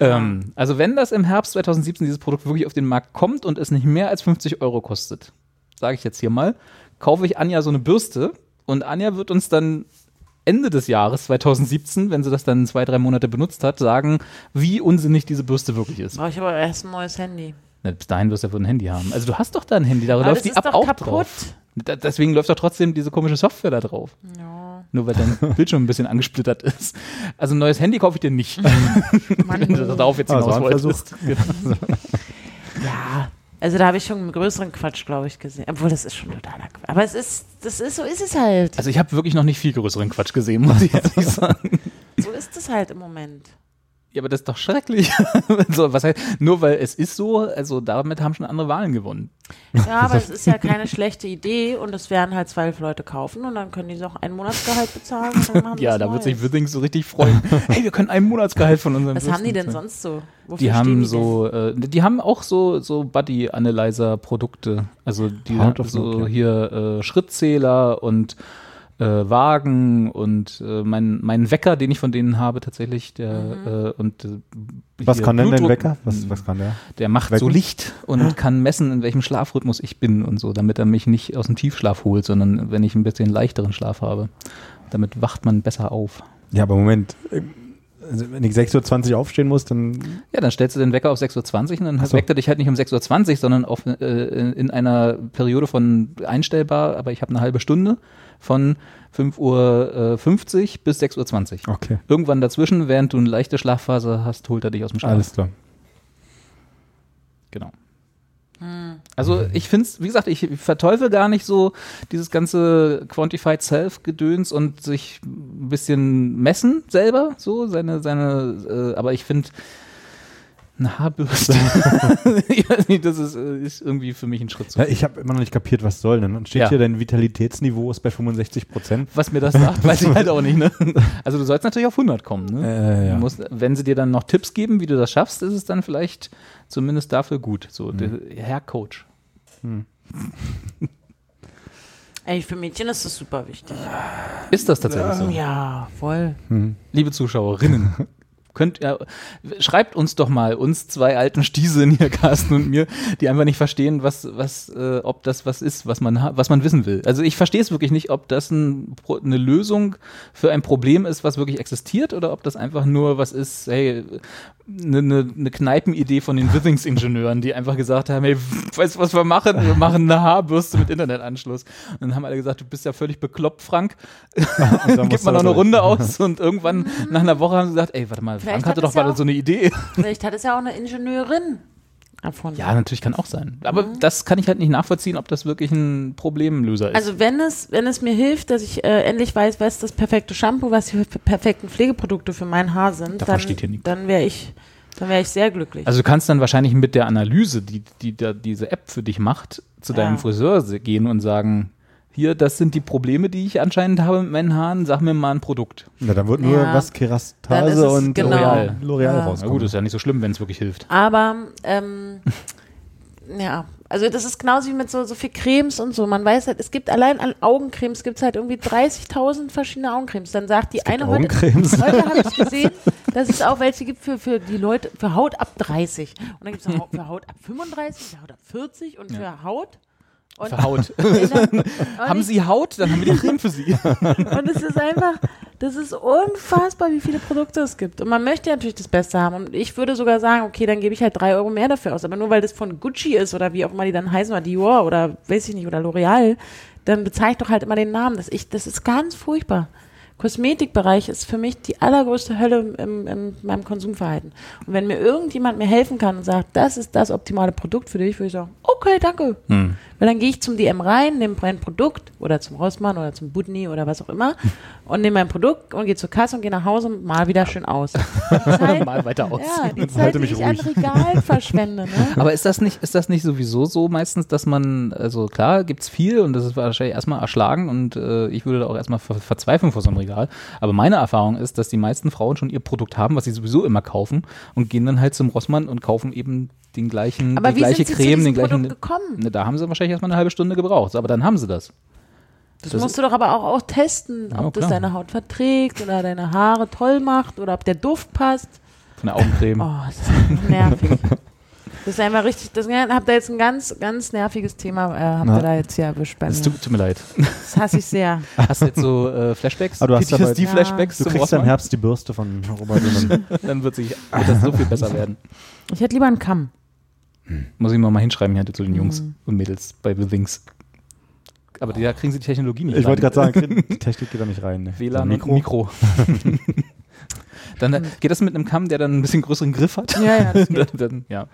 Speaker 1: Ähm, also wenn das im Herbst 2017 dieses Produkt wirklich auf den Markt kommt und es nicht mehr als 50 Euro kostet, sage ich jetzt hier mal, kaufe ich Anja so eine Bürste und Anja wird uns dann Ende des Jahres 2017, wenn sie das dann zwei, drei Monate benutzt hat, sagen, wie unsinnig diese Bürste wirklich ist.
Speaker 2: Brauche ich aber erst ein neues Handy.
Speaker 1: Na, bis dahin wirst du ja wohl ein Handy haben. Also du hast doch da ein Handy, da
Speaker 2: Aber
Speaker 1: läuft
Speaker 2: das
Speaker 1: die
Speaker 2: ist
Speaker 1: App
Speaker 2: doch
Speaker 1: auch
Speaker 2: kaputt.
Speaker 1: drauf. Da, deswegen läuft doch trotzdem diese komische Software da drauf.
Speaker 2: Ja.
Speaker 1: Nur weil dein Bildschirm ein bisschen angesplittert ist. Also ein neues Handy kaufe ich dir nicht. wenn du
Speaker 2: Mann.
Speaker 1: darauf jetzt hinaus
Speaker 3: Also ein Versuch.
Speaker 1: wolltest. Genau.
Speaker 2: ja. Also da habe ich schon einen größeren Quatsch, glaube ich, gesehen. Obwohl, das ist schon totaler Quatsch. Aber es ist, das ist, so ist es halt.
Speaker 1: Also ich habe wirklich noch nicht viel größeren Quatsch gesehen, muss ich ehrlich sagen.
Speaker 2: So ist es halt im Moment.
Speaker 1: Ja, aber das ist doch schrecklich. so, was heißt, nur weil es ist so, also damit haben schon andere Wahlen gewonnen.
Speaker 2: Ja, aber es ist ja keine schlechte Idee und es werden halt zwölf Leute kaufen und dann können die auch ein Monatsgehalt bezahlen. Und dann machen
Speaker 1: Ja,
Speaker 2: das
Speaker 1: da wird sich
Speaker 2: Neues.
Speaker 1: Withings so richtig freuen. hey, wir können einen Monatsgehalt von unseren
Speaker 2: Was haben die denn
Speaker 1: Würsten zahlen.
Speaker 2: sonst so? Wofür
Speaker 1: Die
Speaker 2: stehen
Speaker 1: haben
Speaker 2: denn?
Speaker 1: so, äh, die haben auch so, so Buddy-Analyzer-Produkte. Also die
Speaker 3: Hard of
Speaker 1: so
Speaker 3: Nokia.
Speaker 1: hier äh, Schrittzähler und äh, Wagen und äh, mein, mein Wecker, den ich von denen habe tatsächlich, der äh, und äh,
Speaker 3: Mhm. Was
Speaker 1: hier
Speaker 3: kann denn dein
Speaker 1: Blutdruck-
Speaker 3: Wecker? Was, was kann der?
Speaker 1: Der macht
Speaker 3: Wecken? Ah.
Speaker 1: so Licht und kann messen, in welchem Schlafrhythmus ich bin und so, damit er mich nicht aus dem Tiefschlaf holt, sondern wenn ich ein bisschen leichteren Schlaf habe. Damit wacht man besser auf.
Speaker 3: Ja, aber Moment. Also, wenn ich 6.20 Uhr aufstehen muss, dann
Speaker 1: Ja, dann stellst du den Wecker auf 6.20 Uhr und dann
Speaker 3: Ach so.
Speaker 1: weckt er dich halt nicht um 6.20 Uhr, sondern auf, äh, in einer Periode von einstellbar, aber ich habe eine halbe Stunde von 5.50 Uhr äh, bis 6.20 Uhr.
Speaker 3: okay,
Speaker 1: Irgendwann dazwischen, während du eine leichte Schlafphase hast, holt er dich aus dem Schlaf.
Speaker 3: alles klar.
Speaker 1: Genau. Also ich finde es, wie gesagt, ich verteufel gar nicht so dieses ganze Quantified Self-Gedöns und sich ein bisschen messen selber, so seine, seine, äh, aber ich finde eine Haarbürste, ich weiß nicht, das ist, äh, ist irgendwie für mich ein Schritt zu
Speaker 3: Ja,
Speaker 1: viel.
Speaker 3: ich habe immer noch nicht kapiert, was soll denn. Dann steht
Speaker 1: Ja.
Speaker 3: hier, dein Vitalitätsniveau ist bei 65 Prozent.
Speaker 1: Was mir das sagt, weiß ich halt auch nicht. Ne? Also du sollst natürlich auf 100 kommen. Ne?
Speaker 3: Äh,
Speaker 1: Du musst, wenn sie dir dann noch Tipps geben, wie du das schaffst, ist es dann vielleicht zumindest dafür gut. So, der Herr Coach.
Speaker 2: Ey, für Mädchen ist das super wichtig.
Speaker 1: Ist das tatsächlich so?
Speaker 2: Ja, voll.
Speaker 1: liebe Zuschauerinnen, könnt ja, schreibt uns doch mal, uns zwei alten Stieseln hier, Carsten und mir, die einfach nicht verstehen, was, was, äh, ob das was ist, was man, ha- was man wissen will. Also ich verstehe es wirklich nicht, ob das ein, Pro- eine Lösung für ein Problem ist, was wirklich existiert, oder ob das einfach nur was ist, hey, eine ne, ne Kneipenidee von den Withings-Ingenieuren, die einfach gesagt haben, hey, weißt du, was wir machen? Wir machen eine Haarbürste mit Internetanschluss. Und dann haben alle gesagt, du bist ja völlig bekloppt, Frank
Speaker 3: Und dann
Speaker 1: gibt
Speaker 3: musst
Speaker 1: man
Speaker 3: du
Speaker 1: noch eine
Speaker 3: also- durch.
Speaker 1: Runde aus und irgendwann nach einer Woche haben sie gesagt, ey, warte mal,
Speaker 2: Vielleicht
Speaker 1: Frank hatte
Speaker 2: hat
Speaker 1: doch
Speaker 2: es ja
Speaker 1: mal
Speaker 2: auch-
Speaker 1: so eine Idee.
Speaker 2: Vielleicht hat es ja auch eine Ingenieurin erfunden.
Speaker 1: Ja, natürlich kann auch sein. Aber
Speaker 2: Mhm.
Speaker 1: das kann ich halt nicht nachvollziehen, ob das wirklich ein Problemlöser ist.
Speaker 2: Also wenn es, wenn es mir hilft, dass ich äh, endlich weiß, was das perfekte Shampoo, was die für perfekten Pflegeprodukte für mein Haar sind,
Speaker 1: Davon
Speaker 2: dann,
Speaker 1: steht hier nichts.
Speaker 2: dann wäre ich, dann wäre ich sehr glücklich.
Speaker 1: Also du kannst dann wahrscheinlich mit der Analyse, die, die da diese App für dich macht, zu
Speaker 2: Ja.
Speaker 1: deinem Friseur se- gehen und sagen, hier, das sind die Probleme, die ich anscheinend habe mit meinen Haaren, sag mir mal ein Produkt.
Speaker 3: Na, dann wird nur
Speaker 2: Ja. Dann ist
Speaker 3: was Kerastase
Speaker 2: es-
Speaker 3: und
Speaker 2: genau.
Speaker 3: L'Oreal L'Oreal
Speaker 2: Ja.
Speaker 1: Na
Speaker 3: rauskommen.
Speaker 1: gut, ist ja nicht so schlimm, wenn es wirklich hilft.
Speaker 2: Aber ähm, ja, also das ist genauso wie mit so, so viel Cremes und so. Man weiß halt, es gibt allein an Augencremes gibt es halt irgendwie 30.000 verschiedene Augencremes. Dann sagt die eine
Speaker 3: Augencremes?
Speaker 2: heute, heute habe ich gesehen, dass es auch welche gibt für, für die Leute, für Haut ab 30. Und dann gibt es für Haut ab 35, für Haut ab 40 und für Haut. Und
Speaker 1: Für Haut.
Speaker 2: Und ich-
Speaker 1: haben sie Haut, dann haben wir die Creme für sie.
Speaker 2: Und es ist einfach, Das ist unfassbar, wie viele Produkte es gibt. Und man möchte ja natürlich das Beste haben. Und ich würde sogar sagen, okay, dann gebe ich halt drei Euro mehr dafür aus. Aber nur weil das von Gucci ist oder wie auch immer die dann heißen oder Dior oder weiß ich nicht oder L'Oreal, dann bezahle ich doch halt immer den Namen. Das, ich, das ist ganz furchtbar. Kosmetikbereich ist für mich die allergrößte Hölle im, im, in meinem Konsumverhalten. Und wenn mir irgendjemand mir helfen kann und sagt, das ist das optimale Produkt für dich, würde ich sagen, okay, danke. Weil dann gehe ich zum DM rein, nehme mein Produkt oder zum Rossmann oder zum Budni oder was auch immer und nehme mein Produkt und gehe zur Kasse und gehe nach Hause und mal wieder schön aus. Zeit,
Speaker 1: Mal weiter aus.
Speaker 2: ja, die
Speaker 3: Halte
Speaker 2: Zeit, die
Speaker 3: mich
Speaker 2: ich an
Speaker 3: ruhig.
Speaker 2: Regal verschwende. Ne?
Speaker 1: Aber ist das nicht, ist das nicht sowieso so meistens, dass man, also klar, gibt's viel und das ist wahrscheinlich erstmal erschlagen und äh, ich würde da auch erstmal ver verzweifeln vor so einem Regal. Aber meine Erfahrung ist, dass die meisten Frauen schon ihr Produkt haben, was sie sowieso immer kaufen und gehen dann halt zum Rossmann und kaufen eben den gleichen,
Speaker 2: Aber
Speaker 1: die
Speaker 2: wie
Speaker 1: gleiche
Speaker 2: sind sie zu
Speaker 1: Creme,
Speaker 2: diesem
Speaker 1: den gleichen.
Speaker 2: Produkt gekommen?
Speaker 1: Ne, da haben sie wahrscheinlich erstmal eine halbe Stunde gebraucht, aber dann haben sie das.
Speaker 2: Das,
Speaker 1: Das-
Speaker 2: musst du doch aber auch, auch testen,
Speaker 1: Ja,
Speaker 2: ob das
Speaker 1: klar.
Speaker 2: deine Haut verträgt oder deine Haare toll macht oder ob der Duft passt.
Speaker 1: Von der Augencreme.
Speaker 2: Oh, das ist einfach nervig. Das ist einfach richtig, das habt ihr jetzt ein ganz, ganz nerviges Thema, äh, habt
Speaker 3: Na.
Speaker 2: ihr da jetzt hier erwischt bei mir.
Speaker 1: Es tut, tut mir leid.
Speaker 2: Das hasse ich sehr.
Speaker 1: Hast du jetzt so äh, Flashbacks?
Speaker 3: Aber Ah, du hast dabei-
Speaker 1: die Flashbacks
Speaker 3: Du
Speaker 1: zum
Speaker 3: kriegst ja im
Speaker 1: Rossmann?
Speaker 3: Herbst die Bürste von Robert. Lehmann.
Speaker 1: Dann wird, sich, wird das so viel besser werden.
Speaker 2: Ich hätte lieber einen Kamm.
Speaker 1: Muss ich mal mal hinschreiben hier halt zu den Jungs und Mädels bei The Things. Aber da kriegen sie die Technologie nicht
Speaker 3: ich wollte
Speaker 1: rein.
Speaker 3: gerade sagen, die Technik geht da nicht rein. Ne?
Speaker 1: WLAN
Speaker 3: Mikro.
Speaker 1: Mikro. Mikro. dann äh, geht das mit einem Kamm, der dann ein bisschen größeren Griff hat.
Speaker 2: Ja, ja, das
Speaker 1: dann, dann, ja.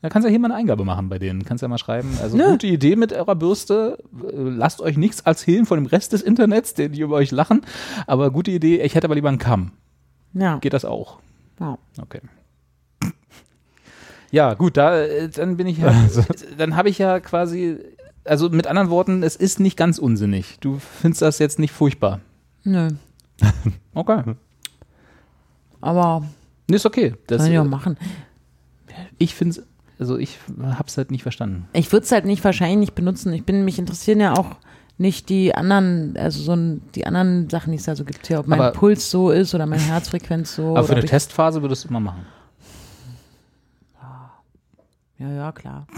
Speaker 1: Da kannst du ja hier mal eine Eingabe machen bei denen. Kannst ja mal schreiben. Also
Speaker 2: Ne.
Speaker 1: gute Idee mit eurer Bürste. Äh, Lasst euch nichts als Hehlen von dem Rest des Internets, der die über euch lachen. Aber gute Idee, ich hätte aber lieber einen Kamm.
Speaker 2: Ja.
Speaker 1: Geht das auch?
Speaker 2: ja.
Speaker 1: Okay. Ja, gut, da äh, dann bin ich ja,
Speaker 3: Also.
Speaker 1: dann habe ich ja quasi, also mit anderen Worten, es ist nicht ganz unsinnig. Du findest das jetzt nicht furchtbar.
Speaker 2: Nö.
Speaker 1: Okay.
Speaker 3: Hm.
Speaker 2: Aber
Speaker 1: Nee, ist okay. Das,
Speaker 2: kann ich auch
Speaker 1: äh,
Speaker 2: machen.
Speaker 1: ich finde also ich hab's halt nicht verstanden.
Speaker 2: Ich würde es halt nicht wahrscheinlich nicht benutzen. Ich bin, mich interessieren ja auch nicht die anderen, also so ein, die anderen Sachen, die es da so gibt hier, ob mein
Speaker 1: Aber-
Speaker 2: Puls so ist oder meine Herzfrequenz so.
Speaker 1: Aber für
Speaker 2: oder
Speaker 1: eine
Speaker 2: ob Oh, ich-
Speaker 1: Testphase würdest du immer machen.
Speaker 2: ja, ja, klar.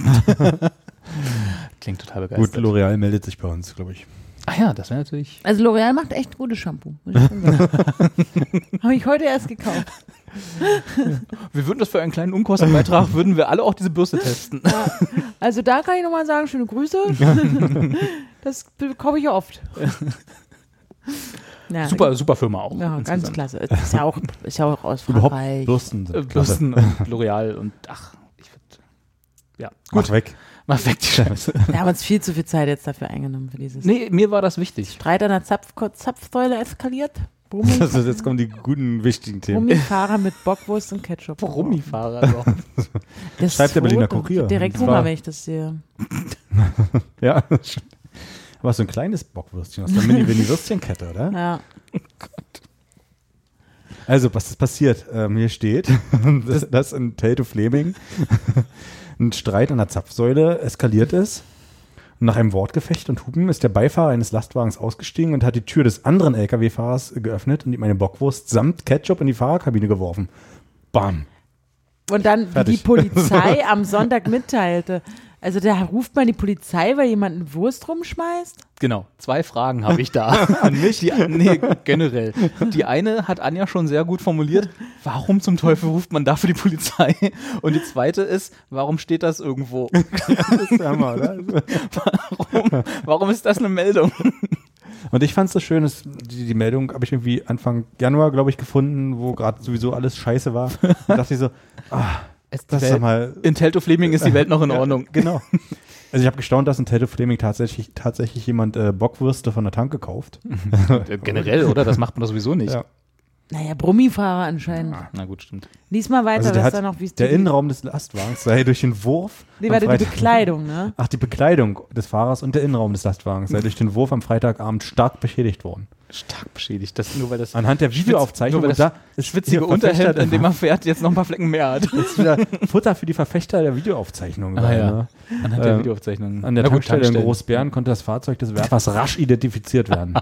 Speaker 1: Klingt total
Speaker 3: Gut,
Speaker 1: begeistert.
Speaker 3: L'Oreal meldet sich bei uns, glaube ich.
Speaker 1: Ach ja, das wäre natürlich.
Speaker 2: Also L'Oreal macht echt gutes Shampoo. muss ich schon sagen. Habe ich heute erst gekauft.
Speaker 1: Wir würden das für einen kleinen Unkostenbeitrag, würden wir alle auch diese Bürste testen.
Speaker 2: Also da kann ich nochmal sagen, schöne Grüße. das bekomme ich ja oft. Ja,
Speaker 1: Super, super Firma auch.
Speaker 2: Ja, ganz
Speaker 1: insgesamt.
Speaker 2: klasse. Es Ist ja auch, ist ja auch aus
Speaker 3: Überhaupt
Speaker 2: Frankreich.
Speaker 3: Bürsten
Speaker 1: Äh,
Speaker 3: sind klasse.
Speaker 1: Bürsten und L'Oreal und ach, ich würd, ja,
Speaker 3: Mach weg.
Speaker 1: Mach weg die Scheiße.
Speaker 2: Wir haben uns viel zu viel Zeit jetzt dafür eingenommen für dieses
Speaker 1: Nee, mir war das wichtig.
Speaker 2: Streit an der Zapf Zapfsäule eskaliert. Brummi-
Speaker 3: Also jetzt kommen die guten, wichtigen Themen.
Speaker 2: Brummifahrer mit Bockwurst und Ketchup.
Speaker 1: Brummifahrer. doch.
Speaker 2: Das
Speaker 3: Schreibt der
Speaker 2: Foto.
Speaker 3: Berliner Kurier.
Speaker 2: Direkt
Speaker 3: Das war-
Speaker 2: Hunger, wenn ich das sehe.
Speaker 3: Ja. Aber so ein kleines Bockwürstchen aus der Mini-Winnie-Würstchenkette, oder?
Speaker 2: Ja.
Speaker 3: Also, was ist passiert? Ähm, hier steht, dass, dass in Tate Fleming ein Streit an der Zapfsäule eskaliert ist. Und nach einem Wortgefecht und Hupen ist der Beifahrer eines Lastwagens ausgestiegen und hat die Tür des anderen LKW-Fahrers geöffnet und ihm eine Bockwurst samt Ketchup in die Fahrerkabine geworfen. Bam.
Speaker 2: Und dann, wie die
Speaker 3: Fertig.
Speaker 2: Polizei am Sonntag mitteilte. Also da ruft man die Polizei, weil jemand eine Wurst rumschmeißt?
Speaker 1: Genau, zwei Fragen habe ich da an mich. Die, nee, generell. Die eine hat Anja schon sehr gut formuliert, warum zum Teufel ruft man dafür die Polizei? Und die zweite ist, warum steht das irgendwo?
Speaker 3: Das ist ne? der Hammer, oder?
Speaker 1: Warum, warum ist das eine Meldung?
Speaker 3: Und ich fand es so schön, dass die, die Meldung habe ich irgendwie Anfang Januar, glaube ich, gefunden, wo gerade sowieso alles scheiße war. Und dachte ich so,
Speaker 1: Es
Speaker 3: das ist doch mal
Speaker 1: in Teltow-Fleming ist die Welt noch in Ordnung.
Speaker 3: Genau. Also ich habe gestaunt, dass in Tate Fleming tatsächlich, tatsächlich jemand äh, Bockwürste von der Tanke kauft.
Speaker 1: Äh, Generell, oder? Das macht man doch sowieso nicht.
Speaker 3: Ja.
Speaker 2: Naja, Brummifahrer anscheinend.
Speaker 1: Na gut, stimmt.
Speaker 2: Lies mal weiter,
Speaker 3: Also der,
Speaker 2: was
Speaker 3: hat,
Speaker 2: da noch, wie es
Speaker 3: der
Speaker 2: die-
Speaker 3: Innenraum des Lastwagens sei durch den Wurf
Speaker 2: Nee,
Speaker 3: am
Speaker 2: warte, die
Speaker 3: Freitag-
Speaker 2: Bekleidung, ne?
Speaker 3: Ach, die Bekleidung des Fahrers und der Innenraum des Lastwagens sei durch den Wurf am Freitagabend stark beschädigt worden.
Speaker 1: Stark beschädigt. Das nur weil das
Speaker 3: Anhand der Videoaufzeichnung
Speaker 1: nur weil
Speaker 3: und da
Speaker 1: das
Speaker 3: ist
Speaker 1: witzige
Speaker 3: hier Verfechter
Speaker 1: Unterhemd,
Speaker 3: der-
Speaker 1: in dem man fährt, jetzt noch ein paar Flecken mehr hat.
Speaker 3: ist wieder Futter für die Verfechter der Videoaufzeichnung.
Speaker 1: Ah,
Speaker 3: weil,
Speaker 1: ja.
Speaker 3: ne?
Speaker 1: Anhand der
Speaker 3: Ähm,
Speaker 1: Videoaufzeichnung.
Speaker 3: An der
Speaker 1: Na gut,
Speaker 3: Tankstelle in
Speaker 1: Tankstellen.
Speaker 3: Großbären konnte das Fahrzeug des Werfers rasch identifiziert werden.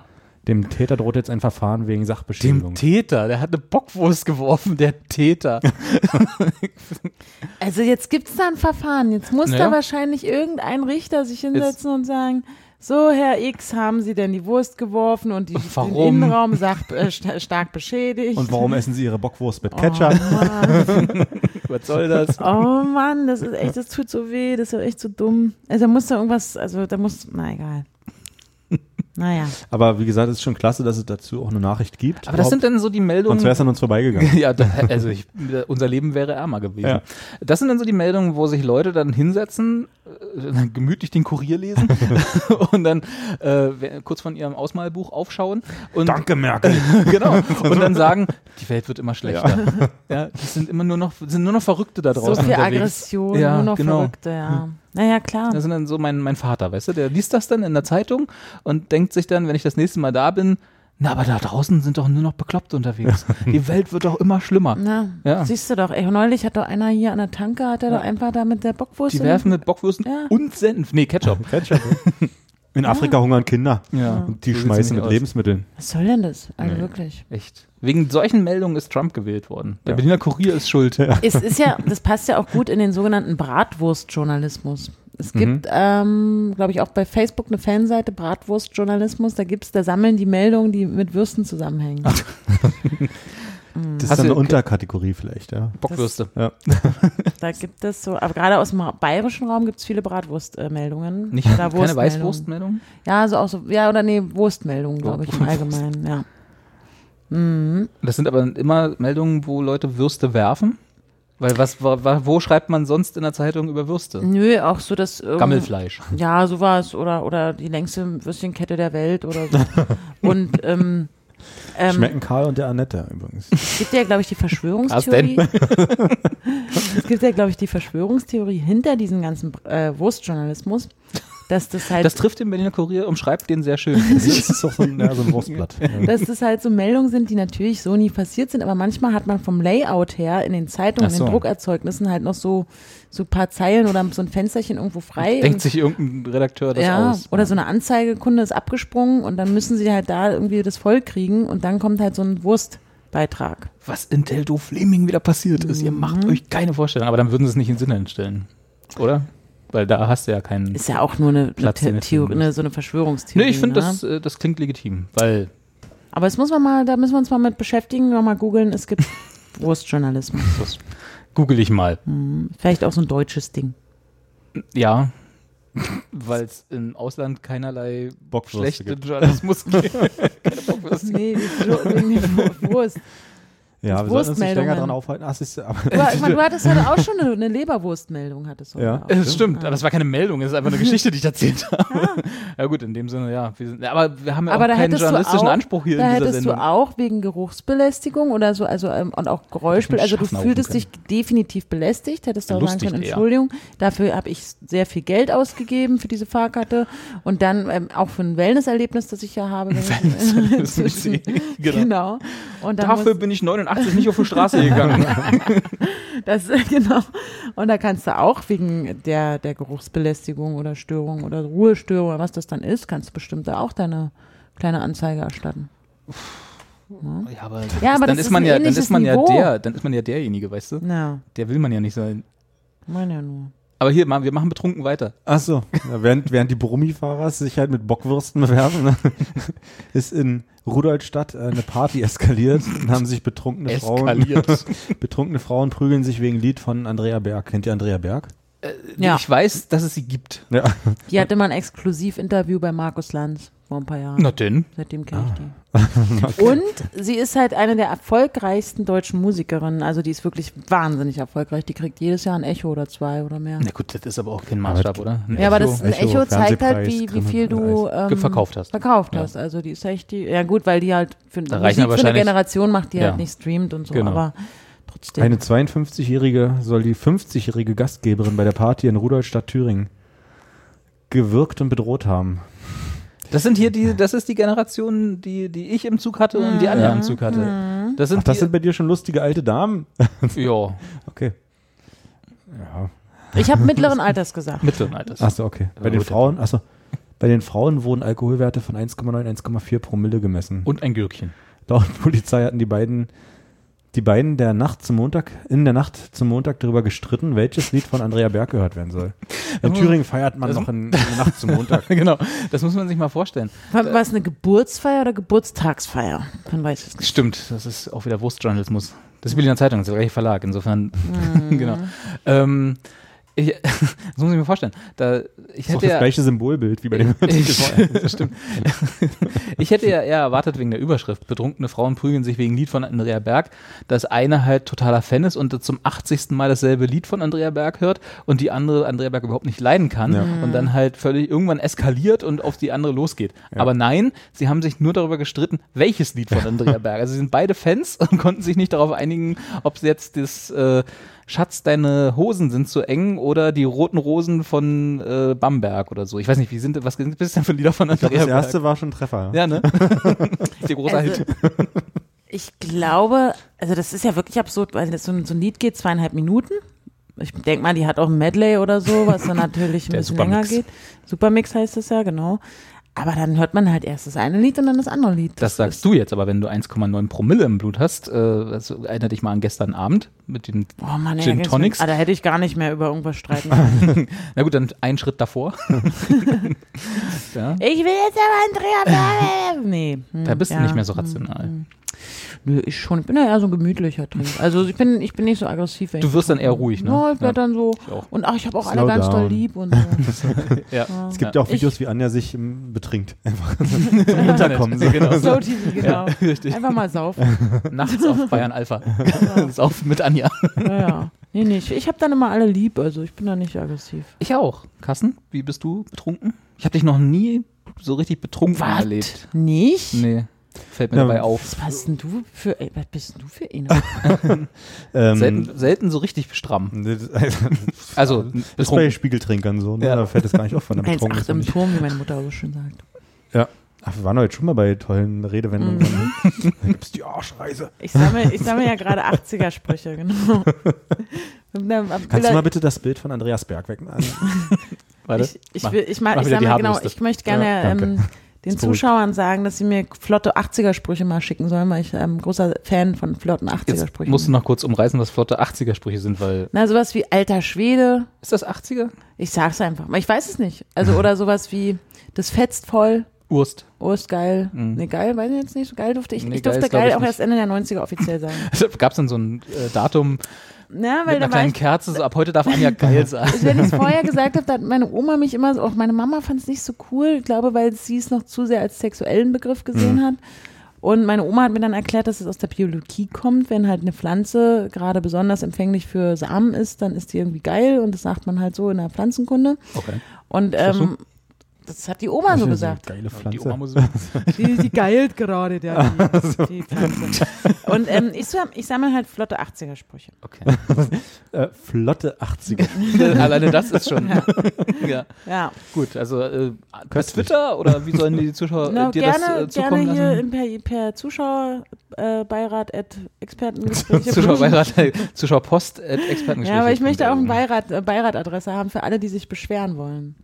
Speaker 3: Dem Täter droht jetzt ein Verfahren wegen Sachbeschädigung.
Speaker 1: Dem Täter, der hat eine Bockwurst geworfen, der Täter.
Speaker 2: Also jetzt gibt's da ein Verfahren. Jetzt muss
Speaker 1: Naja.
Speaker 2: da wahrscheinlich irgendein Richter sich hinsetzen und sagen, So, Herr X, haben Sie denn die Wurst geworfen und die, den
Speaker 1: Warum?
Speaker 2: Innenraum sagt, äh, sta- stark beschädigt?
Speaker 3: Und warum essen sie ihre Bockwurst mit Ketchup?
Speaker 2: Oh Mann,
Speaker 1: Was soll das?
Speaker 2: oh Mann das ist echt, das tut so weh, das ist ja echt so dumm. Also da muss da irgendwas, also da muss, na egal. Naja.
Speaker 3: Aber wie gesagt, es ist schon klasse, dass es dazu auch eine Nachricht gibt.
Speaker 1: Aber das sind dann so die Meldungen.
Speaker 3: Sonst wäre es an uns vorbeigegangen.
Speaker 1: Ja, da, also ich, unser Leben wäre ärmer gewesen.
Speaker 3: Ja.
Speaker 1: Das sind dann so die Meldungen, wo sich Leute dann hinsetzen, äh, dann gemütlich den Kurier lesen und dann äh, wer- kurz von ihrem Ausmalbuch aufschauen und
Speaker 3: Danke, Merkel.
Speaker 1: genau und dann sagen, die Welt wird immer schlechter. Ja, die sind immer nur noch sind nur noch Verrückte da draußen
Speaker 2: So viel
Speaker 1: unterwegs.
Speaker 2: Aggression,
Speaker 1: Ja,
Speaker 2: nur noch
Speaker 1: genau.
Speaker 2: Verrückte, ja. Naja, klar.
Speaker 1: Das sind dann so mein, mein Vater, weißt du, der liest das dann in der Zeitung und denkt sich dann, wenn ich das nächste Mal da bin, na, aber da draußen sind doch nur noch Bekloppte unterwegs. Die Welt wird doch immer schlimmer.
Speaker 2: Na,
Speaker 1: Ja.
Speaker 2: siehst du doch, ey, neulich hat doch einer hier an der Tanke, hat er doch einfach da mit der Bockwurst.
Speaker 1: Die
Speaker 2: in-
Speaker 1: werfen mit Bockwürsten
Speaker 2: Ja.
Speaker 1: und Senf. Nee, Ketchup.
Speaker 3: Ketchup. In Afrika hungern Kinder.
Speaker 1: Ja.
Speaker 3: Und die
Speaker 1: So sieht's nämlich
Speaker 3: schmeißen mit
Speaker 1: aus. Hm.
Speaker 3: Lebensmitteln.
Speaker 2: Was soll denn das? Also wirklich.
Speaker 1: Echt. Wegen solchen Meldungen ist Trump gewählt worden. Der Berliner Kurier ist schuld.
Speaker 2: Es ist ja, das passt ja auch gut in den sogenannten Bratwurstjournalismus. Es
Speaker 1: Mhm.
Speaker 2: gibt, ähm, glaube ich, auch bei Facebook eine Fanseite Bratwurstjournalismus. Da gibt's, da sammeln die Meldungen, die mit Würsten zusammenhängen.
Speaker 3: Das ist
Speaker 1: Hast
Speaker 3: dann
Speaker 1: du-
Speaker 3: eine Unterkategorie vielleicht, ja.
Speaker 1: Bockwürste.
Speaker 3: Ja.
Speaker 2: Da gibt es so, aber gerade aus dem ra- bayerischen Raum gibt's viele Bratwurstmeldungen.
Speaker 1: Nicht,
Speaker 2: Oder
Speaker 1: keine
Speaker 2: Wurstmeldungen.
Speaker 1: Weißwurstmeldung?
Speaker 2: Ja, so auch so, ja oder nee, Wurstmeldungen, glaube ich, im
Speaker 1: Wurst.
Speaker 2: Allgemeinen. Ja.
Speaker 1: Das sind aber immer Meldungen, wo Leute Würste werfen. Weil was, wa- wa- wo schreibt man sonst in der Zeitung über Würste?
Speaker 2: Nö, auch so das. ähm,
Speaker 1: Gammelfleisch.
Speaker 2: Ja, sowas oder oder die längste Würstchenkette der Welt oder so. Und ähm, ähm,
Speaker 3: Schmecken Karl und der Annette übrigens.
Speaker 2: es gibt ja, glaube ich, die Verschwörungstheorie. es gibt ja, glaube ich, die Verschwörungstheorie hinter diesem ganzen äh, Wurstjournalismus, dass das halt
Speaker 1: Das trifft den Berliner Kurier und schreibt den sehr schön.
Speaker 3: Das ist doch so ein, ja, so ein Wurstblatt. Ja.
Speaker 2: dass das halt so Meldungen sind, die natürlich so nie passiert sind, aber manchmal hat man vom Layout her in den Zeitungen,
Speaker 1: Ach
Speaker 2: in
Speaker 1: so.
Speaker 2: den Druckerzeugnissen halt noch so so ein paar Zeilen oder so ein Fensterchen irgendwo frei.
Speaker 1: Denkt sich irgendein Redakteur das
Speaker 2: ja,
Speaker 1: aus.
Speaker 2: oder so eine Anzeigekunde ist abgesprungen und dann müssen sie halt da irgendwie das voll kriegen und dann kommt halt so ein Wurstbeitrag.
Speaker 1: was in Telto Fleming wieder passiert ist. Ihr macht
Speaker 2: Mhm.
Speaker 1: euch keine Vorstellung. Aber dann würden sie es nicht in Sinn entstellen. Oder? Weil da hast du ja keinen.
Speaker 2: Ist ja auch nur eine, eine,
Speaker 1: Platz, den
Speaker 2: The
Speaker 1: wir finden
Speaker 2: Theorie, eine so eine Verschwörungstheorie.
Speaker 1: Nee, ich finde,
Speaker 2: ne?
Speaker 1: das, äh, das klingt legitim. Weil
Speaker 2: Aber das muss man mal, da müssen wir uns mal mit beschäftigen, nochmal googeln. Es gibt Wurstjournalismus.
Speaker 1: das google ich mal.
Speaker 2: Mhm. Vielleicht auch so ein deutsches Ding.
Speaker 1: Ja. Weil es im Ausland keinerlei
Speaker 3: Bockwürste
Speaker 1: schlechte
Speaker 3: gibt.
Speaker 1: Journalismus gibt. Keine Bockwürste.
Speaker 2: Nee, Wurst.
Speaker 3: Ja, wir sollten uns nicht länger
Speaker 2: Wurstmeldungen.
Speaker 3: dran aufhalten. Ach, siehst du, aber
Speaker 2: Du, ich meine, du hattest heute auch schon eine, eine Leberwurstmeldung, hattest du.
Speaker 3: Ja.
Speaker 2: heute
Speaker 1: Äh, Stimmt, aber es war keine Meldung, es ist einfach eine Geschichte, die ich erzählt habe. Ja. gut, in dem Sinne, ja. Wir sind, aber wir haben
Speaker 2: Auch.
Speaker 1: ja
Speaker 2: Aber
Speaker 1: auch
Speaker 2: da
Speaker 1: keinen
Speaker 2: hättest, du
Speaker 1: journalistischen
Speaker 2: auch,
Speaker 1: Anspruch hier
Speaker 2: da
Speaker 1: in dieser
Speaker 2: hättest du
Speaker 1: Sendung.
Speaker 2: auch wegen Geruchsbelästigung oder so, also ähm, und auch Geräuschbel, also du
Speaker 1: Schaffner
Speaker 2: fühltest
Speaker 1: rufen
Speaker 2: dich definitiv belästigt, hättest du auch sagen
Speaker 1: Belustigt
Speaker 2: können,
Speaker 1: eher.
Speaker 2: Entschuldigung, dafür habe ich sehr viel Geld ausgegeben für diese Fahrkarte und dann ähm, auch für ein Wellnesserlebnis, das ich ja habe.
Speaker 1: Wellnesserlebnis,
Speaker 2: genau. Und dann
Speaker 1: Dafür
Speaker 2: muss,
Speaker 1: bin ich 89 nicht auf die Straße gegangen.
Speaker 2: das, genau. Und da kannst du auch wegen der, der Geruchsbelästigung oder Störung oder Ruhestörung oder was das dann ist, kannst du bestimmt da auch deine kleine Anzeige erstatten.
Speaker 1: Ja, aber,
Speaker 2: Ja, aber
Speaker 1: dann
Speaker 2: das
Speaker 1: ist
Speaker 2: ist
Speaker 1: man
Speaker 2: ein
Speaker 1: ja, dann
Speaker 2: ähnliches
Speaker 1: ist man ja
Speaker 2: Niveau.
Speaker 1: der, dann ist man ja derjenige, weißt du?
Speaker 2: Na,
Speaker 1: Der will man ja nicht sein.
Speaker 2: meine ja nur.
Speaker 1: Aber hier, ma- wir machen betrunken weiter.
Speaker 3: Ach so, ja, während, während die Brummifahrer sich halt mit Bockwürsten bewerfen, ne, ist in Rudolstadt äh, eine Party eskaliert und haben sich betrunkene Frauen,
Speaker 1: Eskaliert.
Speaker 3: betrunkene Frauen prügeln sich wegen Lied von Andrea Berg. Kennt ihr Andrea Berg?
Speaker 2: Ja.
Speaker 1: Ich weiß, dass es sie gibt.
Speaker 3: Ja.
Speaker 2: Die hatte mal ein Exklusivinterview bei Markus Lanz vor ein paar Jahren.
Speaker 1: Na denn.
Speaker 2: Seitdem kenne ich die. Und sie ist halt eine der erfolgreichsten deutschen Musikerinnen. Also die ist wirklich wahnsinnig erfolgreich. Die kriegt jedes Jahr ein Echo oder zwei oder mehr.
Speaker 1: Na gut, das ist aber auch kein Maßstab, oder?
Speaker 2: Ja, aber das ein
Speaker 3: Echo,
Speaker 2: Echo zeigt halt, wie,
Speaker 3: Fernsehpreis,
Speaker 2: wie viel du ähm,
Speaker 1: Verkauft hast.
Speaker 2: Verkauft hast. Also die ist echt die, ja gut, weil die halt für,
Speaker 1: Da
Speaker 2: Musik
Speaker 1: reichen aber
Speaker 2: für eine
Speaker 1: wahrscheinlich-
Speaker 2: Generation macht, die
Speaker 1: Ja.
Speaker 2: halt nicht streamt und so.
Speaker 1: Genau.
Speaker 2: Aber trotzdem.
Speaker 3: Eine 52-Jährige soll die 50-jährige Gastgeberin bei der Party in Rudolstadt, Thüringen gewirkt und bedroht haben.
Speaker 1: Das sind hier die, das ist die Generation, die, die ich im Zug hatte
Speaker 2: Mhm.
Speaker 1: und die Anja im Zug hatte. Das sind,
Speaker 3: Ach, das
Speaker 1: die,
Speaker 3: sind bei dir schon lustige alte Damen?
Speaker 1: ja,
Speaker 3: Okay. Ja.
Speaker 2: ich habe mittleren Alters gesagt.
Speaker 1: Mittelalters.
Speaker 3: Achso, okay. Bei den
Speaker 1: Gut.
Speaker 3: Frauen, achso. Bei den Frauen wurden Alkoholwerte von 1,9, 1,4 Promille gemessen.
Speaker 1: Und ein Gürkchen.
Speaker 3: Laut Polizei hatten die beiden die beiden der Nacht zum Montag, in der Nacht zum Montag darüber gestritten, welches Lied von Andrea Berg gehört werden soll. In Thüringen feiert man
Speaker 1: Also-
Speaker 3: noch in, in der Nacht zum Montag.
Speaker 1: genau, das muss man sich mal vorstellen.
Speaker 2: War, war es eine Geburtsfeier oder Geburtstagsfeier? Dann weiß ich es nicht.
Speaker 1: Stimmt, das ist auch wieder Wurstjournalismus. Das ist Berliner Zeitung, das ist der gleiche Verlag, insofern, genau. Ähm, ich, das muss ich mir vorstellen. Da, ich
Speaker 3: Das ist doch
Speaker 1: hätte
Speaker 3: das
Speaker 1: ja,
Speaker 3: gleiche Symbolbild wie bei dem.
Speaker 1: ich, stimmt. ich hätte ja eher erwartet wegen der Überschrift, betrunkene Frauen prügeln sich wegen Lied von Andrea Berg, dass eine halt totaler Fan ist und zum 80. Mal dasselbe Lied von Andrea Berg hört und die andere Andrea Berg überhaupt nicht leiden kann
Speaker 3: Ja.
Speaker 1: und dann halt völlig irgendwann eskaliert und auf die andere losgeht. Aber nein, sie haben sich nur darüber gestritten, welches Lied von Andrea Berg. Also sie sind beide Fans und konnten sich nicht darauf einigen, ob sie jetzt das äh, Schatz, deine Hosen sind zu eng oder die roten Rosen von äh, Bamberg oder so. Ich weiß nicht, wie sind was sind das denn für Lieder von Andrea
Speaker 3: Das
Speaker 1: Berg?
Speaker 3: erste war schon ein Treffer.
Speaker 1: Ja, ne? Der große
Speaker 2: Also,
Speaker 1: Hit.
Speaker 2: ich glaube, also das ist ja wirklich absurd, weil so ein, so ein Lied geht zweieinhalb Minuten. Ich denke mal, die hat auch ein Medley oder so, was dann natürlich ein
Speaker 1: Der
Speaker 2: bisschen länger
Speaker 1: Supermix.
Speaker 2: geht. Supermix heißt das ja, genau. Aber dann hört man halt erst das eine Lied und dann das andere Lied.
Speaker 1: Das sagst du jetzt, aber wenn du 1,9 Promille im Blut hast, äh, also erinnere dich mal an gestern Abend mit dem
Speaker 2: Oh Mann, ey,
Speaker 1: Gin
Speaker 2: da ging's
Speaker 1: Tonics.
Speaker 2: Mit, ah, da hätte ich gar nicht mehr über irgendwas streiten können.
Speaker 1: Na gut, dann einen Schritt davor. ja,
Speaker 2: ich will jetzt aber Andrea Berg. Nee. hm,
Speaker 1: da bist
Speaker 2: ja. Mhm. Hm,
Speaker 1: du nicht mehr so rational.
Speaker 2: Nö, ich schon. Ich bin ja eher so ein gemütlicher Trinker. Also ich bin, ich bin nicht so aggressiv. Wenn
Speaker 1: Du wirst dann eher ruhig,
Speaker 2: ich
Speaker 1: ne?
Speaker 2: Ja, ich werd dann so.
Speaker 1: auch.
Speaker 2: Und ach, ich habe auch alle
Speaker 3: Slow
Speaker 2: ganz
Speaker 3: down.
Speaker 2: doll lieb und so.
Speaker 1: ja.
Speaker 3: Es gibt ja auch
Speaker 2: Ich-
Speaker 3: Videos, wie Anja sich ähm, betrinkt. Einfach zum Runterkommen. So.
Speaker 1: Genau.
Speaker 2: Slow TV, genau.
Speaker 1: Richtig.
Speaker 2: Einfach mal saufen.
Speaker 1: genau. Nachts auf Bayern Alpha.
Speaker 2: Genau.
Speaker 1: Sauf mit Anja.
Speaker 2: Ja, ja. Nee, nee, ich, ich habe dann immer alle lieb, also ich bin da nicht aggressiv.
Speaker 1: Ich auch. Kassen, wie bist du betrunken? Ich habe dich noch nie so richtig betrunken erlebt.
Speaker 2: Nicht?
Speaker 1: Nee, fällt mir
Speaker 3: Ja,
Speaker 1: dabei auf.
Speaker 2: Was hast denn du für, ey, was bist denn du für einer?
Speaker 3: Ähm,
Speaker 1: Selten, selten so richtig stramm.
Speaker 3: das also, das
Speaker 1: Also
Speaker 3: ist bei
Speaker 1: betrunken.
Speaker 3: Spiegeltrinkern so. Ne?
Speaker 1: Ja.
Speaker 3: Da fällt das gar nicht auf von der Betrunken.
Speaker 2: 1,8 im Turm, wie meine Mutter so schön sagt.
Speaker 3: Ja. Ach, wir waren doch jetzt schon mal bei tollen Redewendungen.
Speaker 1: Mm.
Speaker 3: Da gibt's die Arschreise.
Speaker 2: Ich sammle, ich sammle ja gerade 80er-Sprüche, genau. Und dann- äh,
Speaker 3: Kannst du mal bitte das Bild von Andreas Berg wegmachen?
Speaker 1: Warte.
Speaker 2: Ich, ich,
Speaker 1: Mach-
Speaker 2: will, ich, mal,
Speaker 1: mach
Speaker 2: ich,
Speaker 1: wieder
Speaker 2: sag
Speaker 1: die
Speaker 2: mal genau,
Speaker 1: harmlose.
Speaker 2: ich möchte gerne
Speaker 3: Ja, danke.
Speaker 2: ähm, den
Speaker 3: Ist beruhigt.
Speaker 2: Zuschauern sagen, dass sie mir flotte 80er-Sprüche mal schicken sollen, weil ich ähm, großer Fan von flotten
Speaker 1: Jetzt
Speaker 2: 80er-Sprüchen
Speaker 1: musst du
Speaker 2: bin.
Speaker 1: noch kurz umreißen, was flotte 80er-Sprüche sind, weil.
Speaker 2: Na, sowas wie alter Schwede,
Speaker 1: Ist das 80er?
Speaker 2: ich sag's einfach mal, ich weiß es nicht. Also oder sowas wie, das fetzt voll,
Speaker 1: Urst.
Speaker 2: oh ist geil. Nee, geil, weiß ich jetzt nicht, so geil durfte ich,
Speaker 1: Mhm. Nee,
Speaker 2: ich
Speaker 1: geil
Speaker 2: durfte
Speaker 1: ist, glaub
Speaker 2: geil
Speaker 1: ich,
Speaker 2: auch
Speaker 1: nicht.
Speaker 2: erst Ende der 90er offiziell sagen.
Speaker 1: Gab es denn so ein äh, Datum
Speaker 2: Na,
Speaker 1: mit einer
Speaker 2: weil da war
Speaker 1: kleinen
Speaker 2: ich,
Speaker 1: Kerze? So, ab heute darf Anja geil sein.
Speaker 2: also wenn ich es vorher gesagt habe, da hat meine Oma mich immer so, auch meine Mama fand es nicht so cool, ich glaube, weil sie es noch zu sehr als sexuellen Begriff gesehen
Speaker 1: Mhm.
Speaker 2: hat. Und meine Oma hat mir dann erklärt, dass es aus der Biologie kommt, wenn halt eine Pflanze gerade besonders empfänglich für Samen ist, dann ist die irgendwie geil und das sagt man halt so in der Pflanzenkunde.
Speaker 1: Okay.
Speaker 2: Und ähm, das hat die Oma so gesagt.
Speaker 3: Geile
Speaker 1: Die
Speaker 3: Pflanze.
Speaker 1: Oma muss. Ja,
Speaker 2: Die, die geilt gerade, der,
Speaker 1: Also.
Speaker 2: die, die Pflanze. Und ähm, ich, sam- ich sammle halt flotte 80er-Sprüche.
Speaker 1: Okay.
Speaker 3: Äh, flotte 80er.
Speaker 1: Alleine das ist schon. ja.
Speaker 2: Ja,
Speaker 1: Gut, also äh, per Twitter oder wie sollen die Zuschauer
Speaker 2: Na,
Speaker 1: äh, dir
Speaker 2: gerne,
Speaker 1: das äh, zukommen
Speaker 2: gerne hier
Speaker 1: lassen?
Speaker 2: im, per, per Zuschauerbeirat äh, Expertengespräche.
Speaker 1: Zuschauerbeirat, äh, Zuschauerpost, äh, Expertengespräche.
Speaker 2: Ja, aber ich möchte auch
Speaker 1: Ähm,
Speaker 2: eine Beirat, äh, Beiratadresse haben für alle, die sich beschweren wollen.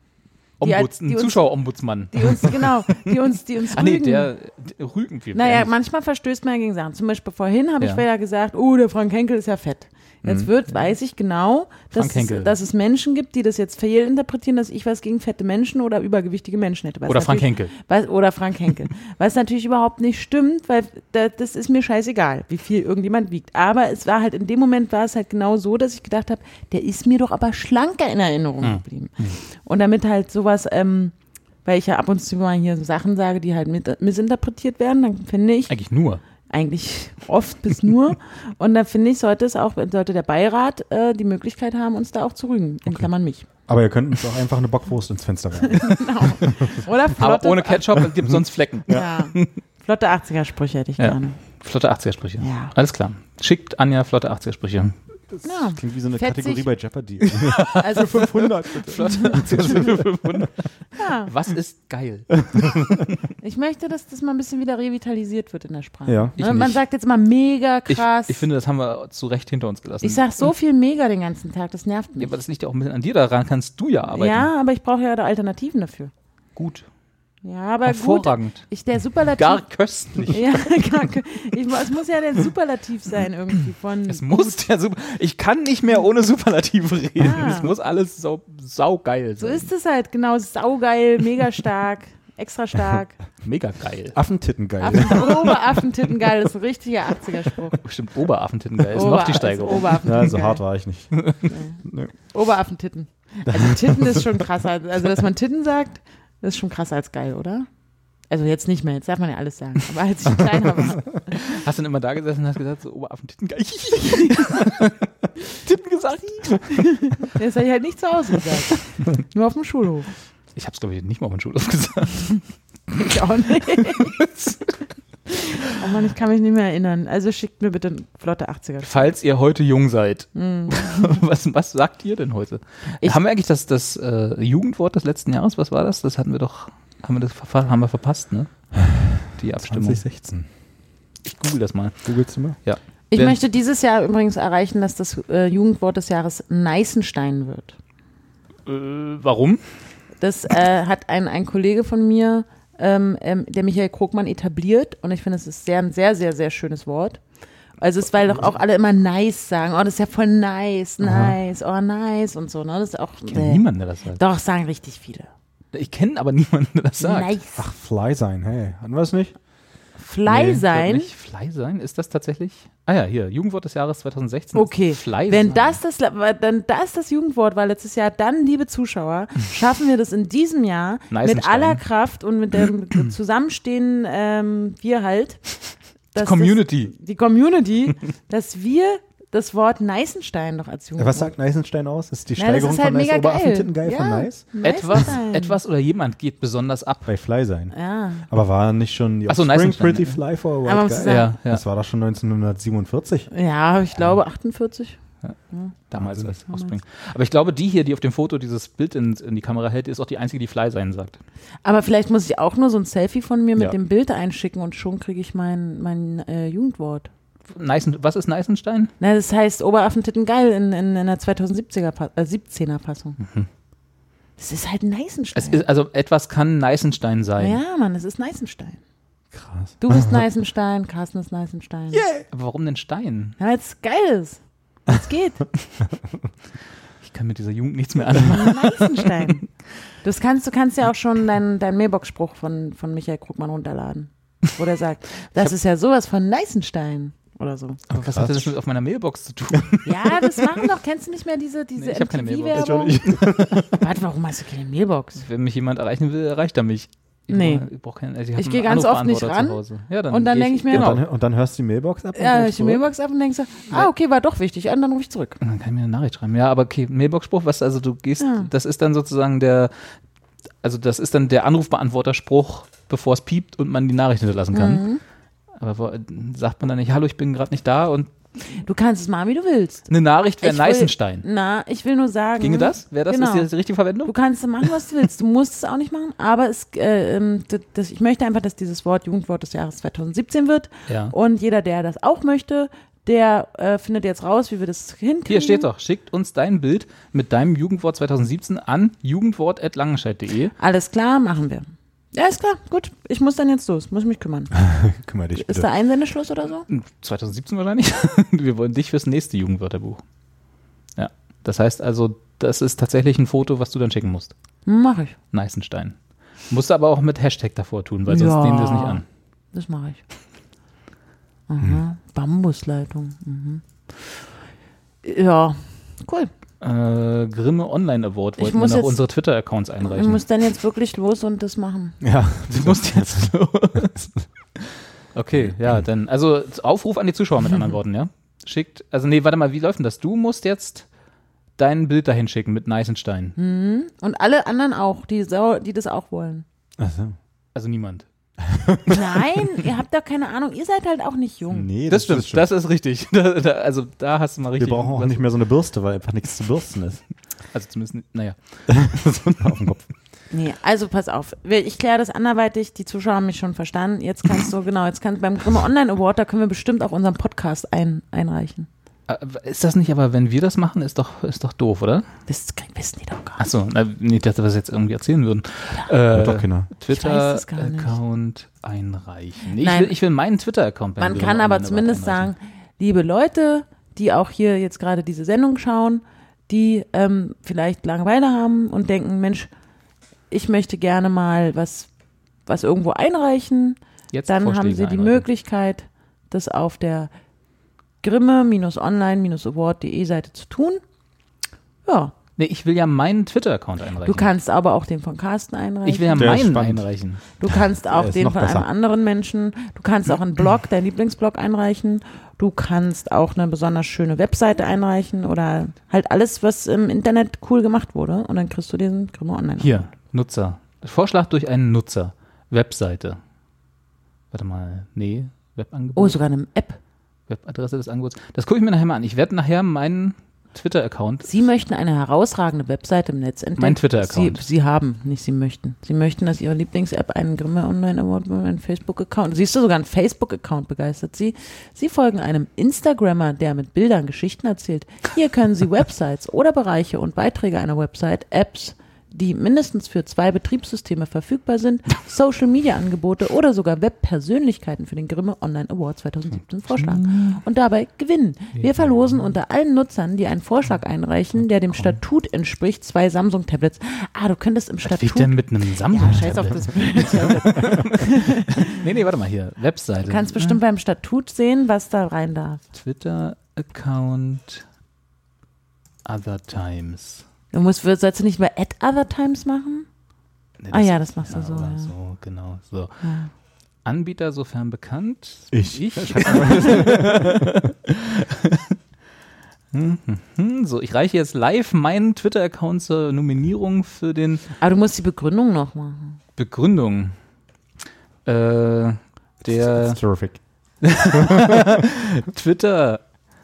Speaker 2: die-
Speaker 1: Ombuds,
Speaker 2: die
Speaker 1: ein
Speaker 2: uns-
Speaker 1: Zuschauerombudsmann.
Speaker 2: Die uns, genau, die uns, die uns
Speaker 1: Ah nee,
Speaker 2: rügen.
Speaker 1: der, der Rügen. Wir
Speaker 2: Naja,
Speaker 1: werden-
Speaker 2: manchmal verstößt man ja gegen Sachen. Zum Beispiel vorhin habe ich
Speaker 1: Ja. Mhm.
Speaker 2: wieder gesagt, oh, der Frank Henkel ist ja fett. Jetzt wird, weiß ich genau, dass
Speaker 1: Frank
Speaker 2: es,
Speaker 1: Henkel.
Speaker 2: dass es Menschen gibt, die das jetzt fehlinterpretieren, dass ich was gegen fette Menschen oder übergewichtige Menschen hätte. was
Speaker 1: Oder Frank
Speaker 2: natürlich-
Speaker 1: Henkel.
Speaker 2: Was, oder Frank Henkel. was natürlich überhaupt nicht stimmt, weil da, das ist mir scheißegal, wie viel irgendjemand wiegt. Aber es war halt in dem Moment war es halt genau so, dass ich gedacht habe, der ist mir doch aber schlanker in Erinnerung
Speaker 1: Hm.
Speaker 2: geblieben. Und damit halt sowas, ähm, weil ich ja ab und zu mal hier so Sachen sage, die halt mit, missinterpretiert werden, dann finde ich
Speaker 1: Eigentlich nur.
Speaker 2: eigentlich oft bis nur. Und da finde ich, sollte es auch, sollte der Beirat äh, die Möglichkeit haben, uns da auch zu rügen. In Klammern mich.
Speaker 3: Aber ihr könnt uns auch einfach eine Bockwurst ins Fenster werfen.
Speaker 2: Oder
Speaker 1: Aber
Speaker 2: flotte,
Speaker 1: ohne Ketchup gibt sonst Flecken.
Speaker 2: ja. flotte 80er-Sprüche hätte ich
Speaker 1: Ja.
Speaker 2: gerne.
Speaker 1: Flotte 80er-Sprüche.
Speaker 2: Ja.
Speaker 1: Alles klar. Schickt Anja flotte 80er-Sprüche.
Speaker 2: Ja.
Speaker 3: Klingt wie so eine
Speaker 2: Fetzig.
Speaker 3: Kategorie bei Jeopardy.
Speaker 2: Also
Speaker 3: 500 bitte.
Speaker 1: Flotte 80er-Sprüche für 500.
Speaker 2: Ja.
Speaker 1: Was ist geil?
Speaker 2: ich möchte, dass das mal ein bisschen wieder revitalisiert wird in der Sprache.
Speaker 3: Ja.
Speaker 1: Ich
Speaker 2: Ne? Man
Speaker 1: nicht.
Speaker 2: sagt jetzt mal mega
Speaker 1: Ich,
Speaker 2: krass.
Speaker 1: ich finde, das haben wir zu Recht hinter uns gelassen.
Speaker 2: Ich sag so viel mega den ganzen Tag, das nervt
Speaker 1: ja,
Speaker 2: mich.
Speaker 1: aber das liegt ja auch ein bisschen an dir, daran kannst du ja arbeiten.
Speaker 2: Ja, aber ich brauche ja da Alternativen dafür.
Speaker 1: Gut.
Speaker 2: Ja, aber
Speaker 1: Hervorragend.
Speaker 2: gut. Ich, der Superlativ.
Speaker 1: Gar köstlich.
Speaker 2: ja, gar, ich, mu- es muss ja der Superlativ sein irgendwie von.
Speaker 1: Es muss der Super. Ich kann nicht mehr ohne Superlative reden.
Speaker 2: Ah.
Speaker 1: Es muss alles sau, saugeil
Speaker 2: so
Speaker 1: sein.
Speaker 2: ist es halt, genau. Saugeil, mega stark, extra stark.
Speaker 1: Mega geil. Ah,
Speaker 3: Affentitten geil.
Speaker 2: Affen, Oberaffentitten geil, das ist ein richtiger 80er-Spruch.
Speaker 1: Stimmt, Oberaffentitten geil. Ist
Speaker 2: Ober-
Speaker 1: noch die
Speaker 2: ist
Speaker 1: Steigerung.
Speaker 2: Oberaffentitten.
Speaker 3: Ja, so
Speaker 2: geil.
Speaker 3: hart war ich nicht.
Speaker 2: Oberaffentitten. Also Titten ist schon krasser. Also, dass man Titten sagt, ist schon krasser als geil, oder? Also jetzt nicht mehr, jetzt darf man ja alles sagen. Aber als ich kleiner war.
Speaker 1: Hast du denn immer da gesessen und hast gesagt, so Oberaffentitten geil. Titten gesagt.
Speaker 2: Das habe ich halt nicht zu Hause gesagt. Nur auf dem Schulhof.
Speaker 1: Ich hab's, glaube ich, nicht mal auf den Schulhof gesagt.
Speaker 2: Ich auch nicht. Oh Mann, ich kann mich nicht mehr erinnern. Also schickt mir bitte flotte 80er.
Speaker 1: Falls ihr heute jung seid, was, was sagt ihr denn heute?
Speaker 2: Hm. Ich-
Speaker 1: haben wir eigentlich das, das äh, Jugendwort des letzten Jahres? Was war das? Das hatten wir doch, haben wir das ver haben wir verpasst, ne? Die Abstimmung.
Speaker 3: 2016.
Speaker 1: Ich google das mal.
Speaker 3: Googelst du mal?
Speaker 1: Ja.
Speaker 2: Ich
Speaker 1: Wenn-
Speaker 2: möchte dieses Jahr übrigens erreichen, dass das äh, Jugendwort des Jahres Neißenstein wird.
Speaker 1: Äh, warum?
Speaker 2: Das äh, hat ein, ein Kollege von mir, ähm, ähm, der Michael Krogmann, etabliert und ich finde, es ist sehr, ein sehr, sehr, sehr schönes Wort. Also es, weil doch auch alle immer nice sagen, oh, das ist ja voll nice, nice, oh nice und so, ne? Das ist auch.
Speaker 1: Kennt niemand, der das sagt.
Speaker 2: Doch, sagen richtig viele.
Speaker 1: Ich kenne aber niemanden, der das sagt.
Speaker 2: Nice.
Speaker 3: Ach, Fly sein, hey. Hatten wir es nicht?
Speaker 2: Fly
Speaker 1: Nee,
Speaker 2: sein.
Speaker 1: glaub Nicht. Fly sein? Ist das tatsächlich? Ah ja, hier, Jugendwort des Jahres 2016. ist
Speaker 2: Okay,
Speaker 1: Fly
Speaker 2: wenn
Speaker 1: sein.
Speaker 2: das das, dann das das Jugendwort war letztes Jahr, dann, liebe Zuschauer, schaffen wir das in diesem Jahr mit
Speaker 1: Neisenstein.
Speaker 2: aller Kraft und mit dem Zusammenstehen ähm, wir halt. dass
Speaker 1: Community.
Speaker 2: Das, die Community, dass wir das Wort Neisenstein noch als Jugendwort.
Speaker 3: Was sagt Neisenstein aus? Ist die
Speaker 2: Na, das
Speaker 3: Steigerung
Speaker 2: ist halt
Speaker 3: von Nice
Speaker 2: mega
Speaker 3: Oberaffentitten geil,
Speaker 2: geil.
Speaker 3: von
Speaker 2: Ja.
Speaker 3: Nice?
Speaker 1: Etwas,
Speaker 2: Neisenstein.
Speaker 1: etwas oder jemand geht besonders ab.
Speaker 3: Bei Fly sein.
Speaker 2: Ja.
Speaker 3: Aber war nicht schon die
Speaker 1: Ach so,
Speaker 3: Offspring
Speaker 1: Neisenstein,
Speaker 3: Pretty
Speaker 1: ja.
Speaker 3: Fly for a While
Speaker 2: Aber man muss
Speaker 3: geil?
Speaker 2: sagen- Ja,
Speaker 3: Das war doch schon 1947.
Speaker 2: ja, ich glaube 48.
Speaker 1: damals als Offspring. Aber ich glaube, die hier, die auf dem Foto dieses Bild in, in die Kamera hält, ist auch die einzige, die Fly sein sagt.
Speaker 2: Aber vielleicht muss ich auch nur so ein Selfie von mir mit
Speaker 1: Ja.
Speaker 2: dem Bild einschicken und schon kriege ich mein, mein äh, Jugendwort.
Speaker 1: Neißen, was ist Neisenstein?
Speaker 2: Na, das heißt Oberaffentitten geil in, in, in der 2017er Pa- äh, 17er Fassung.
Speaker 3: Mhm.
Speaker 2: Das ist halt
Speaker 1: Es
Speaker 2: Neisenstein.
Speaker 1: ist, also etwas kann Neisenstein sein.
Speaker 2: Ja, Mann, es ist Neisenstein.
Speaker 3: Krass.
Speaker 2: Du bist Neisenstein, Carsten ist Neisenstein. Yeah.
Speaker 1: Aber warum denn Stein?
Speaker 2: Ja, weil es geil ist. Es geht.
Speaker 1: Ich kann mit dieser Jugend nichts mehr anfangen.
Speaker 2: Neisenstein. Das kannst, du kannst ja auch schon deinen dein Mailbox-Spruch von, von Michael Krugmann runterladen. Wo der sagt, das ist ja sowas von Neisenstein. Oder so.
Speaker 1: Aber was hat das mit auf meiner Mailbox zu tun?
Speaker 2: Ja, das machen doch. Kennst du nicht mehr diese, diese
Speaker 1: Nee, ich hab keine Mailbox.
Speaker 3: Ich auch
Speaker 2: MTV-Werbung?
Speaker 3: nicht.
Speaker 2: Warte, warum hast du keine Mailbox?
Speaker 1: Wenn mich jemand erreichen will, erreicht er mich. Ich
Speaker 2: Nee.
Speaker 1: brauch- Ich, brauch keinen, also ich hab
Speaker 2: Ich geh
Speaker 1: einen
Speaker 2: ganz oft nicht
Speaker 1: Anrufbeantworter zu Hause.
Speaker 2: ran.
Speaker 1: Ja, dann
Speaker 2: Und dann
Speaker 1: geh
Speaker 2: denk ich mir-
Speaker 1: genau.
Speaker 3: Und, dann, und dann hörst du die Mailbox ab? und
Speaker 2: Ja, ich
Speaker 3: rufst
Speaker 2: die Mailbox ab und denke so, ah, okay, war doch wichtig. Und dann rufe ich zurück.
Speaker 1: Dann kann ich mir eine Nachricht schreiben. Ja, aber okay, Mailbox-Spruch, was, also du gehst,
Speaker 2: Ah.
Speaker 1: das ist dann sozusagen der, also das ist dann der Anrufbeantworterspruch, bevor es piept und man die Nachricht hinterlassen kann.
Speaker 2: Mhm.
Speaker 1: Aber wo- sagt man dann nicht, hallo, ich bin gerade nicht da und
Speaker 2: Du kannst es machen, wie du willst.
Speaker 1: eine Nachricht wäre
Speaker 2: Ich will-
Speaker 1: Neißenstein.
Speaker 2: Na, ich will nur sagen.
Speaker 1: Ginge das? Wäre das,
Speaker 2: genau.
Speaker 1: ist die richtige
Speaker 2: Du
Speaker 1: Verwendung?
Speaker 2: kannst machen, was du willst. Du musst es auch nicht machen, aber es, äh, ähm, d- das, ich möchte einfach, dass dieses Wort Jugendwort des Jahres 2017 wird.
Speaker 1: Ja.
Speaker 2: Und jeder, der das auch möchte, der äh, findet jetzt raus, wie wir das hinkriegen.
Speaker 1: Hier steht doch, schickt uns dein Bild mit deinem Jugendwort 2017 an jugendwort.langenscheid.de.
Speaker 2: Alles klar, machen wir. Ja, ist klar, gut. Ich muss dann jetzt los, muss mich kümmern.
Speaker 3: du, Kümmer dich
Speaker 2: Ist
Speaker 3: bitte.
Speaker 2: da Einsendeschluss oder so?
Speaker 1: 2017 Hm, wahrscheinlich. Wir wollen dich fürs nächste Jugendwörterbuch. Ja. Das heißt also, das ist tatsächlich ein Foto, was du dann schicken musst.
Speaker 2: Mach ich.
Speaker 1: Neißenstein. Musst du aber auch mit Hashtag davor tun, weil sonst
Speaker 2: Ja.
Speaker 1: nehmen wir es nicht an.
Speaker 2: Das mache ich.
Speaker 1: Hm.
Speaker 2: Aha. Bambusleitung. Mhm. Ja, cool.
Speaker 1: Äh, Grimme Online Award wollten wir
Speaker 2: muss
Speaker 1: noch
Speaker 2: jetzt-
Speaker 1: unsere Twitter-Accounts
Speaker 2: Ich
Speaker 1: einreichen.
Speaker 2: muss dann jetzt wirklich los und das machen.
Speaker 3: Ja,
Speaker 1: du musst jetzt los. Okay, ja, dann. Also Aufruf an die Zuschauer mit anderen Worten, ja? Schickt, also nee, warte mal, wie läuft denn das? Du musst jetzt dein Bild dahin schicken mit Neißenstein.
Speaker 2: Hm. Und alle anderen auch, die, sau- die das auch wollen.
Speaker 3: also,
Speaker 1: Also niemand.
Speaker 2: Nein, ihr habt da keine Ahnung. Ihr seid halt auch nicht jung.
Speaker 3: nee,
Speaker 1: Das, stimmt, das ist richtig. Da, da, also da hast du mal
Speaker 3: Wir
Speaker 1: richtig.
Speaker 3: brauchen auch
Speaker 1: was-
Speaker 3: nicht mehr so eine Bürste, weil einfach nichts zu bürsten ist.
Speaker 1: Also zumindest, naja.
Speaker 3: so auf dem Kopf.
Speaker 2: Nee, also pass auf. Wir- Ich kläre das anderweitig. Die Zuschauer haben mich schon verstanden. Jetzt kannst du, genau, jetzt kannst beim Grimme Online Award, da können wir bestimmt auch unseren Podcast ein, einreichen.
Speaker 1: Äh, Ist das nicht aber, wenn wir das machen, ist doch, ist doch doof, oder?
Speaker 2: Das wissen die doch gar nicht.
Speaker 1: Achso, nee, ich dachte, was jetzt irgendwie erzählen würden.
Speaker 3: Hat
Speaker 1: Äh,
Speaker 3: doch keiner.
Speaker 2: weiß es gar nicht.
Speaker 1: Twitter-Account einreichen. Nee, ich,
Speaker 2: Nein.
Speaker 1: will, ich will meinen Twitter-Account
Speaker 2: Man kann aber zumindest sagen, liebe Leute, die auch hier jetzt gerade diese Sendung schauen, die ähm, vielleicht Langeweile haben und denken, Mensch, ich möchte gerne mal was, was irgendwo einreichen.
Speaker 1: Jetzt
Speaker 2: Dann haben
Speaker 1: Vorschläge
Speaker 2: sie die
Speaker 1: einreichen.
Speaker 2: Möglichkeit, das auf der grimme-online-award.de Seite zu tun. Ja,
Speaker 1: Nee, ich will ja meinen Twitter-Account einreichen.
Speaker 2: du kannst aber auch den von Carsten einreichen.
Speaker 1: ich will ja
Speaker 3: Der ist
Speaker 1: meinen
Speaker 3: spannend.
Speaker 1: einreichen.
Speaker 2: Du kannst auch
Speaker 3: ist
Speaker 2: den
Speaker 3: noch
Speaker 2: von einem
Speaker 3: besser.
Speaker 2: anderen Menschen, du kannst auch einen Blog, deinen Lieblingsblog einreichen, du kannst auch eine besonders schöne Webseite einreichen oder halt alles, was im Internet cool gemacht wurde und dann kriegst du diesen Grimme Online.
Speaker 1: Hier, Nutzer. Vorschlag durch einen Nutzer. Webseite. Warte mal, nee, Webangebot.
Speaker 2: Oh, sogar eine App.
Speaker 1: Webadresse des Angebots. Das gucke ich mir nachher mal an. Ich werde nachher meinen Twitter-Account.
Speaker 2: Sie möchten eine herausragende Webseite im Netz entdecken.
Speaker 1: Mein Twitter-Account.
Speaker 2: Sie, Sie haben, nicht Sie möchten. Sie möchten, dass Ihre Lieblings-App einen Grimme Online Award und einen Facebook-Account. Siehst du sogar einen Facebook-Account begeistert Sie? Sie folgen einem Instagrammer, der mit Bildern Geschichten erzählt. Hier können Sie Websites oder Bereiche und Beiträge einer Website, Apps, die mindestens für zwei Betriebssysteme verfügbar sind, Social Media Angebote oder sogar Webpersönlichkeiten für den Grimme Online Award 2017 vorschlagen und dabei gewinnen. Wir verlosen unter allen Nutzern, die einen Vorschlag einreichen, der dem Statut entspricht, zwei Samsung Tablets. Ah, du könntest im
Speaker 1: Was will ich denn
Speaker 2: Statut
Speaker 1: mit einem Samsung?
Speaker 2: ja, scheiß auf das Bild. Du
Speaker 1: Nee, nee, warte mal hier. Webseite.
Speaker 2: kannst bestimmt beim Statut sehen, was da rein darf.
Speaker 1: Twitter-Account Other Times.
Speaker 2: Du musst, sollst du nicht mehr at other times machen?
Speaker 1: Nee,
Speaker 2: Ah ja, das machst du
Speaker 1: ja,
Speaker 2: so,
Speaker 1: oder
Speaker 2: ja.
Speaker 1: So, genau. So. Anbieter sofern bekannt.
Speaker 3: Ich.
Speaker 1: Hm, hm, hm. so, ich reiche jetzt live meinen Twitter-Account zur Nominierung für den
Speaker 2: Aber du musst die Begründung noch machen.
Speaker 1: Begründung. Äh, der
Speaker 3: It's terrific.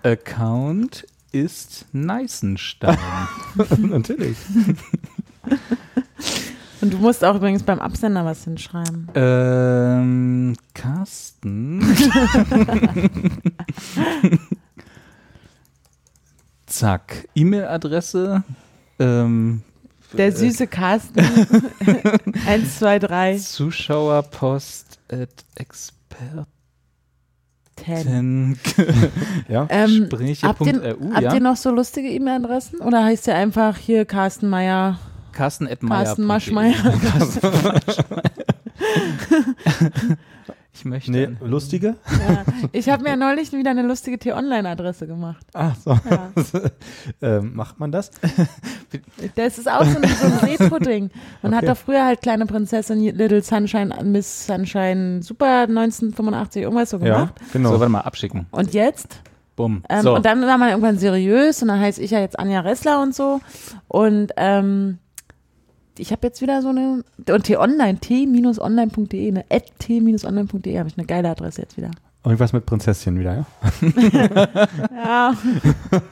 Speaker 1: Twitter-Account ist Neißenstein.
Speaker 3: Natürlich.
Speaker 2: Und du musst auch übrigens beim Absender was hinschreiben.
Speaker 1: ähm, Carsten. Zack. E-Mail-Adresse. Ähm,
Speaker 2: Der süße Carsten. Eins, zwei, drei.
Speaker 1: Zuschauerpost at Experten.
Speaker 2: Ten.
Speaker 3: Ja.
Speaker 2: Ähm, habt ihr,
Speaker 1: Spreche.ru,
Speaker 2: habt
Speaker 1: E ja.
Speaker 2: ihr noch so lustige E-Mail-Adressen? Oder heißt der einfach hier Carsten Meier,
Speaker 1: Carsten at Meier.de.
Speaker 2: Carsten Maschmeier?
Speaker 1: Ich möchte.
Speaker 3: Nee, lustige?
Speaker 2: ja. Ich habe mir neulich wieder eine lustige T-Online-Adresse gemacht.
Speaker 1: Ah,
Speaker 3: Ach so.
Speaker 2: Ja.
Speaker 3: ähm, macht man das?
Speaker 2: Das ist auch so ein, so ein Retro-Ding. Man hat
Speaker 3: Okay.
Speaker 2: doch früher halt kleine Prinzessin, Little Sunshine, Miss Sunshine, Super 1985, irgendwas so
Speaker 1: Also
Speaker 3: Ja,
Speaker 2: gemacht.
Speaker 3: genau.
Speaker 1: So, warte mal, abschicken.
Speaker 2: Und jetzt
Speaker 1: Bumm.
Speaker 2: Ähm,
Speaker 1: so.
Speaker 2: Und dann war man irgendwann seriös und dann heiße ich ja jetzt Anja Ressler und so. Und ähm, ich habe jetzt wieder so eine, und t-online, t-online.de, ne, at t-online.de habe ich eine geile Adresse jetzt wieder.
Speaker 3: Irgendwas mit Prinzesschen wieder, ja?
Speaker 2: Ja,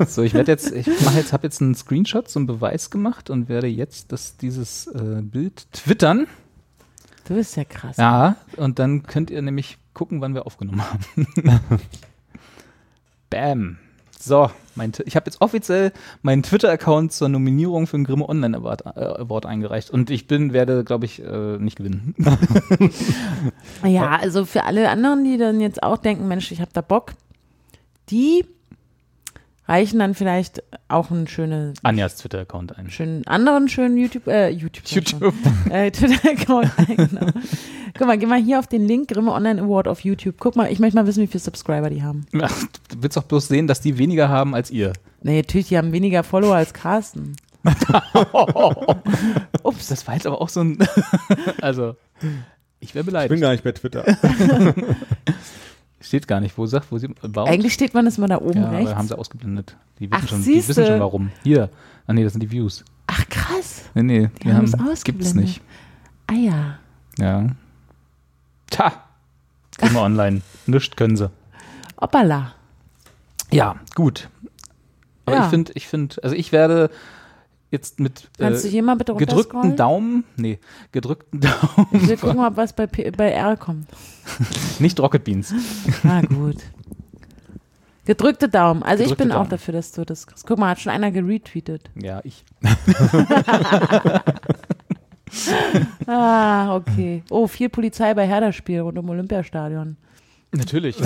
Speaker 1: So, ich werde jetzt, ich mache jetzt, habe jetzt einen Screenshot zum Beweis gemacht und werde jetzt das, dieses äh, Bild twittern.
Speaker 2: du bist ja krass.
Speaker 1: Ja, und dann könnt ihr nämlich gucken, wann wir aufgenommen haben. Bam. So, mein, T- ich habe jetzt offiziell meinen Twitter-Account zur Nominierung für den Grimme Online Award, äh, Award eingereicht und ich bin, werde, glaube ich, äh, nicht gewinnen.
Speaker 2: Ja, also für alle anderen, die dann jetzt auch denken, Mensch, ich habe da Bock, die reichen dann vielleicht auch einen schönen,
Speaker 1: Anjas Twitter-Account ein.
Speaker 2: schönen anderen schönen YouTube, äh, YouTube, sag ich schon.
Speaker 1: YouTube.
Speaker 2: äh, Twitter-Account ein, genau. Guck mal, geh mal hier auf den Link, Grimme Online Award auf YouTube. Guck mal, ich möchte mal wissen, wie viele Subscriber die haben.
Speaker 1: Ach, du willst doch bloß sehen, dass die weniger haben als ihr.
Speaker 2: Nee, natürlich, die haben weniger Follower als Carsten.
Speaker 1: Ups, das war jetzt aber auch so ein. also, ich wäre beleidigt.
Speaker 3: gar nicht bei Twitter.
Speaker 1: Steht gar nicht, wo sagt, wo sie. Warum?
Speaker 2: Eigentlich steht man das immer da oben
Speaker 1: ja, aber haben
Speaker 2: rechts.
Speaker 1: sie ausgeblendet. Die wissen,
Speaker 2: Ach,
Speaker 1: schon, die wissen
Speaker 2: siehste.
Speaker 1: schon warum. Hier. Ah, nee, das sind die Views.
Speaker 2: Ach krass,
Speaker 1: Nee, nee, die,
Speaker 2: haben
Speaker 1: haben,
Speaker 2: es
Speaker 1: gibt's
Speaker 2: ausgeblendet.
Speaker 1: nicht.
Speaker 2: ah ja.
Speaker 1: Ja. Tja. Immer online. Nischt können sie.
Speaker 2: Hoppala.
Speaker 1: Ja, gut. Aber
Speaker 2: Ja.
Speaker 1: ich finde, ich finde, also ich werde jetzt mit
Speaker 2: Kannst du
Speaker 1: äh,
Speaker 2: hier mal bitte runterscrollen?
Speaker 1: gedrückten Daumen, nee, gedrückten Daumen,
Speaker 2: Ich will gucken, ob was bei, P bei R kommt.
Speaker 1: nicht Rocket Beans.
Speaker 2: Na gut. Gedrückte Daumen. Also ich
Speaker 1: Gedrückte
Speaker 2: bin auch
Speaker 1: Daumen.
Speaker 2: dafür, dass du das kriegst. Guck mal, hat schon einer geretweetet.
Speaker 1: Ja, ich.
Speaker 2: Ah, okay. Oh, viel Polizei bei Herderspiel und im Olympiastadion.
Speaker 1: Natürlich.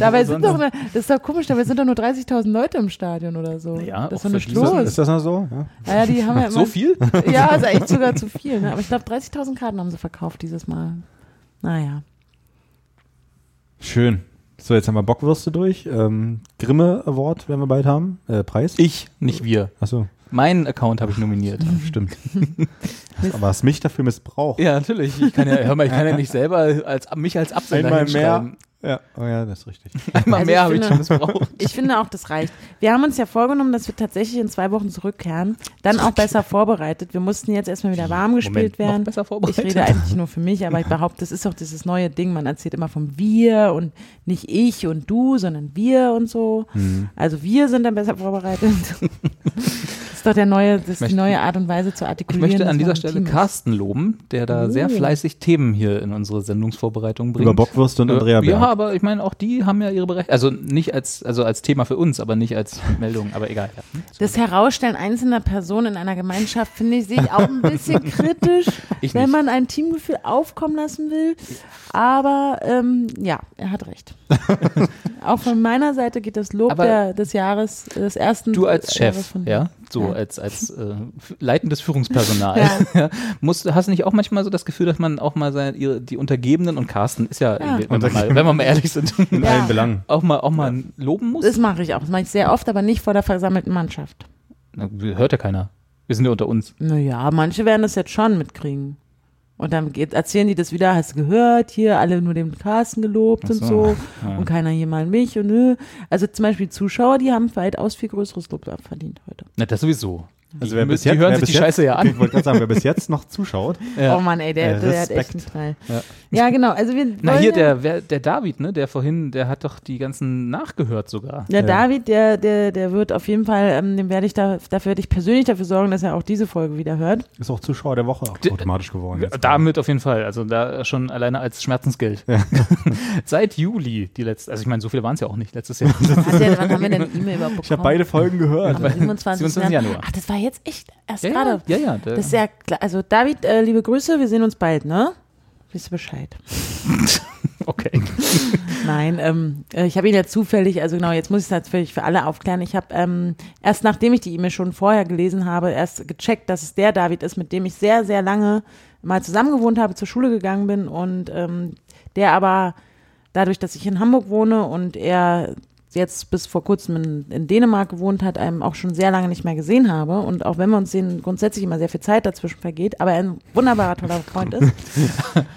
Speaker 2: Dabei sind doch, ne- das ist doch komisch, dabei sind doch nur 30.000 Leute im Stadion oder so.
Speaker 1: Naja,
Speaker 2: das ist
Speaker 1: auch für
Speaker 2: doch nicht
Speaker 1: diese-
Speaker 3: Ist
Speaker 2: los.
Speaker 3: das, ist das noch so? Ja.
Speaker 2: Ja, die haben ja immer,
Speaker 1: so viel?
Speaker 2: Ja, ist echt sogar zu viel. Ne? Aber ich glaube, 30.000 Karten haben sie verkauft dieses Mal. Naja.
Speaker 3: Schön. So, jetzt haben wir Bockwürste durch. Ähm, Grimme Award werden wir bald haben. Äh, Preis?
Speaker 1: Ich, nicht wir.
Speaker 3: Achso,
Speaker 1: Meinen Account habe ich nominiert.
Speaker 3: stimmt. Aber hast mich dafür missbraucht.
Speaker 1: Ja, natürlich. Ich kann ja, hör mal, ich kann ja nicht selber als, mich als Absender
Speaker 3: Einmal
Speaker 1: hinschreiben.
Speaker 3: Ja, oh ja, das ist richtig.
Speaker 1: Einmal
Speaker 2: Also ich
Speaker 1: mehr habe ich
Speaker 2: finde-
Speaker 1: schon missbraucht.
Speaker 2: Ich finde auch, das reicht. Wir haben uns ja vorgenommen, dass wir tatsächlich in zwei Wochen zurückkehren. Dann auch besser vorbereitet. Wir mussten jetzt erstmal wieder warm
Speaker 1: Moment,
Speaker 2: gespielt
Speaker 1: noch
Speaker 2: werden.
Speaker 1: besser
Speaker 2: Ich rede
Speaker 1: vorbereitet.
Speaker 2: eigentlich nur für mich, aber ich behaupte, das ist doch dieses neue Ding. Man erzählt immer vom Wir und nicht ich und du, sondern wir und so.
Speaker 1: Mhm.
Speaker 2: Also wir sind dann besser vorbereitet. das ist doch der neue, das ist die
Speaker 1: möchte-
Speaker 2: neue Art und Weise zu
Speaker 1: Ich
Speaker 2: artikulieren.
Speaker 1: möchte an
Speaker 2: dass man
Speaker 1: dieser
Speaker 2: ein
Speaker 1: Stelle
Speaker 2: Team ist.
Speaker 1: Carsten loben, der da
Speaker 2: Oh.
Speaker 1: sehr fleißig Themen hier in unsere Sendungsvorbereitung bringt. Äh,
Speaker 3: Über Bockwürste und Andrea
Speaker 1: Ja,
Speaker 3: Berg.
Speaker 1: aber ich meine, auch die haben ja ihre Bereiche. Also nicht als, also als Thema für uns, aber nicht als Meldung, aber egal. Ja.
Speaker 2: Das Herausstellen einzelner Personen in einer Gemeinschaft, finde ich, sehe ich auch ein bisschen kritisch,
Speaker 1: Ich
Speaker 2: wenn
Speaker 1: nicht.
Speaker 2: man ein Teamgefühl aufkommen lassen will. Aber ähm, ja, er hat recht. auch von meiner Seite geht das Lob
Speaker 1: Aber
Speaker 2: der, des Jahres, des ersten
Speaker 1: Du als
Speaker 2: Jahres
Speaker 1: Chef,
Speaker 2: von-
Speaker 1: ja, so
Speaker 2: Ja.
Speaker 1: als, als äh, f- leitendes Führungspersonal,
Speaker 2: Ja.
Speaker 1: ja. musst, hast du nicht auch manchmal so das Gefühl, dass man auch mal sein, ihre, die Untergebenen und Carsten ist ja,
Speaker 2: Ja.
Speaker 1: Wenn, wir mal, wenn wir mal ehrlich sind,
Speaker 3: In
Speaker 2: Ja.
Speaker 3: allen Belangen.
Speaker 1: auch mal, auch mal loben muss?
Speaker 2: Das mache ich auch. Das mache ich sehr oft, aber nicht vor der versammelten Mannschaft.
Speaker 1: Na, hört ja keiner. Wir sind ja unter uns.
Speaker 2: Naja, manche werden das jetzt schon mitkriegen. Und dann geht, erzählen die das wieder, hast du gehört, hier alle nur dem Carsten gelobt
Speaker 1: Ach
Speaker 2: und
Speaker 1: so,
Speaker 2: so. Und keiner hier mal mich und nö. Also zum Beispiel Zuschauer, die haben weitaus viel größeres Lob verdient heute.
Speaker 1: Na, das sowieso.
Speaker 3: Also
Speaker 1: Die müssen- die hören sich die Scheiße ja an.
Speaker 3: Ich wollte gerade sagen, wer bis jetzt noch zuschaut.
Speaker 1: Ja.
Speaker 2: Oh Mann, ey, der,
Speaker 3: Äh,
Speaker 2: der hat echt einen
Speaker 3: Respekt.
Speaker 2: Teil. Ja.
Speaker 1: Ja.
Speaker 2: genau. Also wir wollen
Speaker 1: Na hier,
Speaker 2: ja,
Speaker 1: der, wer- der David, ne, der vorhin, der hat doch die ganzen nachgehört sogar.
Speaker 2: der David, der, der, der wird auf jeden Fall, ähm, dem werde ich da, dafür werde ich persönlich dafür sorgen, dass er auch diese Folge wieder hört.
Speaker 3: Ist auch Zuschauer der Woche auch
Speaker 1: D-
Speaker 3: automatisch geworden.
Speaker 1: Ja,
Speaker 3: jetzt.
Speaker 1: Damit auf jeden Fall. Also da schon alleine als Schmerzensgeld. Seit Juli, die letzte, also ich meine, so viele waren es ja auch nicht letztes Jahr.
Speaker 2: Hat der, wann haben wir denn eine E-Mail überhaupt bekommen?
Speaker 3: Ich habe beide Folgen gehört.
Speaker 2: Am 27.
Speaker 1: 27. Januar.
Speaker 2: Also Ach, das war jetzt echt erst
Speaker 1: Ja,
Speaker 2: gerade.
Speaker 1: ja, ja, der-
Speaker 2: Das ist ja klar. Also David, äh, liebe Grüße, wir sehen uns bald, ne? Wisst ihr Bescheid?
Speaker 1: Okay.
Speaker 2: Nein, ähm, äh, ich habe ihn ja zufällig, also genau, jetzt muss ich es natürlich für alle aufklären. Ich habe ähm, erst nachdem ich die E-Mail schon vorher gelesen habe, erst gecheckt, dass es der David ist, mit dem ich sehr, sehr lange mal zusammen gewohnt habe, zur Schule gegangen bin und ähm, der aber dadurch, dass ich in Hamburg wohne und er jetzt bis vor kurzem in, in Dänemark gewohnt hat, einem auch schon sehr lange nicht mehr gesehen habe und auch wenn wir uns sehen, grundsätzlich immer sehr viel Zeit dazwischen vergeht, aber er ein wunderbarer, toller Freund ist.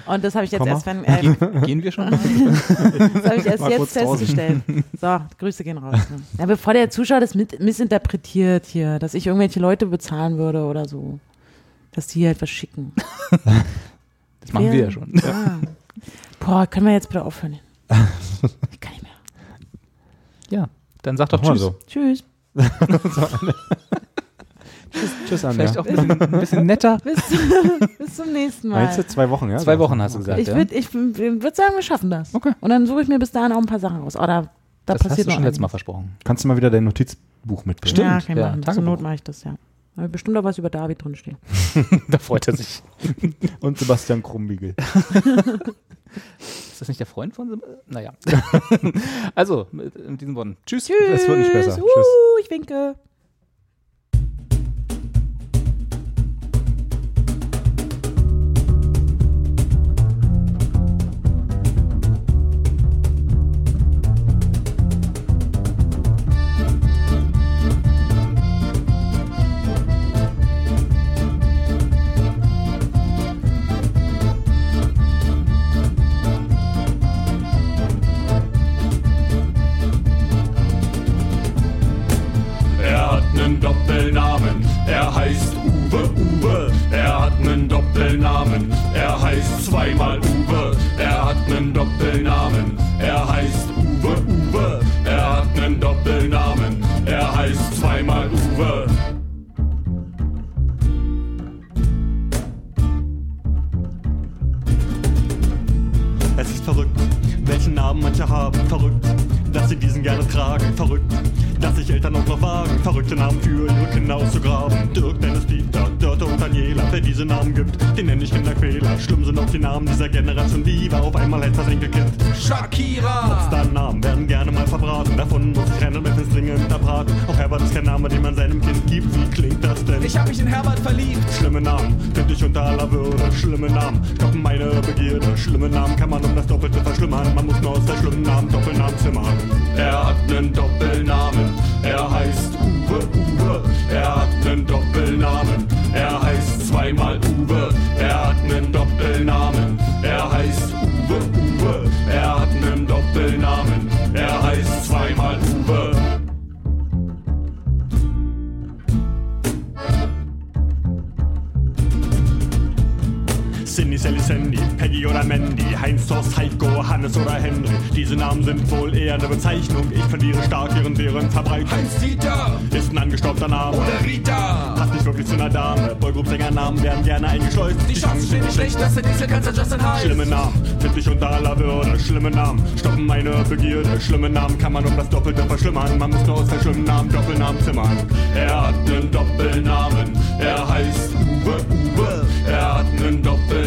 Speaker 2: Und das habe ich jetzt
Speaker 3: Komma.
Speaker 2: erst, wenn, äh,
Speaker 1: Gehen wir schon?
Speaker 2: das habe ich erst
Speaker 3: Mal
Speaker 2: jetzt
Speaker 3: kurz draußen.
Speaker 2: festzustellen. So, Grüße gehen raus. Ne? Na, bevor der Zuschauer das mit, missinterpretiert hier, dass ich irgendwelche Leute bezahlen würde oder so. Dass die halt hier etwas schicken.
Speaker 1: Das machen wir ja schon.
Speaker 2: Ah. Boah, können wir jetzt bitte aufhören? Ich kann nicht mehr.
Speaker 1: Ja. Dann sag doch
Speaker 3: Mach mal
Speaker 1: Tschüss.
Speaker 3: so.
Speaker 2: Tschüss.
Speaker 3: Tschüss, Anja.
Speaker 1: Vielleicht auch ein bisschen, ein bisschen netter.
Speaker 2: Bis, bis zum nächsten Mal.
Speaker 3: Meinst du zwei Wochen, ja?
Speaker 1: Zwei Wochen hast du gesagt,
Speaker 2: Ich
Speaker 1: ja?
Speaker 2: würde ich würd sagen, wir schaffen das.
Speaker 1: Okay.
Speaker 2: Und dann suche ich mir bis dahin auch ein paar Sachen raus. Oh, da, da
Speaker 1: Das hast
Speaker 2: passiert
Speaker 1: du
Speaker 2: noch
Speaker 1: schon letztes Mal
Speaker 2: einiges.
Speaker 1: versprochen.
Speaker 3: Kannst du mal wieder dein Notizbuch mitbringen?
Speaker 1: Stimmt,
Speaker 2: Ja, kann ich
Speaker 1: ja,
Speaker 2: machen. Zur
Speaker 1: Tagebuch.
Speaker 2: Not mache ich das, ja. Da wird bestimmt auch was über David drinstehen.
Speaker 1: Da freut er sich.
Speaker 3: Und Sebastian Krumbiegel.
Speaker 1: Ist das nicht der Freund von Sim- Naja. also, mit, mit diesen Worten. Tschüss.
Speaker 3: Das wird nicht besser.
Speaker 2: Tschüss.
Speaker 3: Tschüss.
Speaker 2: Uh, ich winke.
Speaker 4: Er Kragen. Verrückt, dass sich Eltern auch noch wagen, verrückte Namen für ihre Kinder auszugraben. Dirk, Dennis, Dieter, Dörte und Daniela, wer diese Namen gibt, den nenne ich Kinderquäler. Schlimm sind auch die Namen dieser Generation Diva, auf einmal heißt das Enkelkind.
Speaker 5: Shakira,
Speaker 4: Deine Namen werden gerne mal verbraten, davon muss ich rennen und es dringend erbraten. Auch Herbert ist kein Name, den man seinem Kind gibt, wie klingt das denn?
Speaker 5: ich hab mich in Herbert verliebt.
Speaker 4: Schlimme Namen finde ich unter aller Würde. Schlimme Namen stoppen meine Begierde. Schlimme Namen kann man um das Doppelte verschlimmern. Man muss nur aus der schlimmen Namen Doppelnamen zimmern. Er hat nen Doppelnamen. Er heißt Uwe Uwe. Er hat nen Doppelnamen. Er heißt zweimal Uwe. Er hat nen Doppelnamen. Er heißt Uwe Uwe. Er hat nen Doppelnamen. Er heißt zweimal Uwe. Cindy, Sally, Sandy, Peggy oder Mandy, Heinz, Thorst, Heiko, Hannes oder Henry. Diese Namen sind wohl eher eine Bezeichnung. Ich verliere stark ihren deren Verbreitung.
Speaker 5: Heinz-Dieter
Speaker 4: Ist ein angestaubter Name.
Speaker 5: oder Rita.
Speaker 4: Passt nicht wirklich zu einer Dame. Boygroup-Sänger-Namen werden gerne eingeschleust.
Speaker 5: Die Chancen stehen nicht schlecht, dass der Dieselkanzler Justin heißt.
Speaker 4: Schlimme Namen finde ich unter aller Würde. Schlimme Namen stoppen meine Begierde. Schlimme Namen kann man um das Doppelte verschlimmern. Man muss nur aus der schlimmen Namen Doppelnamen zimmern. Er hat nen Doppelnamen. Er heißt Uwe Uwe. Er hat nen Doppelnamen.